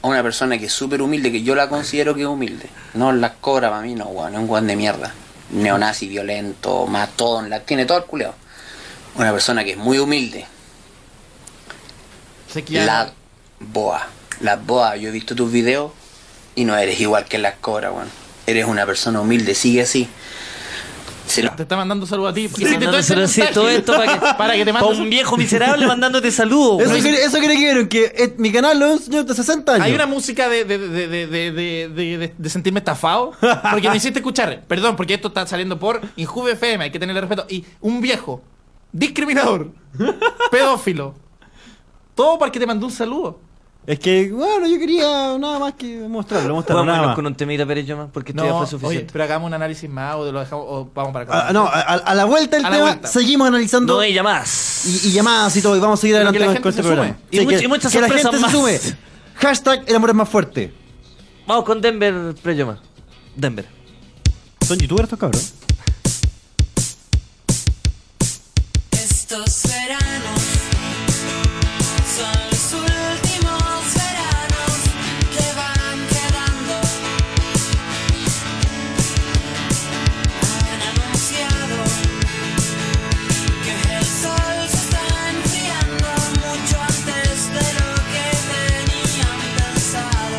a una persona que es súper humilde, que yo la considero que es humilde. No las cobra para mí, no, weón, es un guan de mierda. Neonazi, violento, matón, la tiene todo el culeo. Una persona que es muy humilde.
Sé que ya-
La boa. La boa, yo he visto tus videos y no eres igual que las cobras, weón. Eres una persona humilde, sigue así. Se lo-
Te está mandando saludos a ti.
Sí,
Hiciste
no,
todo
no,
ese
pero sí,
montaje
todo esto para que-
para que te
pa'
mandes
un viejo miserable mandándote saludos.
Eso,
No,
quiere, eso quiere que vieron, que eh, mi canal lo es un señor de 60 años.
Hay una música de, de, de, de, de, de, de- de- de sentirme estafado porque me hiciste escuchar. Perdón, porque esto está saliendo por Injuve FM, hay que tenerle respeto. Y un viejo, discriminador, pedófilo, todo porque te mandó un saludo.
Es que, Eh, bueno, yo quería nada más que mostrarlo, mostrarlo
Vámonos
nada más.
con un temita Pérez Yoma, porque esto
No,
ya fue
oye,
suficiente.
pero hagamos un análisis más o lo dejamos o vamos para acá.
Ah, no, a, a- a la vuelta del
A la
tema
vuelta.
seguimos analizando.
No
hay llamadas.
Y, y llamadas y todo, y vamos a seguir
Pero que
adelante
la
con,
gente
con
se
este programa.
sume. Y mucha- y muchas
que la gente
sorpresas
se sube.
más.
Hashtag el amor es más fuerte.
Vamos con Denver Pérez Yoma. Denver.
¿Son youtubers estos cabros?
Estos veranos son los últimos veranos que van quedando. Han anunciado que el sol se está enfriando mucho antes de lo que tenían pensado.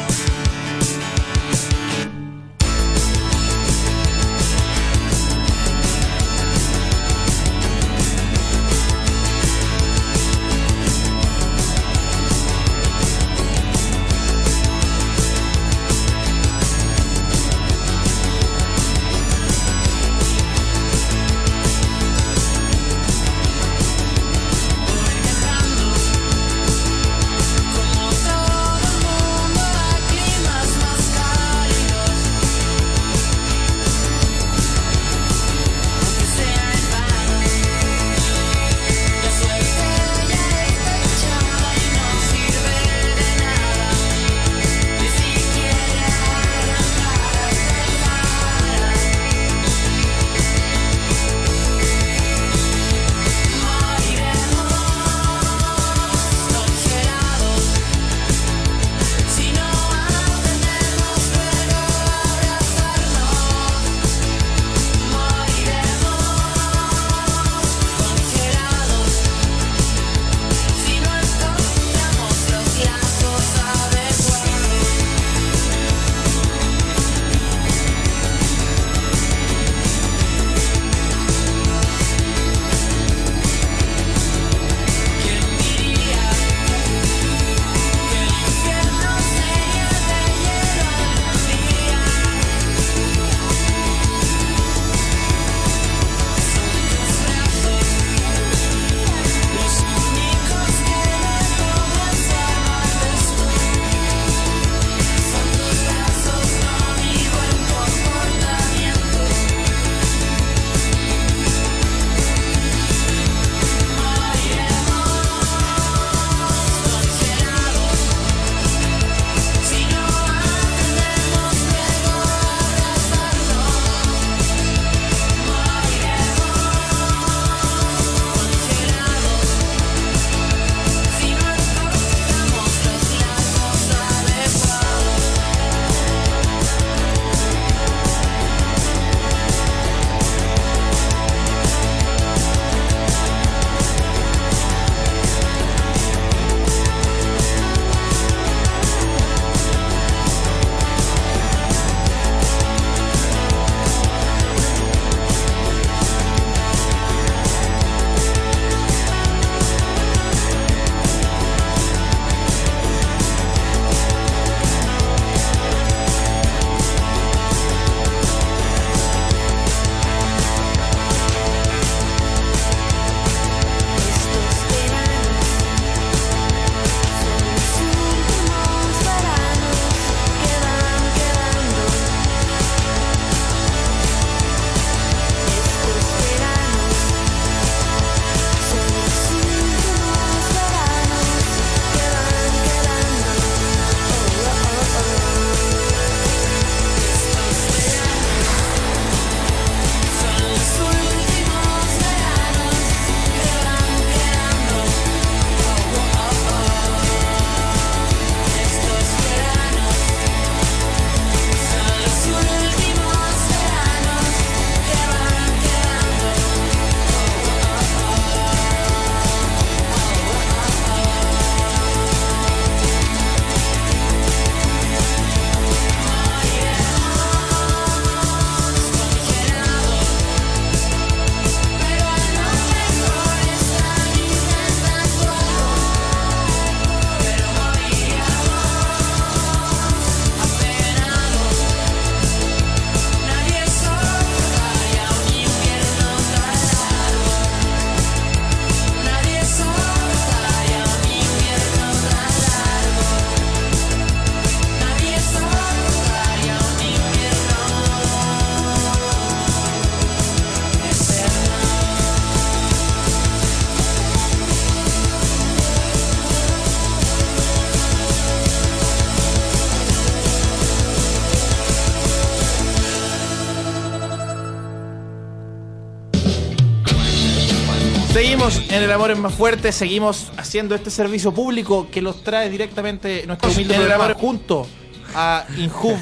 Seguimos en El Amor es Más Fuerte, seguimos haciendo este servicio público que los trae directamente nuestro humilde
En El
programa
Amor-
junto a Injuv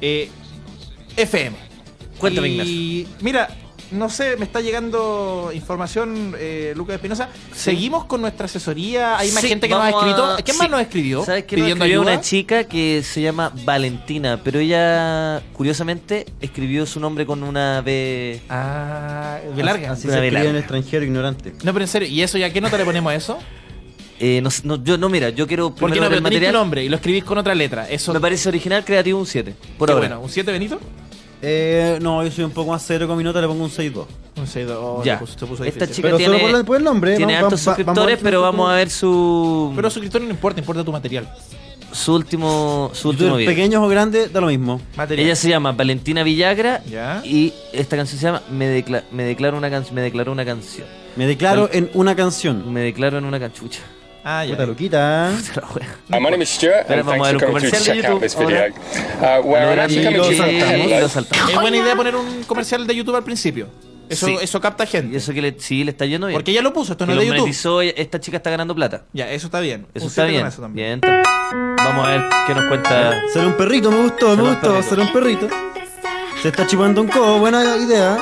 eh, FM.
Cuéntame,
y mira, no sé, me está llegando información, eh, Lucas Espinosa. Seguimos con nuestra asesoría, Ah, hay más
Sí,
gente que nos ha
vamos a-
escrito. ¿Quién más
sí.
nos escribió?
¿Sabes qué? Nos escribió
ayuda?
una chica que se llama Valentina, pero ella, curiosamente, escribió su nombre con una B.
Ah, B larga.
Así
Una
se
B
escribe en
larga.
extranjero ignorante.
No, pero en serio, ¿y eso ya qué nota le ponemos a eso?
Eh, no, no, yo, no, mira, yo quiero
¿Por qué
primero
no
ver
pero tenés
el
tu
material.
nombre y lo escribís con otra letra? Eso
Me parece original, creativo un 7. Por
Qué
ahora.
bueno, ¿un 7 Benito?
Eh, no, yo soy un poco más cero con mi nota, le pongo un 6-2.
Un 6-2.
Ya.
se puso- se puso
Esta
difícil.
chica tiene, tiene hartos suscriptores, pero vamos a ver su,
Pero suscriptores no importa, importa tu material.
su último, su
YouTube,
último video.
pequeños o grandes, da lo mismo.
Ella se llama Valentina Villagra y esta canción se llama Me, decla- me declaro una canción. Me declaró una canción.
Me declaro en una canción.
Me declaro en una canchucha.
Ah,
ya. Puta loquita.
Uh, my name is Stuart,
Espera,
and thanks
vamos a
for
ver un
coming to
comercial de
check out
YouTube.
this video.
Ah,
Ah,
Uh, where I'm
Ahora.
actually
Y
coming
lo
to you
saltamos, y lo
today.
saltamos.
Es buena idea poner un comercial de YouTube al principio. Eso,
Sí.
eso capta gente.
Y eso que le, sí, le está yendo bien.
Porque ella lo puso, esto no
Que
es de
lo
YouTube.
monetizó, y esta chica está ganando plata.
Ya, eso está bien.
Eso
Un
está
siete
bien.
con eso también.
bien. entonces, Vamos a ver qué nos cuenta.
Ser un perrito, me gustó, me gustó, ser un perrito. Se está chupando un codo, buena idea.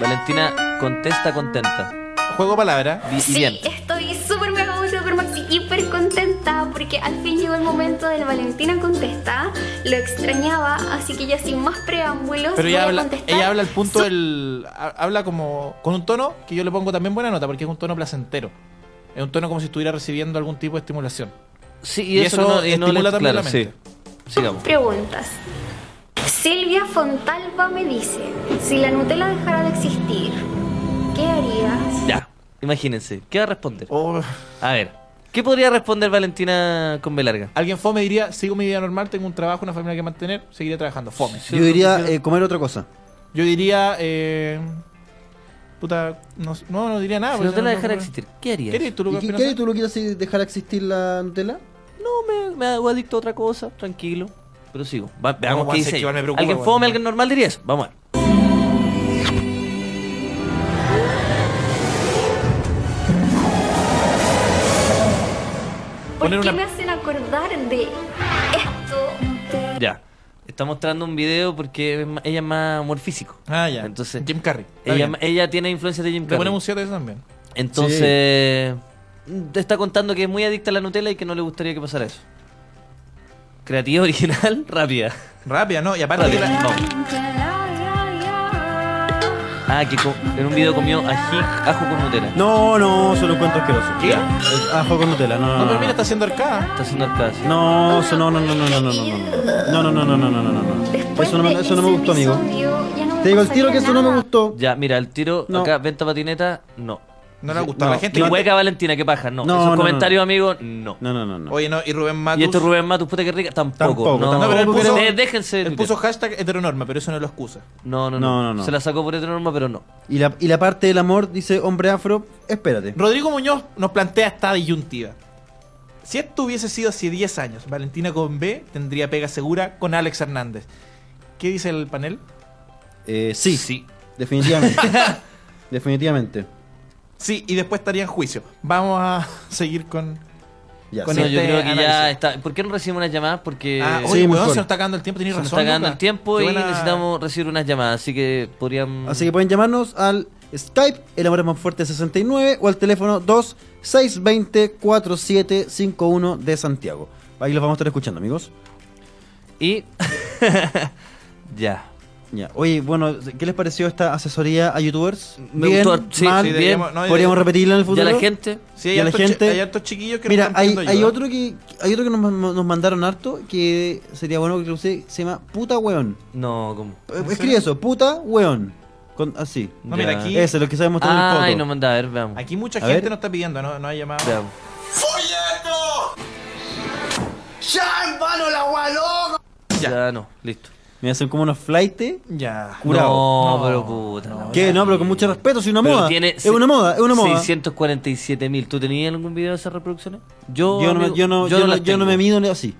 Valentina contesta contenta.
Juego palabra.
Vi-
Sí,
Bien.
estoy súper mega, súper maxi, hiper contenta porque al fin llegó el momento del Valentina Contesta. Lo extrañaba, así que ya sin más preámbulos
Pero
voy
ella
a
habla,
contestar.
ella habla al punto del. ha- Habla como. con un tono que yo le pongo también buena nota, porque es un tono placentero. Es un tono como si estuviera recibiendo algún tipo de estimulación.
Sí,
y eso no- y no
estimula
le-
también
claro,
la mente.
Sigamos.
Preguntas. Silvia Fontalba me dice, si la Nutella dejara de existir, ¿qué harías?
Ya, imagínense. ¿Qué va a responder?
Oh.
A ver, ¿qué podría responder Valentina con B larga?
Alguien fome diría: sigo mi vida normal, tengo un trabajo, una familia que mantener, seguiré trabajando. Fome.
Yo diría eh, comer otra cosa.
Yo diría. eh, puta. No, sé- no, no diría nada.
Si
porque
Nutella
Ah, no-
dejara
no-
existir,
¿qué harías?
¿Qué harías tú, Lucas
¿Y qué-
Espinosa?
qué tú lo quieres si dejara existir la Nutella?
No, me, me hago adicto a otra cosa, tranquilo. Pero sigo. Va-
No,
veamos
Juan,
qué
sé
dice.
que igual me
ella.
preocupa,
¿Alguien
Juan.
fome, alguien normal diría eso? Vamos a ver.
¿Por
Poner
qué
una-
me hacen acordar de esto?
Ya. Está mostrando un video porque es ma- ella es más humor físico.
Ah, ya.
Entonces,
Jim Carrey. Está
ella,
bien.
ella tiene influencias de Jim
Le
Carrey.
ponemos un 7 eso también.
Entonces, te está contando que es muy adicta a la Nutella y que no le gustaría que pasara eso. Creativa original, rápida.
Rápida, ¿no? Y aparte que la-
vamos. Ah, que co- en un video comió ají, ajo con Nutella.
No, no, se lo encuentro asqueroso. Eh,
¿Qué?
Ajo con Nutella, no, no.
No, pero
no,
mira, está haciendo arcada.
Está haciendo arcada. sí.
No, eso no, no, no, no, no, no, no, no, no, no, no, no, no, no, no, no. Eso no me, eso no me gustó, amigo. Te digo el tiro que eso no me gustó.
Ya, mira, el tiro
No.
acá, venta patineta, no.
No le ha gustado a la gente.
Y
que-
hueca Valentina, qué paja, no.
No,
Esos
no, no.
comentarios, amigo, no.
No, no, no, no.
Oye, no, y Rubén Matus.
Y esto Rubén Matus, puta que rica, tampoco.
Tampoco,
no,
tampoco,
No, pero él puso,
De- déjense. de
él
Twitter.
puso hashtag heteronorma, pero eso no es lo excusa.
No, no, no,
No, no, no.
Se la sacó por heteronorma, pero no.
Y la, y la parte del amor dice hombre afro, espérate.
Rodrigo Muñoz nos plantea esta disyuntiva. Si esto hubiese sido hace 10 años, Valentina con B tendría pega segura con Alex Hernández. ¿Qué dice el panel?
Eh, sí. Sí. Definitivamente. Definitivamente.
Sí, y después estaría en juicio. Vamos a seguir con.
Ya,
con
Sí,
este
yo creo que ya
análisis.
está. ¿Por qué no recibimos unas llamadas? Porque.
Ah, oye, Sí, weón, mejor. se nos está acabando el tiempo, tenés
Se nos
razón,
está acabando
Luca.
el tiempo
Qué
y
buena-
necesitamos recibir unas llamadas. Así que podrían.
Así que pueden llamarnos al Skype, el amor es más fuerte 69 o al teléfono 2 620 4751 de Santiago. Ahí los vamos a estar escuchando, amigos.
Y. ya.
Ya. Oye, bueno, ¿qué les pareció esta asesoría a youtubers?
Me gustó, sí,
mal,
sí,
bien.
deberíamos- no,
Podríamos
deberíamos-
repetirla en
¿Y
el
a
futuro.
la gente?
Sí,
¿Y
hay
a la
hartos chi-
gente?
hay hartos chiquillos que nos
Mira,
están
hay,
pidiendo
¿eh?
hay
ayuda.
otro que hay otro que nos, nos mandaron harto que sería bueno que lo use, se llama puta weón.
No, ¿cómo?
Eh, Escribe eso, puta weón. Con, así.
No, mira, aquí-
Ese, lo que sabemos mostrar en el poto.
Ay, no manda, a ver, veamos.
Aquí mucha
A
gente
ver.
nos está pidiendo, no, no hay llamado.
Veamos.
¡Ya, hermano, la gualoga!
Ya. no, listo.
Mira, son como unos flightes.
Ya.
Curado.
No, pero puta. la
¿Qué? No, pero con mucho respeto, si una
Pero
moda.
tiene
es una moda, es una moda.
647 mil. ¿Tú tenías algún video de esas reproducciones? Yo,
yo, no, me-
amigo,
yo, no, yo, no-
las
yo no
tengo.
me mido ni así.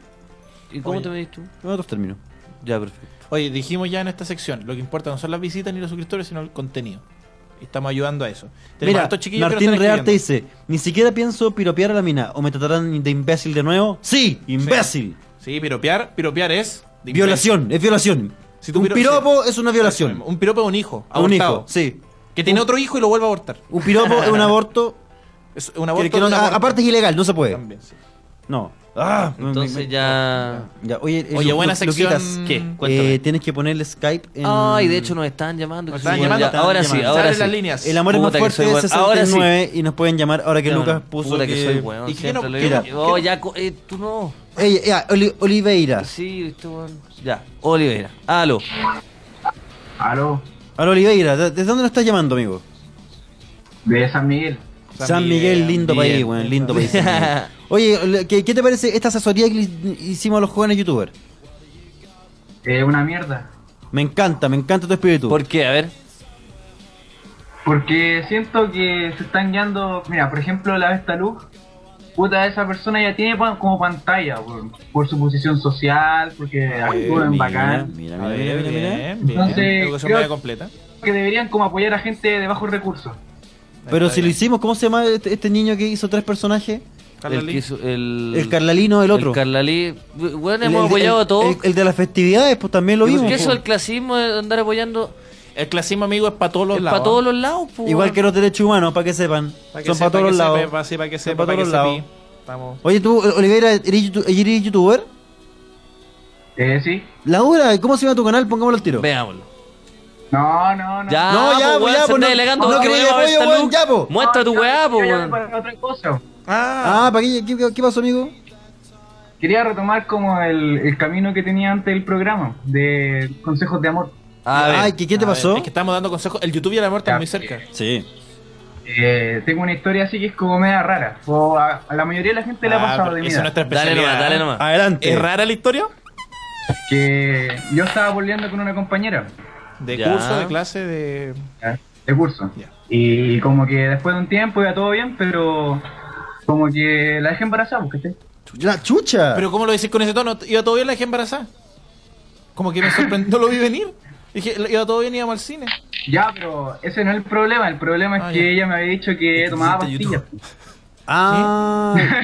¿Y cómo
Oye.
te medís tú?
En otros términos.
Ya, perfecto.
Oye, dijimos ya en esta sección, lo que importa no son las visitas ni los suscriptores, sino el contenido. Y Estamos ayudando a eso. Tenemos
Mira,
hartos chiquillos que nos
Martín
están
Rearte
escribiendo.
dice, ni siquiera pienso piropear a la mina, o me tratarán de imbécil de nuevo. Sí, imbécil.
Sí, piropear, piropear es... de
Violación, es violación.
Si tú
un
piro-
piropo es una violación.
imbécil. Un piropo es un hijo.
A un
abortado,
hijo, sí.
Que tiene otro hijo y lo vuelve a abortar.
Un piropo es un aborto.
Es un
que-
aborto.
que no-
un
a-
aborto.
aparte es ilegal, no se puede.
También, sí.
No. Ah, me-
Entonces
me-
ya...
Ya, oye, eh,
Oye,
Lu-
buena
Lu-
sección.
Luquitas,
¿Qué? Cuéntame.
eh, tienes que ponerle Skype en...
Ay, de hecho nos están llamando.
Nos
que
están
sí,
llamando,
ya,
están
ahora sí,
llamando.
ahora
Abre
sí.
las líneas.
El amor es más
Puta que
fuerte
soy
de
weón. Ahora sí.
69 y nos pueden llamar ahora que
Ya,
Lucas
no.
puso
Puta
que...
que soy weón,
Y que
siempre
no-
lo
Mira,
digo. Oh, ya, co- eh, tú no.
Ella- ella, Oli- Oliveira.
Sí, este weón. Ya, Oliveira. Aló.
Aló. Aló, Oliveira. ¿De- ¿Desde dónde nos estás llamando, amigo?
De San Miguel.
San, Miguel, lindo
bien,
país, weón, lindo país. San Miguel. Oye, le- ¿qué, qué te parece esta asesoría que le hicimos a los jóvenes youtubers?
Es una mierda.
Me encanta, me encanta tu espíritu. ¿Por
qué? A ver.
Porque siento que se están guiando. Mira, por ejemplo, la Vesta Luz. Puta, esa persona ya tiene pa- como pantalla por, por su posición social, porque actúa en bacán.
Mira,
mira, mira, mira, Bien, bien.
Entonces,
Educación
creo-
media completa.
Que deberían como apoyar a gente de bajos recursos.
Pero si lo hicimos, ¿cómo se llama este, este niño que hizo tres personajes?
El, que hizo- el,
El Carlalino, el otro.
El Carlalí. Bueno,
El-
hemos
el-
apoyado
el-
a todos.
El, el de las festividades, pues también lo vimos.
Porque eso
pues.
el clasismo de andar apoyando
El clasismo, amigo, es para todos los
es
lados.
para todos los lados, po,
Igual
weón.
que los derechos humanos, para que sepan.
Para que
Son
sepa,
para todos los
que
lados.
sepa, pa- sí, para que
Son
sepa,
para
para
todos
que
los
sepi.
lados.
Estamos.
Oye, tú, Olivera, ¿eres, youtu- eres youtuber?
Eh, sí.
La hora, ¿cómo se llama tu canal? Pongámoslo al tiro.
Veámoslo.
No, no, no.
Ya,
No,
po,
ya, po,
weón,
ya,
se
po,
está
no-
delegando
no
porque
creí
vamos a ver
apoyo,
esta
weón,
luz.
ya, po.
Muestra tu weá, po,
Yo llamo
weón.
para otra cosa.
Ah, ¿para qué, qué, qué- qué pasó, amigo?
Quería retomar como el, el camino que tenía antes el programa de consejos de amor.
Ay, ¿qué, qué te
A ver,
pasó?
es que estamos dando consejos. El YouTube y la muerte están
Ya.
muy cerca.
Sí.
Eh, tengo una historia así que es como media rara. O a, a la mayoría de la gente le ha
Ah,
pasado
pero
de
eso no
miedo.
es nuestra especialidad.
Adelante.
¿Es rara la historia?
Que yo estaba volviendo con una compañera
De
Ya.
curso, de clase, de.
de curso. Y como que después de un tiempo iba todo bien, pero como que la dejé embarazada, porque
La chucha.
Pero ¿cómo lo decís con ese tono? Iba todo bien, la dejé embarazada. Como que me sorprendió, no lo vi venir. Dije, iba todo bien, íbamos al cine.
Ya, pero ese no es el problema. El problema es
Ah,
que
ya.
ella me había dicho que tomaba pastillas.
Ah.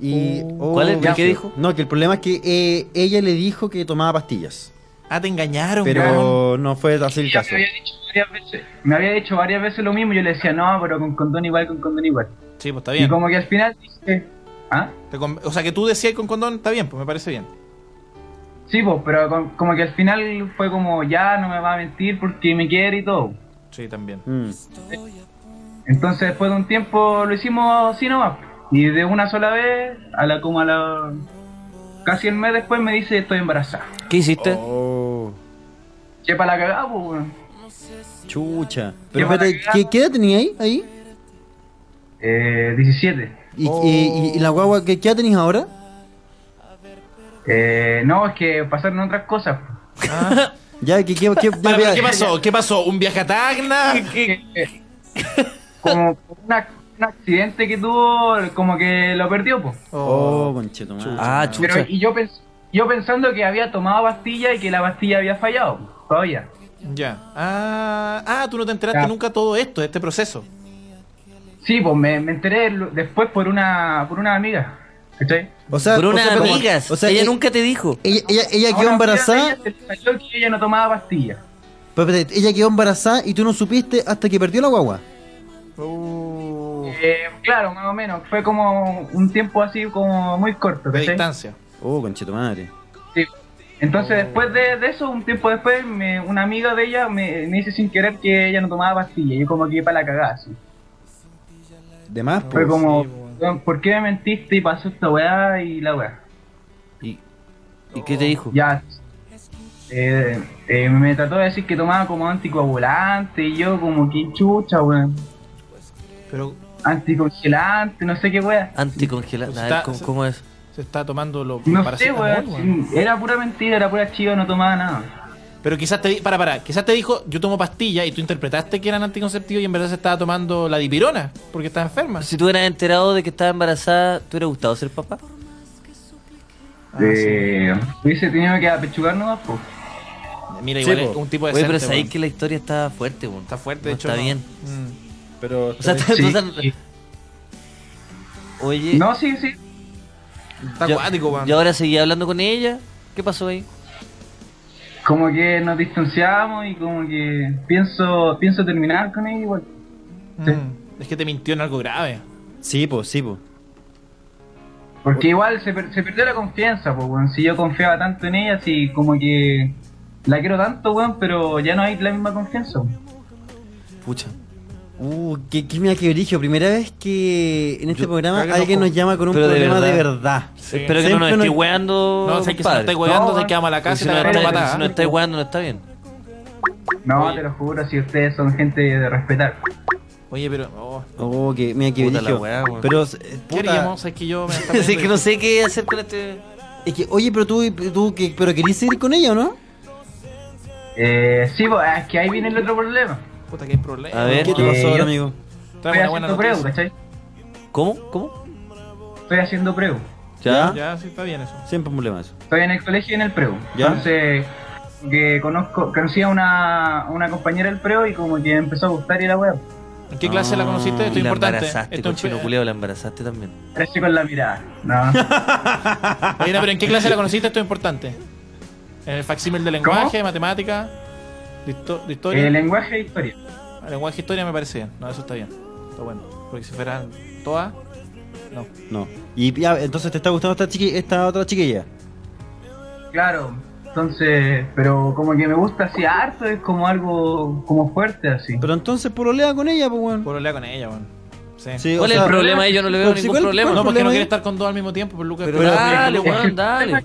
Y, oh,
¿Cuál es?
ya.
¿Qué dijo?
No, que el problema es que eh, ella le dijo que tomaba pastillas.
Ah, te engañaron, weón.
Pero no fue así el
Ella
caso.
me había dicho varias veces. Me había dicho varias veces lo mismo. Yo le decía, no, pero con condón igual, con condón igual.
Sí, pues está bien.
Y como que al final dije, ¿ah?
Te con- O sea, que tú decías con condón, está bien, pues me parece bien.
Sí, pues, pero con- como que al final fue como, ya, no me va a mentir porque me quiere y todo.
Sí, también.
Mm.
Entonces después de un tiempo lo hicimos así nomás. Y de una sola vez, a la como a la... Casi el mes después me dice, estoy embarazada.
¿Qué hiciste?
Oh,
Que para la cagada, pues, weón.
Chucha. Pero
Qué mala
espérate, ¿qué, qué edad tenía ahí? ahí?
Eh, 17.
¿Y, y- y- y la guagua, ¿qué, qué edad tenías ahora?
Eh, no, es que pasaron otras cosas.
Ya, ¿qué, qué, qué-
Para,
ya-
pero ¿Qué pasó? ¿Qué pasó? ¿Un viaje a Tacna? ¿Qué-
Eh, Como por una- un accidente que tuvo, como que lo perdió, pues.
Oh, conchetumadre.
Ah,
Pero,
chucha.
y yo, pens- yo pensando que había tomado pastilla y que la pastilla había fallado, po, todavía.
Ya. Ah, ah, tú no te enteraste
Ya.
nunca todo esto, este proceso.
Sí, pues me, me enteré lo- después por una por una amiga. ¿Cachai?
O sea,
Por
o
unas
sea, pero-
amigas.
o sea,
ella
eh,
nunca te dijo.
Ella, ella,
Ahora,
ella quedó
mira,
embarazada.
ella se salió que ella no tomaba pastilla.
pero espérate, ella quedó embarazada y tú no supiste hasta que perdió la guagua.
Eh, claro, más o menos. Fue como un tiempo así, como muy corto.
De
¿cachai?
distancia.
Oh, conchetumadre.
Sí. Entonces,
Oh.
después de, de eso, un tiempo después, me- una amiga de ella me, me dice sin querer que ella no tomaba pastilla. Yo, como que para la cagada, así.
De más,
Fue
pues.
como,
Oh.
"Weón, ¿por qué me mentiste y pasó esta weá y la weá?
¿Y, y qué te dijo?
Ya. Eh, eh, me trató de decir que tomaba como anticoagulante y yo, como que chucha, weón.
Pero
Anticongelante, no sé qué weá.
Anticongelante. A ver,
Está-
¿cómo, cómo es?
se está tomando lo
No sé,
paracetamol, weón.
weón. Era pura mentira, era pura chiva, no tomaba nada.
Pero quizás te di- para, para, quizás te dijo, yo tomo pastillas y tú interpretaste que eran anticonceptivos y en verdad se estaba tomando la dipirona, porque estaba enferma.
Si tú hubieras enterado de que estaba embarazada, ¿te hubiera gustado ser papá?
Este, Eh, Hubiese tenido que apechugar nomás, po.
Mira,
Sí,
igual es
po.
un tipo de
Oye, pero sabéis que la historia está fuerte, weón.
Está fuerte,
No
de hecho,
Está
no. Mm.
bien.
Pero.
O sea, está- o sea, Oye.
No, sí, sí.
Está acuático, weón.
Y ahora seguí hablando con ella. ¿Qué pasó ahí?
Como que nos distanciamos y como que pienso pienso terminar con ella igual.
Mm, Es que te mintió en algo grave.
Sí, pues, sí, pues.
Porque igual se, per- se perdió la confianza, pues, weón. Si yo confiaba tanto en ella, si como que la quiero tanto, weón, pero ya no hay la misma confianza. weón.
Pucha.
Uh, qué, qué, mira qué brillo. Primera vez que en este programa
creo que
alguien
no-
nos llama con un
pero de
problema de
verdad.
verdad.
Sí. Espero que no nos esté weando.
No, sé que si no
compadre.
estáis weando, se queda la ¿eh? casa
Si
y te
no
agarra una
estáis-
patada.
Si no estáis weando, no está bien.
No, te lo juro, si ustedes son gente de respetar.
Oye, pero. oh,
Oh, que, mira qué
Puta la
brillo.
weá, weón.
Pero, eh,
¿Qué
puta.
haríamos? Es que yo me.
Sí, que no sé qué hacer con este.
Es que, oye, pero tú, tú que, pero querías seguir con ella, ¿o no?
Eh, sí, pues, es que ahí viene el otro problema.
Puta, que hay problema.
A ver, ¿qué te pasó ahora, amigo?
Estoy haciendo preu, ¿cachai?
¿Cómo? ¿Cómo?
Estoy haciendo preu.
¿Ya?
Ya, sí, está bien eso.
Siempre un problema eso.
Estoy en el colegio y en el preu.
¿Ya?
Entonces, que conozco, conocí a una, una compañera del preu y como que me empezó a gustar y la weá.
¿En qué clase
Ah,
la conociste? Esto
Y
es
la
importante.
embarazaste,
Esto es-
cochino culiao, la embarazaste también.
Parece con la mirada. No.
Oye, no, pero ¿en qué clase la conociste? Esto es importante. En el facsímil de lenguaje, de matemática, de, histo- de historia.
Eh, lenguaje e historia.
Ah, lenguaje e historia me parece bien. No, eso está bien. Está bueno. Porque si fueran todas, no.
No. Y ya, entonces te está gustando esta, chiqui- esta otra chiquilla.
Claro. Entonces, pero como que me gusta así harto, es como algo como fuerte así.
Pero entonces pololea con ella, pues, weón.
Pololea con ella, weón. Sí.
Sí, ¿Cuál o es el sea, problema ahí? Yo no le veo pero si ningún cuál- problema. cuál
No, porque
problema
no
ahí?
quiere estar con dos al mismo tiempo, por Lucas.
Pero dale, weón, dale.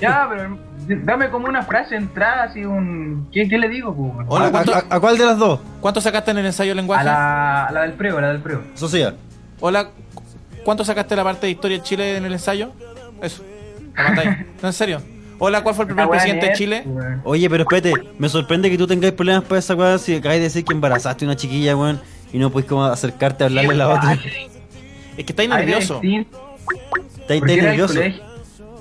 Ya, pero dame como una frase entrada así un... ¿Qué, qué le digo, pues? weón?
Hola, ¿cuánto-
cuál de las dos?
¿Cuánto sacaste en el ensayo de lenguaje?
A la, a la del preo, a la del preo.
Social.
Hola, ¿cu- ¿cuánto sacaste de la parte de historia de Chile en el ensayo? Eso. La matáis. No, en serio. Hola, ¿cuál fue el primer
La weá
presidente de
nerd,
Chile?
Oye, pero espérate, me sorprende que tú tengáis problemas para esa weá si acabáis de decir que embarazaste a una chiquilla, weón, y no puedes como acercarte a hablarle a la otra.
Es que estáis
Ay,
nervioso.
sí. Estáis estáis nervioso.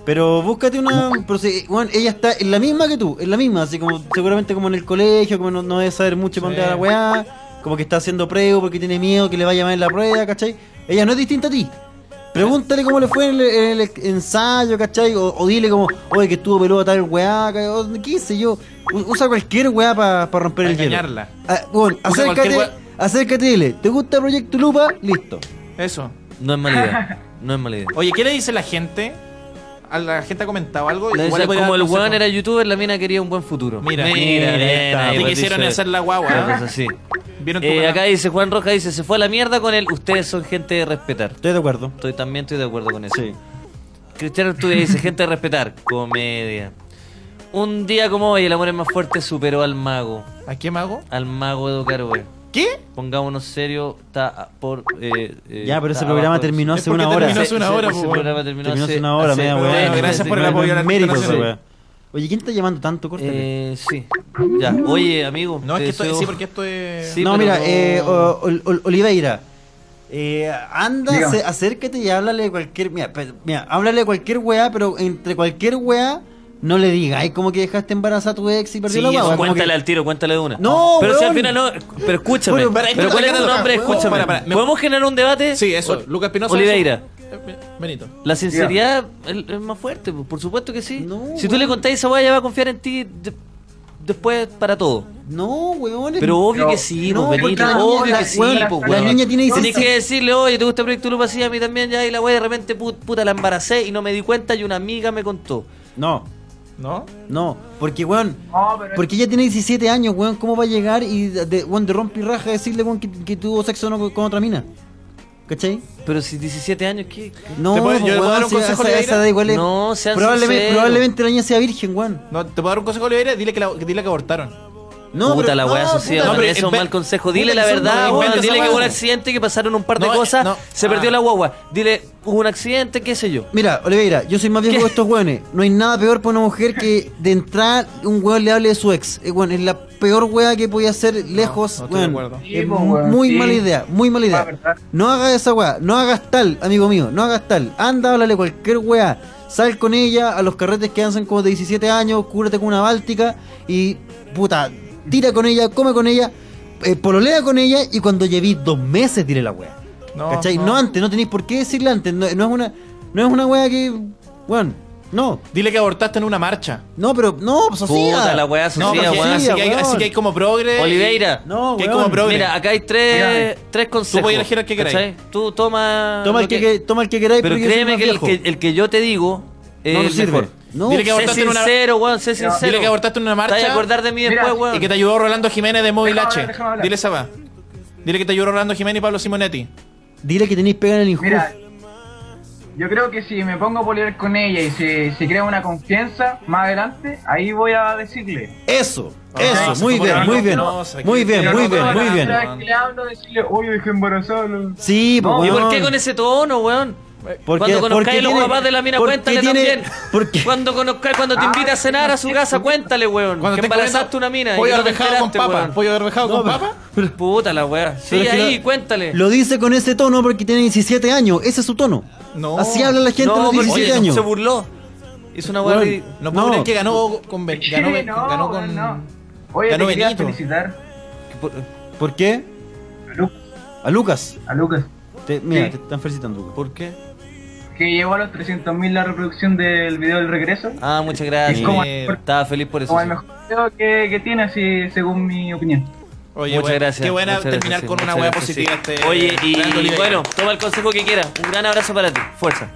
Pero búscate una. pero si- weón, ella está en la misma que tú, en la misma, así como seguramente como en el colegio, como no, no debe saber mucho para dónde va la weá, como que está haciendo preo porque tiene miedo que le vaya mal en la prueba, ¿cachai? Ella no es distinta a ti. Pregúntale cómo le fue en el, en el ensayo, ¿cachai? O, o dile como, oye, que estuvo peludo tal weá, ca- o qué sé yo. U- Usa cualquier weá para romper
Para
el hielo.
engañarla.
Ah, bueno,
Usa
acércate,
cualquier
acércate y dile, ¿te gusta Proyecto Lupa? Listo.
Eso.
No es mala idea. No es mala idea.
Oye, ¿qué le dice la gente? ¿A la gente ha comentado algo?
Le
Igual le
decía,
podría
como
dar
el
consejo.
weón era youtuber, la mina quería un buen futuro.
Mira, mira,
bien,
está,
ahí,
te
pues,
quisieron
dice-
hacer la guagua,
Una
¿eh?
cosa así.
¿Vieron tu
Eh,
programa?
acá dice Juan Roja, dice, se fue a la mierda con el ustedes son gente de respetar.
Estoy de acuerdo.
Estoy, también estoy de acuerdo con eso. Cristiano Arturo dice, gente de respetar. Comedia. Un día como hoy, el amor es más fuerte superó al mago.
¿A qué mago?
Al mago Edo Caroe.
¿Qué?
Pongámonos serio, está por... eh, eh,
Ya, pero ese
está
programa
abajo.
terminó
Es
hace
porque
una hora.
terminó hace una hora, po,
Ese
weón.
programa terminó,
Terminó
hace
hace una hora, media
media
weá. Gracias por el apoyo a la
Mérito esa
internacional.
weá. Oye, ¿quién está llamando tanto? Corta.
Eh, sí. Ya, oye, amigo.
No, es
te
que esto,
deseo-
sí, porque esto es...
no, mira, eh, o- Ol- Ol- Oliveira. eh, anda,
Dígame.
se- acércate y háblale de cualquier. Mira, pe- mira, háblale de cualquier weá, pero entre cualquier weá no le digas. Ay, como que dejaste embarazada a tu ex y perdió
Sí,
la
eso,
weá. como
cuéntale
que-
al tiro, cuéntale de una.
No,
pero si al
weón.
final no. Pero escúchame.
Bueno, para,
pero,
esto
¿cuál es
está
tu
acá,
nombre?
weón.
Escúchame.
Para, para, me-
¿Podemos generar un debate? Sí, eso.
Lucas Pinoza,
Oliveira,
eh, Benito.
la sinceridad es es más fuerte, po, por supuesto que sí. si tú le contás esa weá, ella va a confiar en ti de- después para todo.
No, weón.
Pero obvio que sí,
no,
po,
porque
Benito,
la niña-
obvio
la-
que sí,
weón,
po,
la
weón.
niña tiene
Tenés
16.
que decirle, oye, ¿te gusta Proyecto Lupa? Sí, a mí también, ya, y la weá de repente, put- puta, la embaracé y no me di cuenta y una amiga me contó.
No,
¿No?
no, porque weón.
No, pero
Porque ella tiene 17 años, weón. ¿Cómo va a llegar y de, de- weón, de rompe y raja decirle, weón, que, que tuvo sexo no, con, con otra mina? ¿Cachai?
Pero si 17 años, ¿qué?
No,
¿Te puedo- yo
pues,
le puedo
weón,
dar un
si
consejo,
esa-
Oliveira?
esa da igual es-
No, sean
probablemente,
sinceros.
probablemente la niña sea virgen, weón.
No, te puedo dar un consejo, Oliveira, dile que, la, que dile que abortaron.
No,
puta
pero-
la weá
no,
sucia,
puta,
weón,
no, pero
eso es un
en
mal
vez-
consejo.
puta,
Dile
que
la
son-
verdad,
no,
weón,
inventa
dile
esa
que hubo un
weá.
accidente, que pasaron un par de
No, eh,
cosas,
no.
se
Ah.
perdió la guagua. Dile, hubo un accidente, qué sé yo.
Mira, Oliveira, yo soy más viejo que estos weones. No hay nada peor para una mujer que de entrar un weón le hable de su ex. Eh, weón, es la peor wea que podía hacer lejos.
no estoy de
weón.
acuerdo.
Es
Sí,
mu-
po, weón,
muy
sí. Ah,
mala idea, muy mala idea. No hagas esa weá, no hagas tal, amigo mío, no hagas tal. Anda, háblale cualquier weá. Sal con ella a los carretes que danzan como de 17 años, cúrate con una báltica y puta, tira con ella, come con ella, eh, pololea con ella y cuando llevéis dos meses diré la wea.
No,
¿Cachai? No. antes, no tenéis por qué decirle antes. No, no es una no es una wea que. Bueno, no.
Dile que abortaste en una marcha.
No, pero. No, pues, socia.
Puta la wea
No,
socia,
pero
weón.
así, que hay, así que hay como progre.
Oliveira.
No, que hay como progre.
Mira, acá hay tres, tres consejos.
Tú puedes elegir el que queráis.
¿cachai? Tú toma.
Toma
lo
el que, que- toma el que queráis,
Pero
porque yo soy
créeme
más
que el,
viejo.
que el que yo te digo. Es
No, no
el
sirve.
mejor.
No.
Dile que
sé
abortaste en una-
sincero, weón, sé sincero.
Dile que abortaste en una marcha.
Te vas a acordar de mí
Mira,
después, weón.
Y que te ayudó Rolando Jiménez de Móvil
Déjame
H.
hablar, déjame hablar.
Dile esa va. Dile que te ayudó Rolando Jiménez y Pablo Simonetti.
Dile que tenéis pega en el injusto.
Mira, yo creo que si me pongo a polear con ella y se, se crea una confianza más adelante, ahí voy a decirle.
Eso,
Ah,
eso,
se
muy
supone
bien,
algo
muy
que
bien.
no, se-
Muy bien,
Pero
muy
no,
bien,
pero
muy
la
bien.
primera vez que le hablo, decirle, oye, dejé embarazada.
Sí, pues,
¿Y por qué
weón.
con ese tono, weón?
Porque-
cuando
porque
conozcáis a los
tiene-
papás de la mina,
porque
cuéntale
tiene-
también. Cuando conozcáis, cuando te invita a cenar a su casa, cuéntale, weón.
Ah. Cuando
que
te
embarazaste una mina. y
Pollo
no te
arvejado con
enteraste,
papa.
weón.
Pollo arvejado con papa.
Puta la weá. Sí,
Pero es que
ahí,
lo-
cuéntale.
Lo dice con ese tono porque tiene 17 años. Ese es su tono.
No.
Así habla la gente
No,
a los
porque
17
oye,
años.
Se burló. Hizo una weá.
Weón,
ri-
No puedo
No.
creer que ganó con. Ben-
Sí,
Ganó, Ben-
no,
ganó con.
no. Oye,
ganó
te quería
Benito.
felicitar
¿Por qué? A Lucas.
a Lucas,
Te- mira,
Sí.
te están felicitando, Lucas.
¿Por qué?
que llegó a los 300.000 la reproducción del video del regreso.
Ah, muchas gracias.
Es como-
Eh, Estaba feliz por eso.
Como el
sí.
mejor video que, que tiene, así, según mi opinión.
Oye,
muchas
bueno,
gracias.
Qué buena
muchas gracias,
terminar
sí,
con una
muchas
weá
gracias,
positiva
sí.
este.
Oye,
Gran
y,
Oliveira.
bueno, toma el consejo que quieras. Un gran abrazo para ti. Fuerza.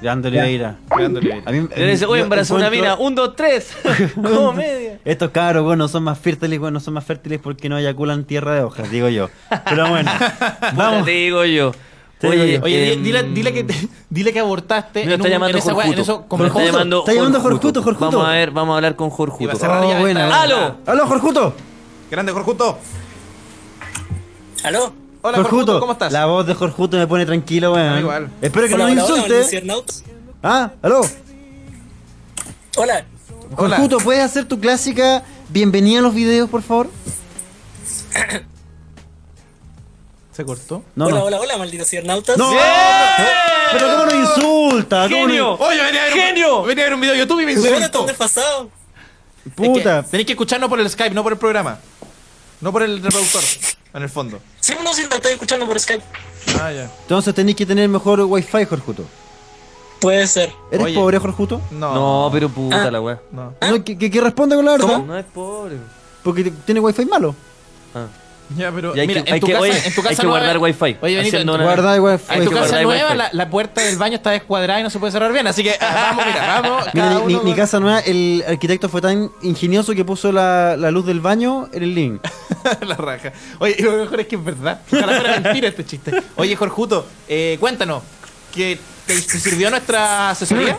Leandro Oliveira.
Gran Oliveira.
A mí-
Le dice,
yo
oye, embarazó una
encuentro-
mina. Uh. Un, dos, tres. Comedia.
Estos cabros, bueno, son más fértiles, bueno, son más fértiles porque no eyaculan tierra de hojas, digo yo. Pero bueno,
Puta,
vamos.
Te digo yo.
Te digo yo.
Oye,
em,
di- dile, dile que, dile que abortaste.
Me lo
en
está
un-
llamando
en esa weá, en
Jorjuto.
eso-
Me
como
lo está
Jorjuto.
llamando,
Está llamando Jorjuto, Jorjuto.
Vamos a ver, vamos a hablar con
Iba a
Jorjuto.
cerrar ya
Oh, buena,
esta-
buena.
¡Aló!
¡Aló, Jorjuto!
Grande Jorjuto.
¿Aló?
Hola Jorjuto, ¿cómo estás?
La voz de Jorjuto me pone tranquilo, weón.
Ah, igual.
Espero que
Hola,
no me
hola, hola,
insulte.
Luciernautas.
ah, aló.
Hola.
Hola.
Jorjuto, ¿puedes hacer tu clásica bienvenida a los videos, por favor?
Se cortó.
No,
hola,
no.
hola, hola, malditos cibernautas.
No, pero cómo no insulta, ¿Cómo no-
¡Genio!
Oye, venía a ver un-
¡Genio!
venía a ver un video de YouTube y me
Bueno,
insultó.
están desfasados.
Puta.
Es que Tenéis que escucharnos por el Skype, no por el programa. No por el reproductor, en el fondo.
Sí, no, sí, lo estoy escuchando por Skype.
Ah, ya.
Entonces tenéis que tener mejor wifi, Jorjuto.
Puede ser.
¿Eres
Oye.
pobre, Jorjuto?
No.
No, pero puta la weá.
no.
No, que, que, que responda con la verdad.
No es pobre.
Porque te- tiene wifi malo.
Ah. Ya, pero
Y hay
mira,
que-
en,
hay
tu
que-
casa,
oye,
en tu casa
hay que
nueva-
guardar wifi.
Oye, Benito, en
Haciendo
tu,
una-
Guarda el wifi.
en tu
que
casa
guardar
nueva
wifi.
la, la puerta del baño está descuadrada y no se puede cerrar bien, así que ah, vamos, mira, vamos.
Mira,
cada
mi- mi,
uno
mi
con-
casa nueva, el arquitecto fue tan ingenioso que puso la, la luz del baño en el living.
la raja. Oye, y lo mejor es que es verdad. Ojalá fuera mentira este chiste. Oye, Jorjuto, eh, cuéntanos, ¿que te, te sirvió nuestra asesoría?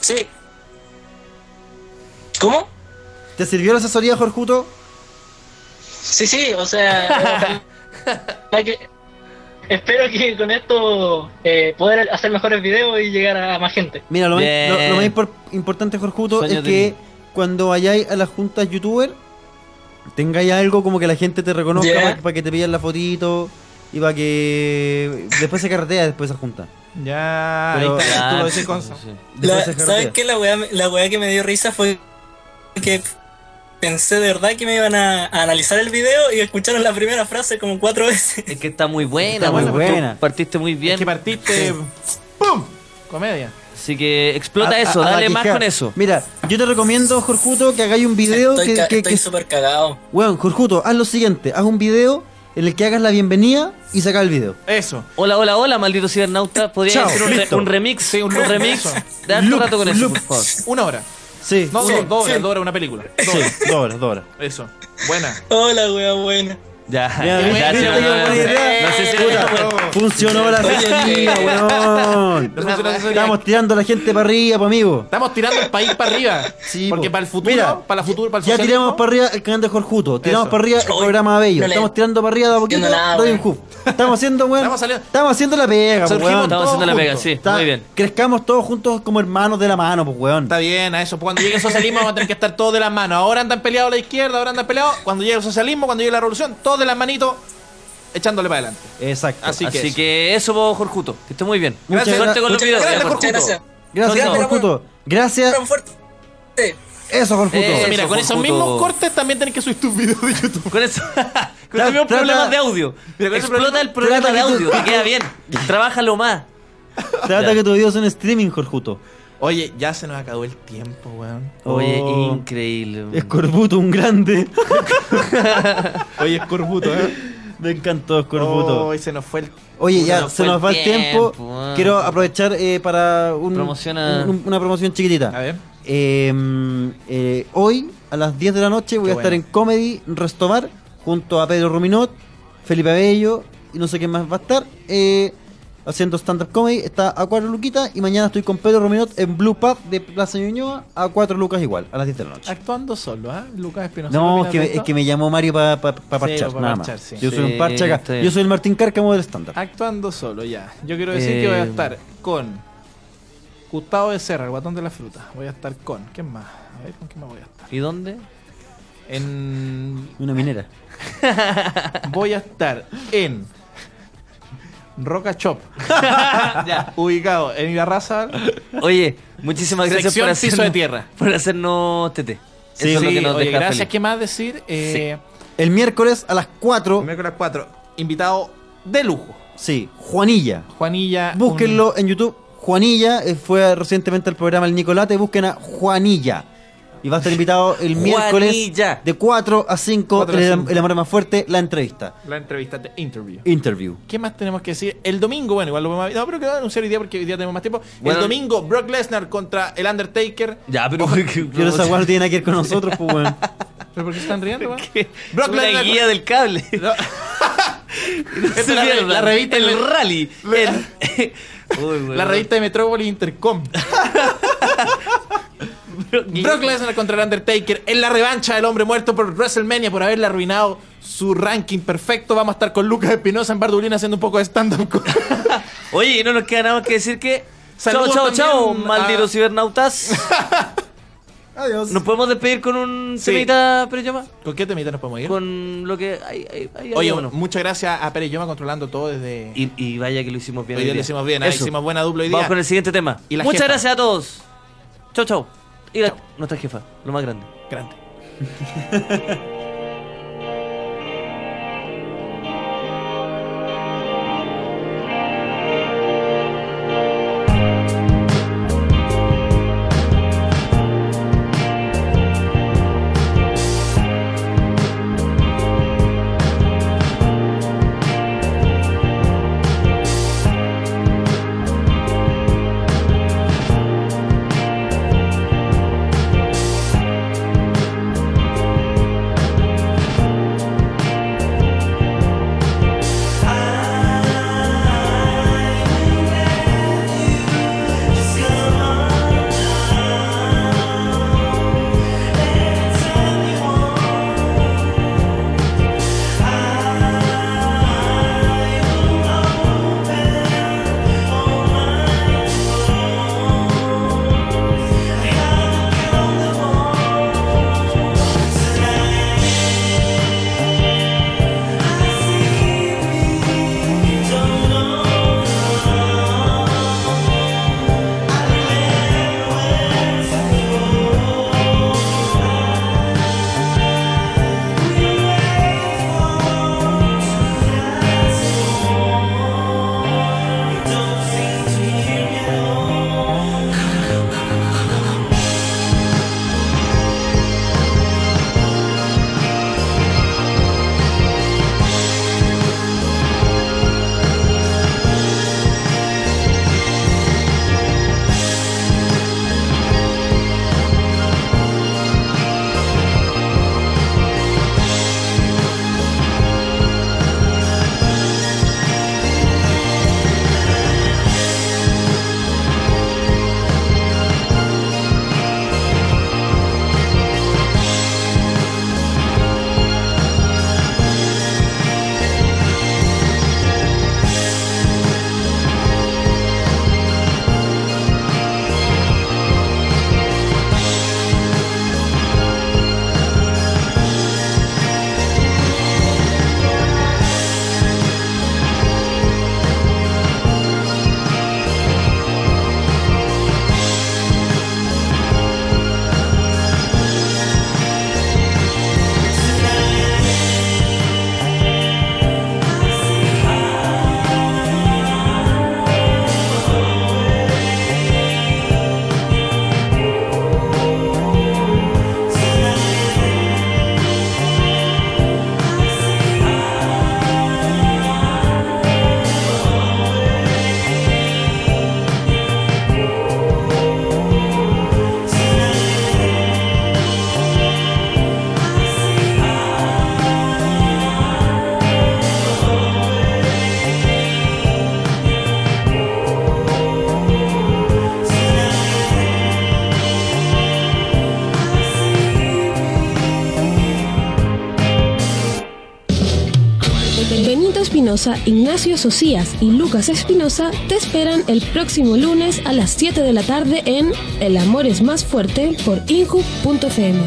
Sí. ¿Cómo?
¿Te sirvió la asesoría, Jorjuto?
Sí, sí, o sea. ojalá que- espero que con esto eh, poder hacer mejores videos y llegar a más gente.
Mira, lo, más-
Bien.
lo- lo más impor- importante, Jorjuto,
Sueño
es
de
que cuando vayáis a las juntas youtuber, tengáis algo como que la gente te reconozca
Ya.
para que te pillan la fotito y para que después se carretea después de esa junta.
Ya,
Pero-
ahí está, tú lo
Ah,
decís con...
sí, sí.
Después
La-
se carretea.
¿Sabes qué? La weá, la weá que me dio risa fue que pensé de verdad que me iban a, a analizar el video y escucharon la primera frase como cuatro veces.
Es que está muy buena,
Está muy
weón. Tú
buena.
Partiste muy bien.
pues, Es que partiste... ¡Pum! Comedia.
Así que explota
A- a-
eso,
a la
dale más
quijada.
con eso.
Mira, yo te recomiendo, Jorjuto, que hagáis un video
estoy
que,
ca-
que-
estoy
que-
súper cagado.
Weón, Jorjuto, haz lo siguiente, haz un video en el que hagas la bienvenida y saca el video.
Eso.
Hola, hola, hola, maldito cibernauta. Podría
Chao,
hacer un, re-
listo.
un remix,
Sí, un
un,
loop.
remix.
Eso.
De harto
Loop,
rato con eso,
loop.
por favor.
Una hora.
Sí,
No,
Sí,
dos, dos horas,
sí.
dos horas, una película. Dos
sí,
horas.
dos horas, dos horas.
Eso. Buena.
Hola, weá, buena.
Ya,
Mira, mira,
gracias,
mira,
weón.
qué buena idea.
No sé si
Puta,
bravo.
Funcionó la asesoría, weón.
No funcionó la asesoría.
Estamos tirando a la gente para arriba, pa' amigo.
Estamos tirando el país para arriba.
Sí,
Porque
po.
para el futuro,
Mira,
para la futuro, para el
Ya
socialismo,
tiramos para arriba el canal de Jorjuto, tiramos
Eso.
para arriba el
Oye,
programa Bello,
no le-
estamos tirando para arriba de a poquito
Entiendo nada,
Radio
weón.
Hub. Estamos haciendo, weón.
Estamos saliendo-
Estamos haciendo la pega, po,
Surgimos
weón.
Estamos
todos
haciendo la pega,
juntos.
sí.
Está-
Muy bien.
Crezcamos todos juntos como hermanos de la mano, pues, weón.
Está bien, eh. a eso. Cuando llegue el socialismo vamos a tener que estar todos de las manos. Ahora andan peleados la izquierda, ahora andan peleados. Cuando llegue el socialismo, cuando llegue la revolución, todos de las manitos echándole para adelante.
Exacto.
Así que
Así
eso.
que eso, po, Jorjuto. Que esté muy bien.
Muchas
Suerte
gra-
con los
muchas
videos.
gracias,
ya,
Jorjuto.
Muchas gracias.
Gracias,
Sonido.
Corcuto. Gracias. Eso, Corcuto.
Eso, Eh, mira, con esos mismos cortes también tenés que subir tus videos de YouTube. Con eso. con los mismos problemas de audio.
Explota el problema
trata
de
que tú-
audio, te queda bien. Trabájalo más.
Trata que tus videos son streaming, Jorjuto.
Oye, ya se nos acabó el tiempo, weón.
Oye,
Oh.
increíble.
Escorbuto, un grande.
Oye, Escorbuto, ¿eh?
Me encantó Escorbuto.
Hoy se nos fue el.
Oye, ya
nos
se
fue
nos
el
va el tiempo.
weón.
Quiero aprovechar eh, para un-
Promociona-
un- una promoción chiquitita.
A ver.
Eh, eh, hoy, a las 10 de la noche, voy
Qué
a estar
bueno.
en Comedy Restobar junto a Pedro Ruminot, Felipe Abello y no sé quién más va a estar. eh, haciendo stand-up comedy. Está a 4 luquitas y mañana estoy con Pedro Ruminot en Blue Pub de Plaza Ñuñoa a 4 lucas igual, a las 10 de la noche.
Actuando solo, ¿ah? Lucas Espinosa.
No,
¿qué
es que,
opinas de
es que
esto?
me llamó Mario
Sí,
para parchar,
pa
nada
parchar,
más.
sí.
Yo soy
Sí,
un parche acá.
está bien.
Yo soy el Martín Cárcamo del estándar.
Actuando solo, ya. Yo quiero decir
Eh,
que voy a estar con Gustavo de Serra, el guatón de la fruta. Voy a estar con. ¿Quién más? A ver, ¿con quién más voy a estar?
¿Y dónde?
En.
Una minera.
Voy a estar en. Roca Chop. Ubicado en Irarraza.
Oye, muchísimas gracias
Sección
por
piso
hacernos,
de tierra.
por hacernos TT. Eso es lo que nos
oye,
deja
gracias.
feliz.
¿Qué más decir? Eh,
El miércoles a las 4.
Miércoles 4. Invitado de lujo.
Sí, Juanilla.
Juanilla.
Búsquenlo en YouTube. Juanilla eh, fue recientemente al programa El Nicolate. Busquen a Juanilla. Y va a estar invitado el miércoles
Juanilla.
de 4 a 5.
Cuatro a
el,
cinco.
el amor más fuerte, la entrevista.
La entrevista de interview.
Interview.
¿Qué más tenemos que decir? El domingo, bueno, igual lo podemos No, pero que voy a anunciar hoy día porque hoy día tenemos más tiempo.
Bueno.
el domingo, Brock Lesnar contra el Undertaker.
Ya, pero.
Pero esa weá no tiene nada que ver con nosotros, pues weón.
¿Pero por qué se están riendo, weón?
Brock
Brock Lesnar.
guía del cable.
Esta es la,
Mierda.
la revista
el
el-
rally.
la,
Uy, weón.
la revista de Metrópolis Intercom. Brock Lesnar contra el Undertaker en la revancha del hombre muerto por WrestleMania por haberle arruinado su ranking perfecto. Vamos a estar con Lucas Espinosa en Bardulina haciendo un poco de stand-up.
Oye, y no nos queda nada más que decir que.
Saludos
chao, chao, chao,
también a-
malditos cibernautas.
Adiós.
Nos podemos despedir con un
Sí.
temita, pero llama.
¿Con qué temita nos podemos ir?
Con lo que. Hay, hay, hay
Oye,
alguno.
muchas gracias a Pérez Yoma controlando todo desde.
Y, y vaya que lo hicimos bien.
Hoy día lo hicimos bien, ah,
Eso.
hicimos buena dupla hoy día.
Vamos con el siguiente tema.
Y la
Muchas
jefa.
gracias a todos. Chau, chau. Y la- nuestra jefa, lo más grande.
Grande.
Benito Espinosa, Ignacio Socias y Lucas Espinosa te esperan el próximo lunes a las 7 de la tarde en El amor es más fuerte por inju.fm.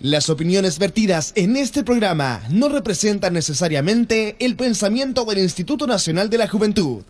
Las opiniones vertidas en este programa no representan necesariamente el pensamiento del Instituto Nacional de la Juventud,